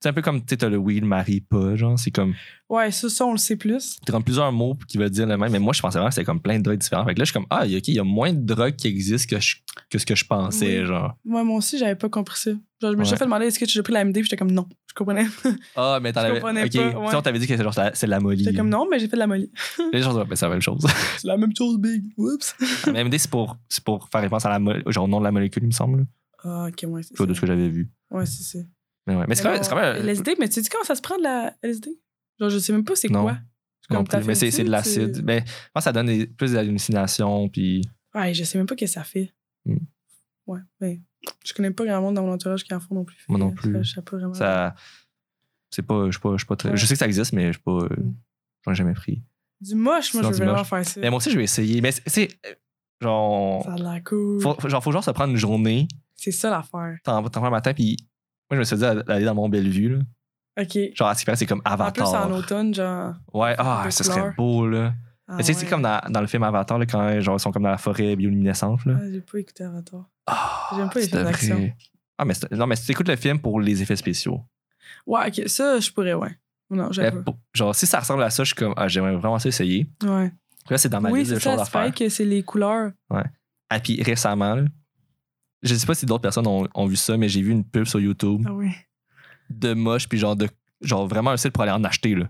[SPEAKER 5] C'est un peu comme, tu sais, t'as le oui, le Marie, pas, genre. C'est comme.
[SPEAKER 6] Ouais, ça, ça, on le sait plus.
[SPEAKER 5] T'as comme plusieurs mots qui veulent dire le même, mais moi, je pensais vraiment que c'était comme plein de drogues différentes. Fait que là, je suis comme, ah, ok, il y a moins de drogues qui existent que, je- que ce que je pensais,
[SPEAKER 6] Oui.
[SPEAKER 5] genre.
[SPEAKER 6] Moi, moi aussi, j'avais pas compris ça. Genre, je me suis
[SPEAKER 5] Ouais.
[SPEAKER 6] fait demander est-ce que tu as pris la MD, puis j'étais comme non. Je comprenais.
[SPEAKER 5] Ah, mais t'en
[SPEAKER 6] Je
[SPEAKER 5] avais.
[SPEAKER 6] comprenais
[SPEAKER 5] Ok,
[SPEAKER 6] pas,
[SPEAKER 5] Tu
[SPEAKER 6] ouais.
[SPEAKER 5] sais, on t'avait dit que c'est genre, c'est de la Molly.
[SPEAKER 6] J'étais comme non, mais j'ai fait de la molly.
[SPEAKER 5] Les gens disent, mais c'est la même chose.
[SPEAKER 6] C'est la même chose, Big. Oups.
[SPEAKER 5] mais MD, c'est pour, c'est pour faire référence à la mo- genre, au nom de la molécule, il me semble. là.
[SPEAKER 6] Ah, ok, ouais, c'est
[SPEAKER 5] Je vois de ce
[SPEAKER 6] ça.
[SPEAKER 5] que j'avais vu.
[SPEAKER 6] Ouais, c'est ça.
[SPEAKER 5] Mais, ouais. mais c'est quand même. c'est quand même-
[SPEAKER 6] LSD, mais tu dis comment ça se prend de la LSD? Genre, je sais même pas c'est
[SPEAKER 5] Non.
[SPEAKER 6] quoi.
[SPEAKER 5] non
[SPEAKER 6] comme
[SPEAKER 5] plus,
[SPEAKER 6] t'as fait
[SPEAKER 5] mais c'est
[SPEAKER 6] aussi,
[SPEAKER 5] c'est de l'acide.
[SPEAKER 6] tu-
[SPEAKER 5] Mais je pense que ça donne des- plus des hallucinations, puis.
[SPEAKER 6] Ouais, je sais même pas ce que ça fait.
[SPEAKER 5] Hmm.
[SPEAKER 6] Ouais, mais je connais pas grand monde dans mon entourage qui en font non plus.
[SPEAKER 5] Moi non
[SPEAKER 6] Fait que
[SPEAKER 5] plus.
[SPEAKER 6] Je sais pas vraiment.
[SPEAKER 5] Ça. C'est pas. Je suis pas, je suis pas très-
[SPEAKER 6] Ouais.
[SPEAKER 5] Je sais que ça existe, mais je suis pas. euh,
[SPEAKER 6] Mm.
[SPEAKER 5] J'en ai jamais pris.
[SPEAKER 6] Du moche,
[SPEAKER 5] Sinon,
[SPEAKER 6] moi, je
[SPEAKER 5] du
[SPEAKER 6] veux vraiment
[SPEAKER 5] moche.
[SPEAKER 6] faire ça.
[SPEAKER 5] Mais moi aussi, je vais essayer. Mais c'est- c'est. euh, Genre.
[SPEAKER 6] Ça a de la cool.
[SPEAKER 5] Faut, faut- genre, faut genre se prendre une journée,
[SPEAKER 6] C'est ça l'affaire.
[SPEAKER 5] t'en t'en prends le matin, puis. Moi, je me suis dit d'aller dans mon Bellevue, là.
[SPEAKER 6] OK.
[SPEAKER 5] Genre, à ce qui paraît, c'est comme
[SPEAKER 6] En plus,
[SPEAKER 5] Avatar.
[SPEAKER 6] en automne, genre.
[SPEAKER 5] Ouais, ah,
[SPEAKER 6] Des
[SPEAKER 5] ça serait
[SPEAKER 6] fleurs.
[SPEAKER 5] beau, là.
[SPEAKER 6] Ah,
[SPEAKER 5] Mais tu sais, c'est
[SPEAKER 6] ouais.
[SPEAKER 5] comme dans, dans le film Avatar, là, quand genre, ils sont comme dans la forêt bioluminescente. Là.
[SPEAKER 6] Ah, j'ai pas écouté Avatar.
[SPEAKER 5] Ah,
[SPEAKER 6] J'aime pas les
[SPEAKER 5] tu
[SPEAKER 6] films d'action.
[SPEAKER 5] devrais- Ah, mais c'est- non, mais tu écoutes le film pour les effets spéciaux.
[SPEAKER 6] Ouais, OK. Ça, je pourrais, ouais. Non,
[SPEAKER 5] Mais
[SPEAKER 6] j'avoue.
[SPEAKER 5] pour- genre, si ça ressemble à ça, je suis comme, ah, j'aimerais vraiment ça essayer.
[SPEAKER 6] Ouais.
[SPEAKER 5] Là, c'est dans ma
[SPEAKER 6] Oui,
[SPEAKER 5] liste de
[SPEAKER 6] c'est
[SPEAKER 5] choses
[SPEAKER 6] ça.
[SPEAKER 5] à
[SPEAKER 6] C'est pareil
[SPEAKER 5] faire.
[SPEAKER 6] que c'est les couleurs.
[SPEAKER 5] Ah, puis récemment, là, je sais pas si d'autres personnes ont, ont vu ça, mais j'ai vu une pub sur YouTube
[SPEAKER 6] Ah oui.
[SPEAKER 5] de moche, puis genre, de, genre vraiment un site pour aller en acheter. Là.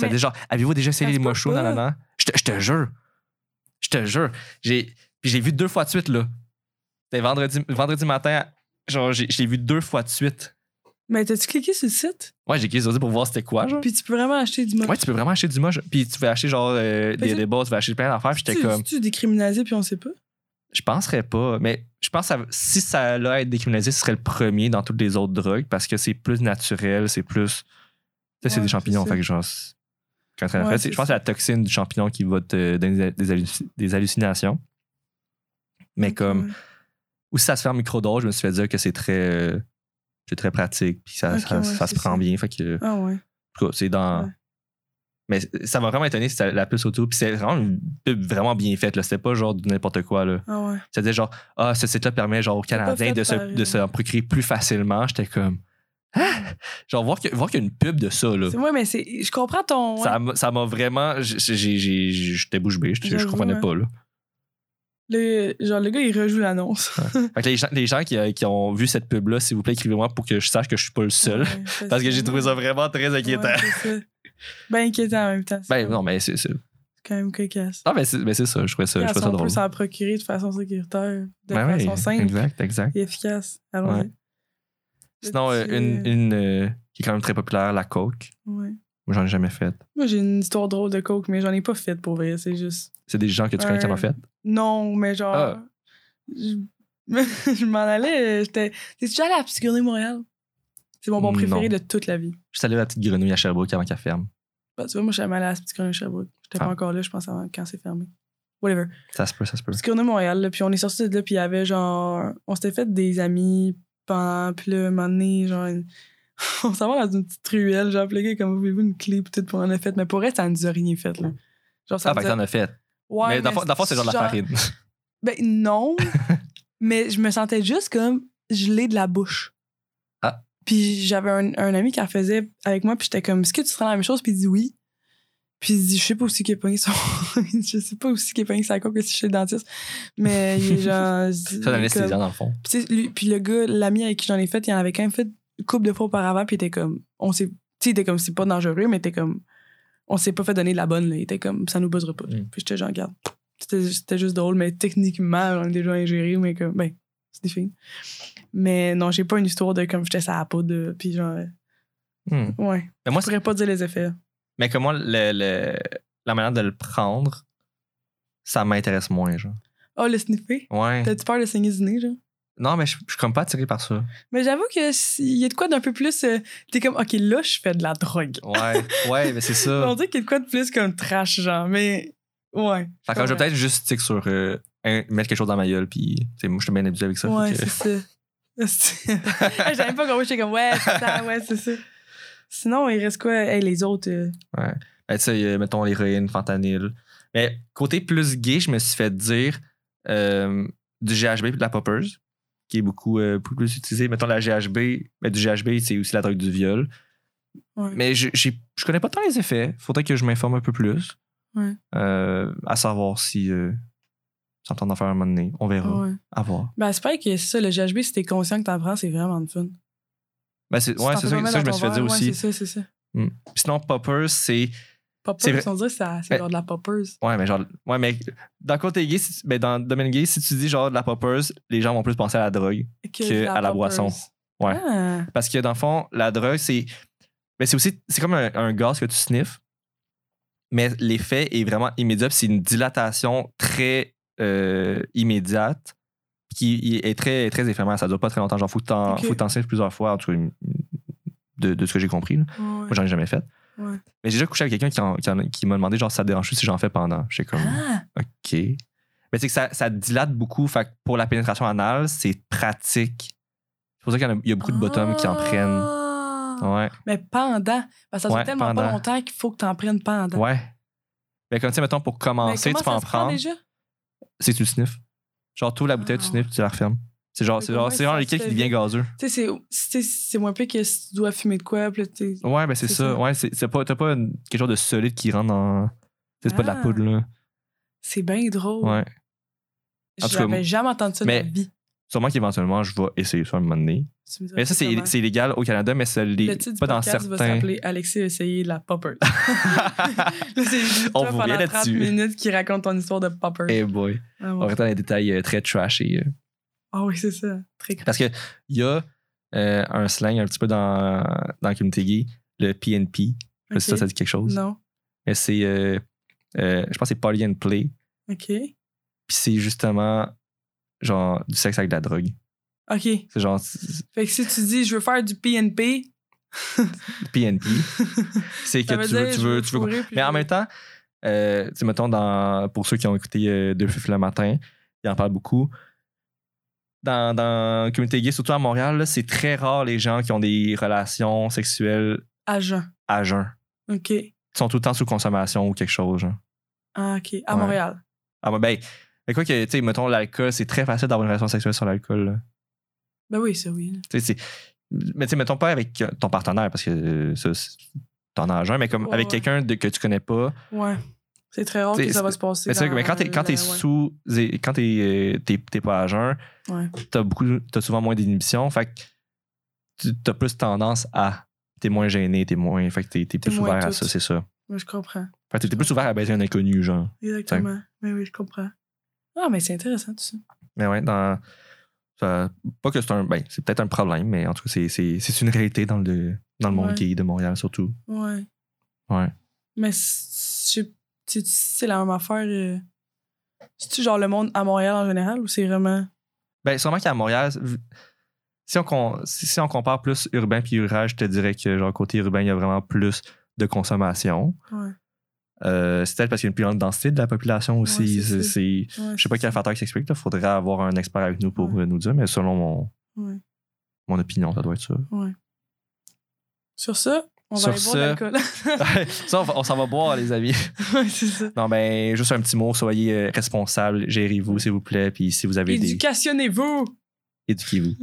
[SPEAKER 5] Ça
[SPEAKER 6] Mais-
[SPEAKER 5] veut dire, genre, avez-vous déjà essayé
[SPEAKER 6] Ça
[SPEAKER 5] les
[SPEAKER 6] se peut
[SPEAKER 5] mochos?
[SPEAKER 6] pas.
[SPEAKER 5] Non, non, non. Je te- je te jure. Je te jure. J'ai, puis j'ai vu deux fois de suite, là. C'était vendredi, vendredi matin, genre, j'ai, je l'ai vu deux fois de suite.
[SPEAKER 6] Mais t'as-tu cliqué sur le site?
[SPEAKER 5] Ouais, j'ai cliqué pour voir c'était quoi, genre.
[SPEAKER 6] Puis tu peux vraiment acheter du moche.
[SPEAKER 5] Ouais, tu peux vraiment acheter du moche. Puis tu peux acheter, genre, euh,
[SPEAKER 6] que-
[SPEAKER 5] des, des bas, tu peux acheter plein d'affaires. Puis j'étais
[SPEAKER 6] tu,
[SPEAKER 5] comme,
[SPEAKER 6] tu décriminalisé, puis on sait pas.
[SPEAKER 5] je penserais pas. Mais je pense que ça- si ça allait être décriminalisé, ce serait le premier dans toutes les autres drogues parce que c'est plus naturel, c'est plus. Tu sais, c'est
[SPEAKER 6] Ouais,
[SPEAKER 5] des champignons,
[SPEAKER 6] c'est
[SPEAKER 5] fait que genre. c'est- quand t'en
[SPEAKER 6] Ouais,
[SPEAKER 5] fais,
[SPEAKER 6] c'est
[SPEAKER 5] c'est- je pense que c'est la toxine du champignon qui va te donner des, des halluc- des hallucinations. Mais comme.
[SPEAKER 6] Ouais.
[SPEAKER 5] Ou si ça se fait en microdose, je me suis fait dire que c'est très. euh, c'est très pratique, puis ça,
[SPEAKER 6] Ok,
[SPEAKER 5] ça,
[SPEAKER 6] ouais,
[SPEAKER 5] ça se
[SPEAKER 6] c'est
[SPEAKER 5] prend
[SPEAKER 6] ça.
[SPEAKER 5] bien. Fait que.
[SPEAKER 6] Ah ouais.
[SPEAKER 5] En tout cas, c'est dans.
[SPEAKER 6] Ouais.
[SPEAKER 5] Mais ça m'a vraiment étonné, c'était la pub auto. Puis c'est vraiment une pub vraiment bien faite. là. C'était pas genre de n'importe quoi. Là.
[SPEAKER 6] Ah ouais.
[SPEAKER 5] C'était genre, ah, ce site-là permet genre aux
[SPEAKER 6] pas
[SPEAKER 5] Canadiens
[SPEAKER 6] fait
[SPEAKER 5] de se,
[SPEAKER 6] par-
[SPEAKER 5] de se procurer plus facilement. J'étais comme, ah! Genre, voir que- voir qu'il y a une pub de ça, là.
[SPEAKER 6] C'est- Ouais, mais c'est. Je comprends ton. ouais.
[SPEAKER 5] Ça m'a- Ça m'a vraiment. j'ai- j'ai- j'ai- J'étais bouche bée, j'étais- je
[SPEAKER 6] J'avoue, hein.
[SPEAKER 5] comprenais
[SPEAKER 6] ouais.
[SPEAKER 5] pas. Là.
[SPEAKER 6] Le, genre, le gars, il rejoue l'annonce.
[SPEAKER 5] Fait que les gens, les gens qui, euh, qui ont vu cette pub-là, s'il vous plaît, écrivez-moi pour que je sache que je suis pas le seul.
[SPEAKER 6] Ouais,
[SPEAKER 5] Parce que j'ai trouvé ça vraiment très inquiétant.
[SPEAKER 6] Ouais, c'est ça. ben inquiétant en même temps. c'est
[SPEAKER 5] Ben non, mais c'est c'est-
[SPEAKER 6] quand même cocasse.
[SPEAKER 5] non, mais c'est mais c'est ça, je trouvais ça, je
[SPEAKER 6] Regarde,
[SPEAKER 5] trouvais
[SPEAKER 6] si
[SPEAKER 5] ça
[SPEAKER 6] on
[SPEAKER 5] drôle.
[SPEAKER 6] peut s'en procurer de façon sécuritaire, de
[SPEAKER 5] Ben oui,
[SPEAKER 6] façon simple
[SPEAKER 5] exact, exact.
[SPEAKER 6] et efficace. Allons-y.
[SPEAKER 5] Ouais.
[SPEAKER 6] Le
[SPEAKER 5] Sinon, euh,
[SPEAKER 6] petit,
[SPEAKER 5] une,
[SPEAKER 6] euh,
[SPEAKER 5] une euh, qui est quand même très populaire, la coke.
[SPEAKER 6] ouais.
[SPEAKER 5] Moi, j'en ai jamais fait.
[SPEAKER 6] Moi, j'ai une histoire drôle de coke, mais j'en ai pas faite pour vrai. C'est juste.
[SPEAKER 5] C'est des gens que tu connais qui en ont fait.
[SPEAKER 6] Non, mais genre.
[SPEAKER 5] Ah.
[SPEAKER 6] Je, je m'en allais. euh, J'étais. T'es-tu déjà allé à la Petite Grenouille Montréal? C'est mon bon préféré
[SPEAKER 5] Non.
[SPEAKER 6] de toute la vie.
[SPEAKER 5] Je salue la petite grenouille à Sherbrooke avant qu'elle ferme.
[SPEAKER 6] Bah, tu vois, moi, je suis jamais allée à la Petite Grenouille Sherbrooke. J'étais pas
[SPEAKER 5] Ah.
[SPEAKER 6] encore là, je pense, avant, quand c'est fermé. Whatever.
[SPEAKER 5] Ça se peut, ça se peut.
[SPEAKER 6] Parce qu'on est à Montréal, là, puis on est sorti de là, puis il y avait genre. On s'était fait des amis pendant. Puis là, un moment donné, genre. une- on s'en va dans une petite ruelle, genre, puis le gars, comme voulez-vous une clé, puis tout, puis on en a fait. Mais pour elle, ça nous a rien fait, là. Genre, ça
[SPEAKER 5] Ah,
[SPEAKER 6] nous
[SPEAKER 5] fait que
[SPEAKER 6] a-
[SPEAKER 5] t'en as fait.
[SPEAKER 6] Ouais,
[SPEAKER 5] mais dans le fond- dans le fond, c'est genre de la farine.
[SPEAKER 6] Ben non, mais je me sentais juste comme gelée de la bouche.
[SPEAKER 5] Ah.
[SPEAKER 6] Puis j'avais un, un ami qui en faisait avec moi, puis j'étais comme, est-ce que tu serais la même chose? Puis il dit oui. Puis il dit, je sais pas aussi qui est pogné son. je sais pas aussi qui est pogné sa coque si je suis le dentiste. Mais il est genre.
[SPEAKER 5] Ça, dans
[SPEAKER 6] comme-
[SPEAKER 5] l'anesthésie, dans le fond.
[SPEAKER 6] Puis tu sais, lui- puis le gars, l'ami avec qui j'en ai fait, il en avait quand même fait une couple de fois auparavant, puis il était comme, on s'est. Tu sais, il était comme, c'est pas dangereux, mais il était comme, on s'est pas fait donner de la bonne, là. Il était comme, ça nous buzzera pas.
[SPEAKER 5] Mm.
[SPEAKER 6] Puis j'étais genre, regarde. C'était c'était juste drôle, mais techniquement, on est déjà ingéré, mais comme, ben, c'est des filles. Mais non, j'ai pas une histoire de comme j'étais sa poudre, euh, puis genre,
[SPEAKER 5] Hmm.
[SPEAKER 6] ouais.
[SPEAKER 5] Mais moi,
[SPEAKER 6] Je pourrais pas dire les effets.
[SPEAKER 5] Mais comment le, le- la manière de le prendre, ça m'intéresse moins, genre.
[SPEAKER 6] Oh, le sniffer.
[SPEAKER 5] Ouais.
[SPEAKER 6] T'as-tu peur de saigner du nez, genre?
[SPEAKER 5] Non, mais je je suis comme pas attiré par ça.
[SPEAKER 6] Mais j'avoue que s'il y a de quoi d'un peu plus. euh, T'es comme, OK, là, je fais de la drogue.
[SPEAKER 5] Ouais, ouais, mais c'est
[SPEAKER 6] On
[SPEAKER 5] ça.
[SPEAKER 6] dirait qu'il y a de quoi de plus comme trash, genre, mais ouais.
[SPEAKER 5] Fait que je vais euh, peut-être juste stick sur euh, un- mettre quelque chose dans ma gueule, puis tu sais, moi, je suis bien habitué avec ça. fait
[SPEAKER 6] Ouais,
[SPEAKER 5] que-
[SPEAKER 6] c'est ça. J'avais pas compris, j'étais comme, ouais, c'est ça, ouais, c'est ça. Sinon, il reste quoi? Hey, les autres. euh,
[SPEAKER 5] Ben, tu sais, euh, mettons l'héroïne, fentanyl. Mais côté plus gay, je me suis fait dire euh, du GHB et de la poppers, qui est beaucoup euh, plus, plus utilisé. Mettons la GHB, mais ben, du GHB, c'est aussi la drogue du viol.
[SPEAKER 6] Ouais.
[SPEAKER 5] Mais je, j'ai- je connais pas tant les effets. Faudrait que je m'informe un peu plus.
[SPEAKER 6] Ouais.
[SPEAKER 5] Euh, à savoir si euh, s'entendre en faire un moment donné. On verra.
[SPEAKER 6] ouais.
[SPEAKER 5] À voir.
[SPEAKER 6] Ben, c'est vrai que c'est ça, le GHB, si t'es conscient que t'en prends, c'est vraiment le fun.
[SPEAKER 5] Ben, c'est,
[SPEAKER 6] Si
[SPEAKER 5] ouais,
[SPEAKER 6] t'en
[SPEAKER 5] c'est
[SPEAKER 6] fais
[SPEAKER 5] ça,
[SPEAKER 6] pas mal
[SPEAKER 5] ça, je me
[SPEAKER 6] dans
[SPEAKER 5] suis
[SPEAKER 6] ton
[SPEAKER 5] fait dire
[SPEAKER 6] verre, ouais,
[SPEAKER 5] aussi.
[SPEAKER 6] c'est ça, c'est ça.
[SPEAKER 5] Puis Sinon, poppers, c'est C'est
[SPEAKER 6] Poppers,
[SPEAKER 5] vrai.
[SPEAKER 6] on dirait que ça- c'est
[SPEAKER 5] Mais-
[SPEAKER 6] genre de la poppeuse.
[SPEAKER 5] Ouais, mais genre. Ouais, mais dans le côté gay, si tu- ben, dans le domaine gay, si tu dis genre de la poppers, les gens vont plus penser à la drogue. Que à la boisson. Ouais.
[SPEAKER 6] Ah,
[SPEAKER 5] Parce que dans le fond, la drogue, c'est. ben, c'est aussi. C'est comme un, un gaz que tu sniffes, mais l'effet est vraiment immédiat. puis C'est une dilatation très euh, immédiate qui est très, très éphémère. Ça dure pas très longtemps. Genre, faut que t'en
[SPEAKER 6] Ok.
[SPEAKER 5] faut que t'en sniffes plusieurs fois, en tout cas, de, de ce que j'ai compris. là.
[SPEAKER 6] ouais.
[SPEAKER 5] Moi, j'en ai jamais fait.
[SPEAKER 6] Ouais.
[SPEAKER 5] Mais j'ai déjà couché avec quelqu'un qui, en- qui en- qui m'a demandé, genre, ça te dérange si j'en fais pendant. J'ai comme.
[SPEAKER 6] Ah,
[SPEAKER 5] OK. Mais c'est que ça, ça dilate beaucoup. Fait que pour la pénétration anale, c'est pratique. C'est pour ça qu'il y en a, il y a beaucoup de bottoms qui en prennent.
[SPEAKER 6] Ah.
[SPEAKER 5] Ouais.
[SPEAKER 6] Mais pendant. Parce que ça
[SPEAKER 5] Ouais,
[SPEAKER 6] fait tellement pas
[SPEAKER 5] pendant.
[SPEAKER 6] longtemps qu'il faut que t'en prennes pendant.
[SPEAKER 5] Ouais. Mais comme tu sais, mettons, pour
[SPEAKER 6] Mais
[SPEAKER 5] commencer,
[SPEAKER 6] comment
[SPEAKER 5] tu peux
[SPEAKER 6] ça
[SPEAKER 5] en
[SPEAKER 6] se prend
[SPEAKER 5] prendre.
[SPEAKER 6] déjà?
[SPEAKER 5] C'est que tu le sniffes. Genre, tout la bouteille, tu
[SPEAKER 6] Ah.
[SPEAKER 5] sniffes, tu la refermes. C'est genre,
[SPEAKER 6] Mais
[SPEAKER 5] c'est genre,
[SPEAKER 6] comment
[SPEAKER 5] c'est genre
[SPEAKER 6] ça
[SPEAKER 5] liquide
[SPEAKER 6] se
[SPEAKER 5] qui
[SPEAKER 6] fait
[SPEAKER 5] devient
[SPEAKER 6] vite?
[SPEAKER 5] gazeux.
[SPEAKER 6] Tu sais, c'est- c'est c'est moins pire que si tu dois fumer de quoi. puis là, t'es-
[SPEAKER 5] Ouais, ben c'est
[SPEAKER 6] C'est
[SPEAKER 5] ça.
[SPEAKER 6] ça.
[SPEAKER 5] Ouais, c'est c'est pas, t'as pas une- quelque chose de solide qui rentre dans. C'est pas de la
[SPEAKER 6] Ah. Oh.
[SPEAKER 5] poudre, là.
[SPEAKER 6] C'est bien drôle.
[SPEAKER 5] Ouais. En tout cas,
[SPEAKER 6] J'avais jamais entendu ça
[SPEAKER 5] mais-
[SPEAKER 6] de ma vie.
[SPEAKER 5] Sûrement qu'éventuellement, je vais essayer ça un moment donné.
[SPEAKER 6] Tu me diras
[SPEAKER 5] Mais ça, c'est
[SPEAKER 6] comment.
[SPEAKER 5] c'est illégal au Canada, mais ça l'est
[SPEAKER 6] Le titre du
[SPEAKER 5] pas dans
[SPEAKER 6] podcast va
[SPEAKER 5] certains.
[SPEAKER 6] s'appeler Alexis a essayé la popper. Là, c'est
[SPEAKER 5] On
[SPEAKER 6] toi
[SPEAKER 5] vous revient
[SPEAKER 6] pendant 30
[SPEAKER 5] là-dessus.
[SPEAKER 6] minutes qui raconte ton histoire de popper.
[SPEAKER 5] Eh boy.
[SPEAKER 6] Ah,
[SPEAKER 5] On
[SPEAKER 6] ouais.
[SPEAKER 5] retourne dans les détails euh, très trashy. euh.
[SPEAKER 6] Ah oui, c'est ça. Très grave.
[SPEAKER 5] Parce que il y a euh, un slang un petit peu dans, dans la communauté gay, le PNP. Je sais pas si ça,
[SPEAKER 6] Ok.
[SPEAKER 5] ça dit quelque chose.
[SPEAKER 6] Non.
[SPEAKER 5] Mais c'est. euh, euh, je pense que c'est Party and Play.
[SPEAKER 6] OK.
[SPEAKER 5] Puis c'est justement genre du sexe avec de la drogue.
[SPEAKER 6] OK.
[SPEAKER 5] C'est genre c'est-
[SPEAKER 6] Fait que si tu dis je veux faire du PNP,
[SPEAKER 5] PNP. c'est que
[SPEAKER 6] ça veut
[SPEAKER 5] tu
[SPEAKER 6] dire
[SPEAKER 5] veux, tu
[SPEAKER 6] je
[SPEAKER 5] veux, tu veux
[SPEAKER 6] fourrer, puis
[SPEAKER 5] Mais
[SPEAKER 6] je
[SPEAKER 5] en
[SPEAKER 6] veux-
[SPEAKER 5] même temps, euh, tu sais, mettons, dans, pour ceux qui ont écouté euh, Deux Fifs le matin, ils en parlent beaucoup. Dans, dans la communauté gay, surtout à Montréal, là, c'est très rare les gens qui ont des relations sexuelles
[SPEAKER 6] Agent.
[SPEAKER 5] à jeun.
[SPEAKER 6] OK.
[SPEAKER 5] Ils sont tout le temps sous consommation ou quelque chose. Genre.
[SPEAKER 6] Ah, OK. À
[SPEAKER 5] Ouais.
[SPEAKER 6] Montréal.
[SPEAKER 5] Ah, ben, ben, mais quoi que, tu sais, mettons, l'alcool, c'est très facile d'avoir une relation sexuelle sur l'alcool. là.
[SPEAKER 6] Ben oui, ça oui.
[SPEAKER 5] Tu sais, c'est- Mais tu sais, mettons pas avec euh, ton partenaire, parce que euh, ça, c'est- t'en as à jeun, mais comme
[SPEAKER 6] Ouais,
[SPEAKER 5] avec
[SPEAKER 6] ouais.
[SPEAKER 5] quelqu'un de- que tu connais pas,
[SPEAKER 6] Ouais. C'est très rare
[SPEAKER 5] T'sais,
[SPEAKER 6] que ça va se passer.
[SPEAKER 5] Mais c'est vrai que-
[SPEAKER 6] dans
[SPEAKER 5] mais quand t'es quand t'es
[SPEAKER 6] la- ouais.
[SPEAKER 5] sous quand t'es euh, t'es- t'es pas à jeun
[SPEAKER 6] Ouais.
[SPEAKER 5] t'as beaucoup t'as souvent moins d'inhibition fait que tu- t'as plus tendance à t'es moins gêné t'es moins fait que t'es t'es
[SPEAKER 6] T'es
[SPEAKER 5] plus
[SPEAKER 6] moins
[SPEAKER 5] ouvert à
[SPEAKER 6] toute.
[SPEAKER 5] ça c'est ça
[SPEAKER 6] Ouais, je comprends.
[SPEAKER 5] fait que t'es- t'es plus ouvert à baiser un inconnu genre
[SPEAKER 6] Exactement. Mais oui, je comprends. Ah, mais c'est intéressant tout ça.
[SPEAKER 5] mais ouais dans ça- pas que c'est un ben c'est peut-être un problème mais en tout cas c'est c'est c'est une réalité dans le dans le monde
[SPEAKER 6] Ouais.
[SPEAKER 5] gay de Montréal surtout
[SPEAKER 6] Ouais.
[SPEAKER 5] Ouais.
[SPEAKER 6] Mais c'est je- tu sais, c'est la même affaire. euh, C'est-tu genre le monde à Montréal en général ou c'est vraiment.
[SPEAKER 5] ben sûrement qu'à Montréal vu- si on, con- si si on compare plus urbain puis rural, je te dirais que genre côté urbain, il y a vraiment plus de consommation.
[SPEAKER 6] Ouais.
[SPEAKER 5] Euh, c'est peut-être parce qu'il y a une plus grande densité de la population aussi.
[SPEAKER 6] Ouais, c'est
[SPEAKER 5] c'est,
[SPEAKER 6] ça.
[SPEAKER 5] c'est-
[SPEAKER 6] ouais
[SPEAKER 5] je sais pas
[SPEAKER 6] c'est
[SPEAKER 5] quel facteur qui s'explique. Il faudrait avoir un expert avec nous pour
[SPEAKER 6] Ouais.
[SPEAKER 5] euh, nous dire, mais selon mon,
[SPEAKER 6] Ouais.
[SPEAKER 5] mon opinion, ça doit être ça.
[SPEAKER 6] Sur ça, on
[SPEAKER 5] Sur
[SPEAKER 6] va aller boire
[SPEAKER 5] ça-
[SPEAKER 6] de l'alcool.
[SPEAKER 5] ça, on, va- on s'en va boire, les amis.
[SPEAKER 6] ouais, c'est ça.
[SPEAKER 5] Non, ben, juste un petit mot. Soyez euh, responsables. Gérez-vous, s'il vous plaît. Puis si vous avez des.
[SPEAKER 6] Éducationnez-vous!
[SPEAKER 5] Éduquez-vous.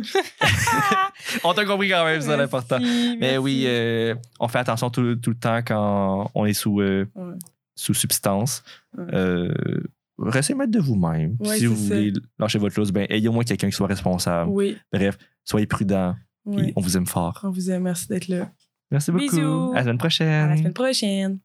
[SPEAKER 5] on t'a compris quand même, c'est l'important.
[SPEAKER 6] Merci,
[SPEAKER 5] Mais oui,
[SPEAKER 6] merci.
[SPEAKER 5] euh, on fait attention tout, tout le temps quand on est sous, euh,
[SPEAKER 6] Ouais.
[SPEAKER 5] sous substance.
[SPEAKER 6] Ouais.
[SPEAKER 5] Euh, restez maître de vous-même.
[SPEAKER 6] Ouais,
[SPEAKER 5] si vous
[SPEAKER 6] c'est ça.
[SPEAKER 5] voulez lâcher votre loose, ben, ayez au moins quelqu'un qui soit responsable.
[SPEAKER 6] Oui,
[SPEAKER 5] Bref, soyez prudent.
[SPEAKER 6] oui.
[SPEAKER 5] euh, On vous aime fort.
[SPEAKER 6] On vous aime. Merci d'être là.
[SPEAKER 5] Merci beaucoup.
[SPEAKER 6] Bisous.
[SPEAKER 5] À la semaine prochaine.
[SPEAKER 6] À la semaine prochaine.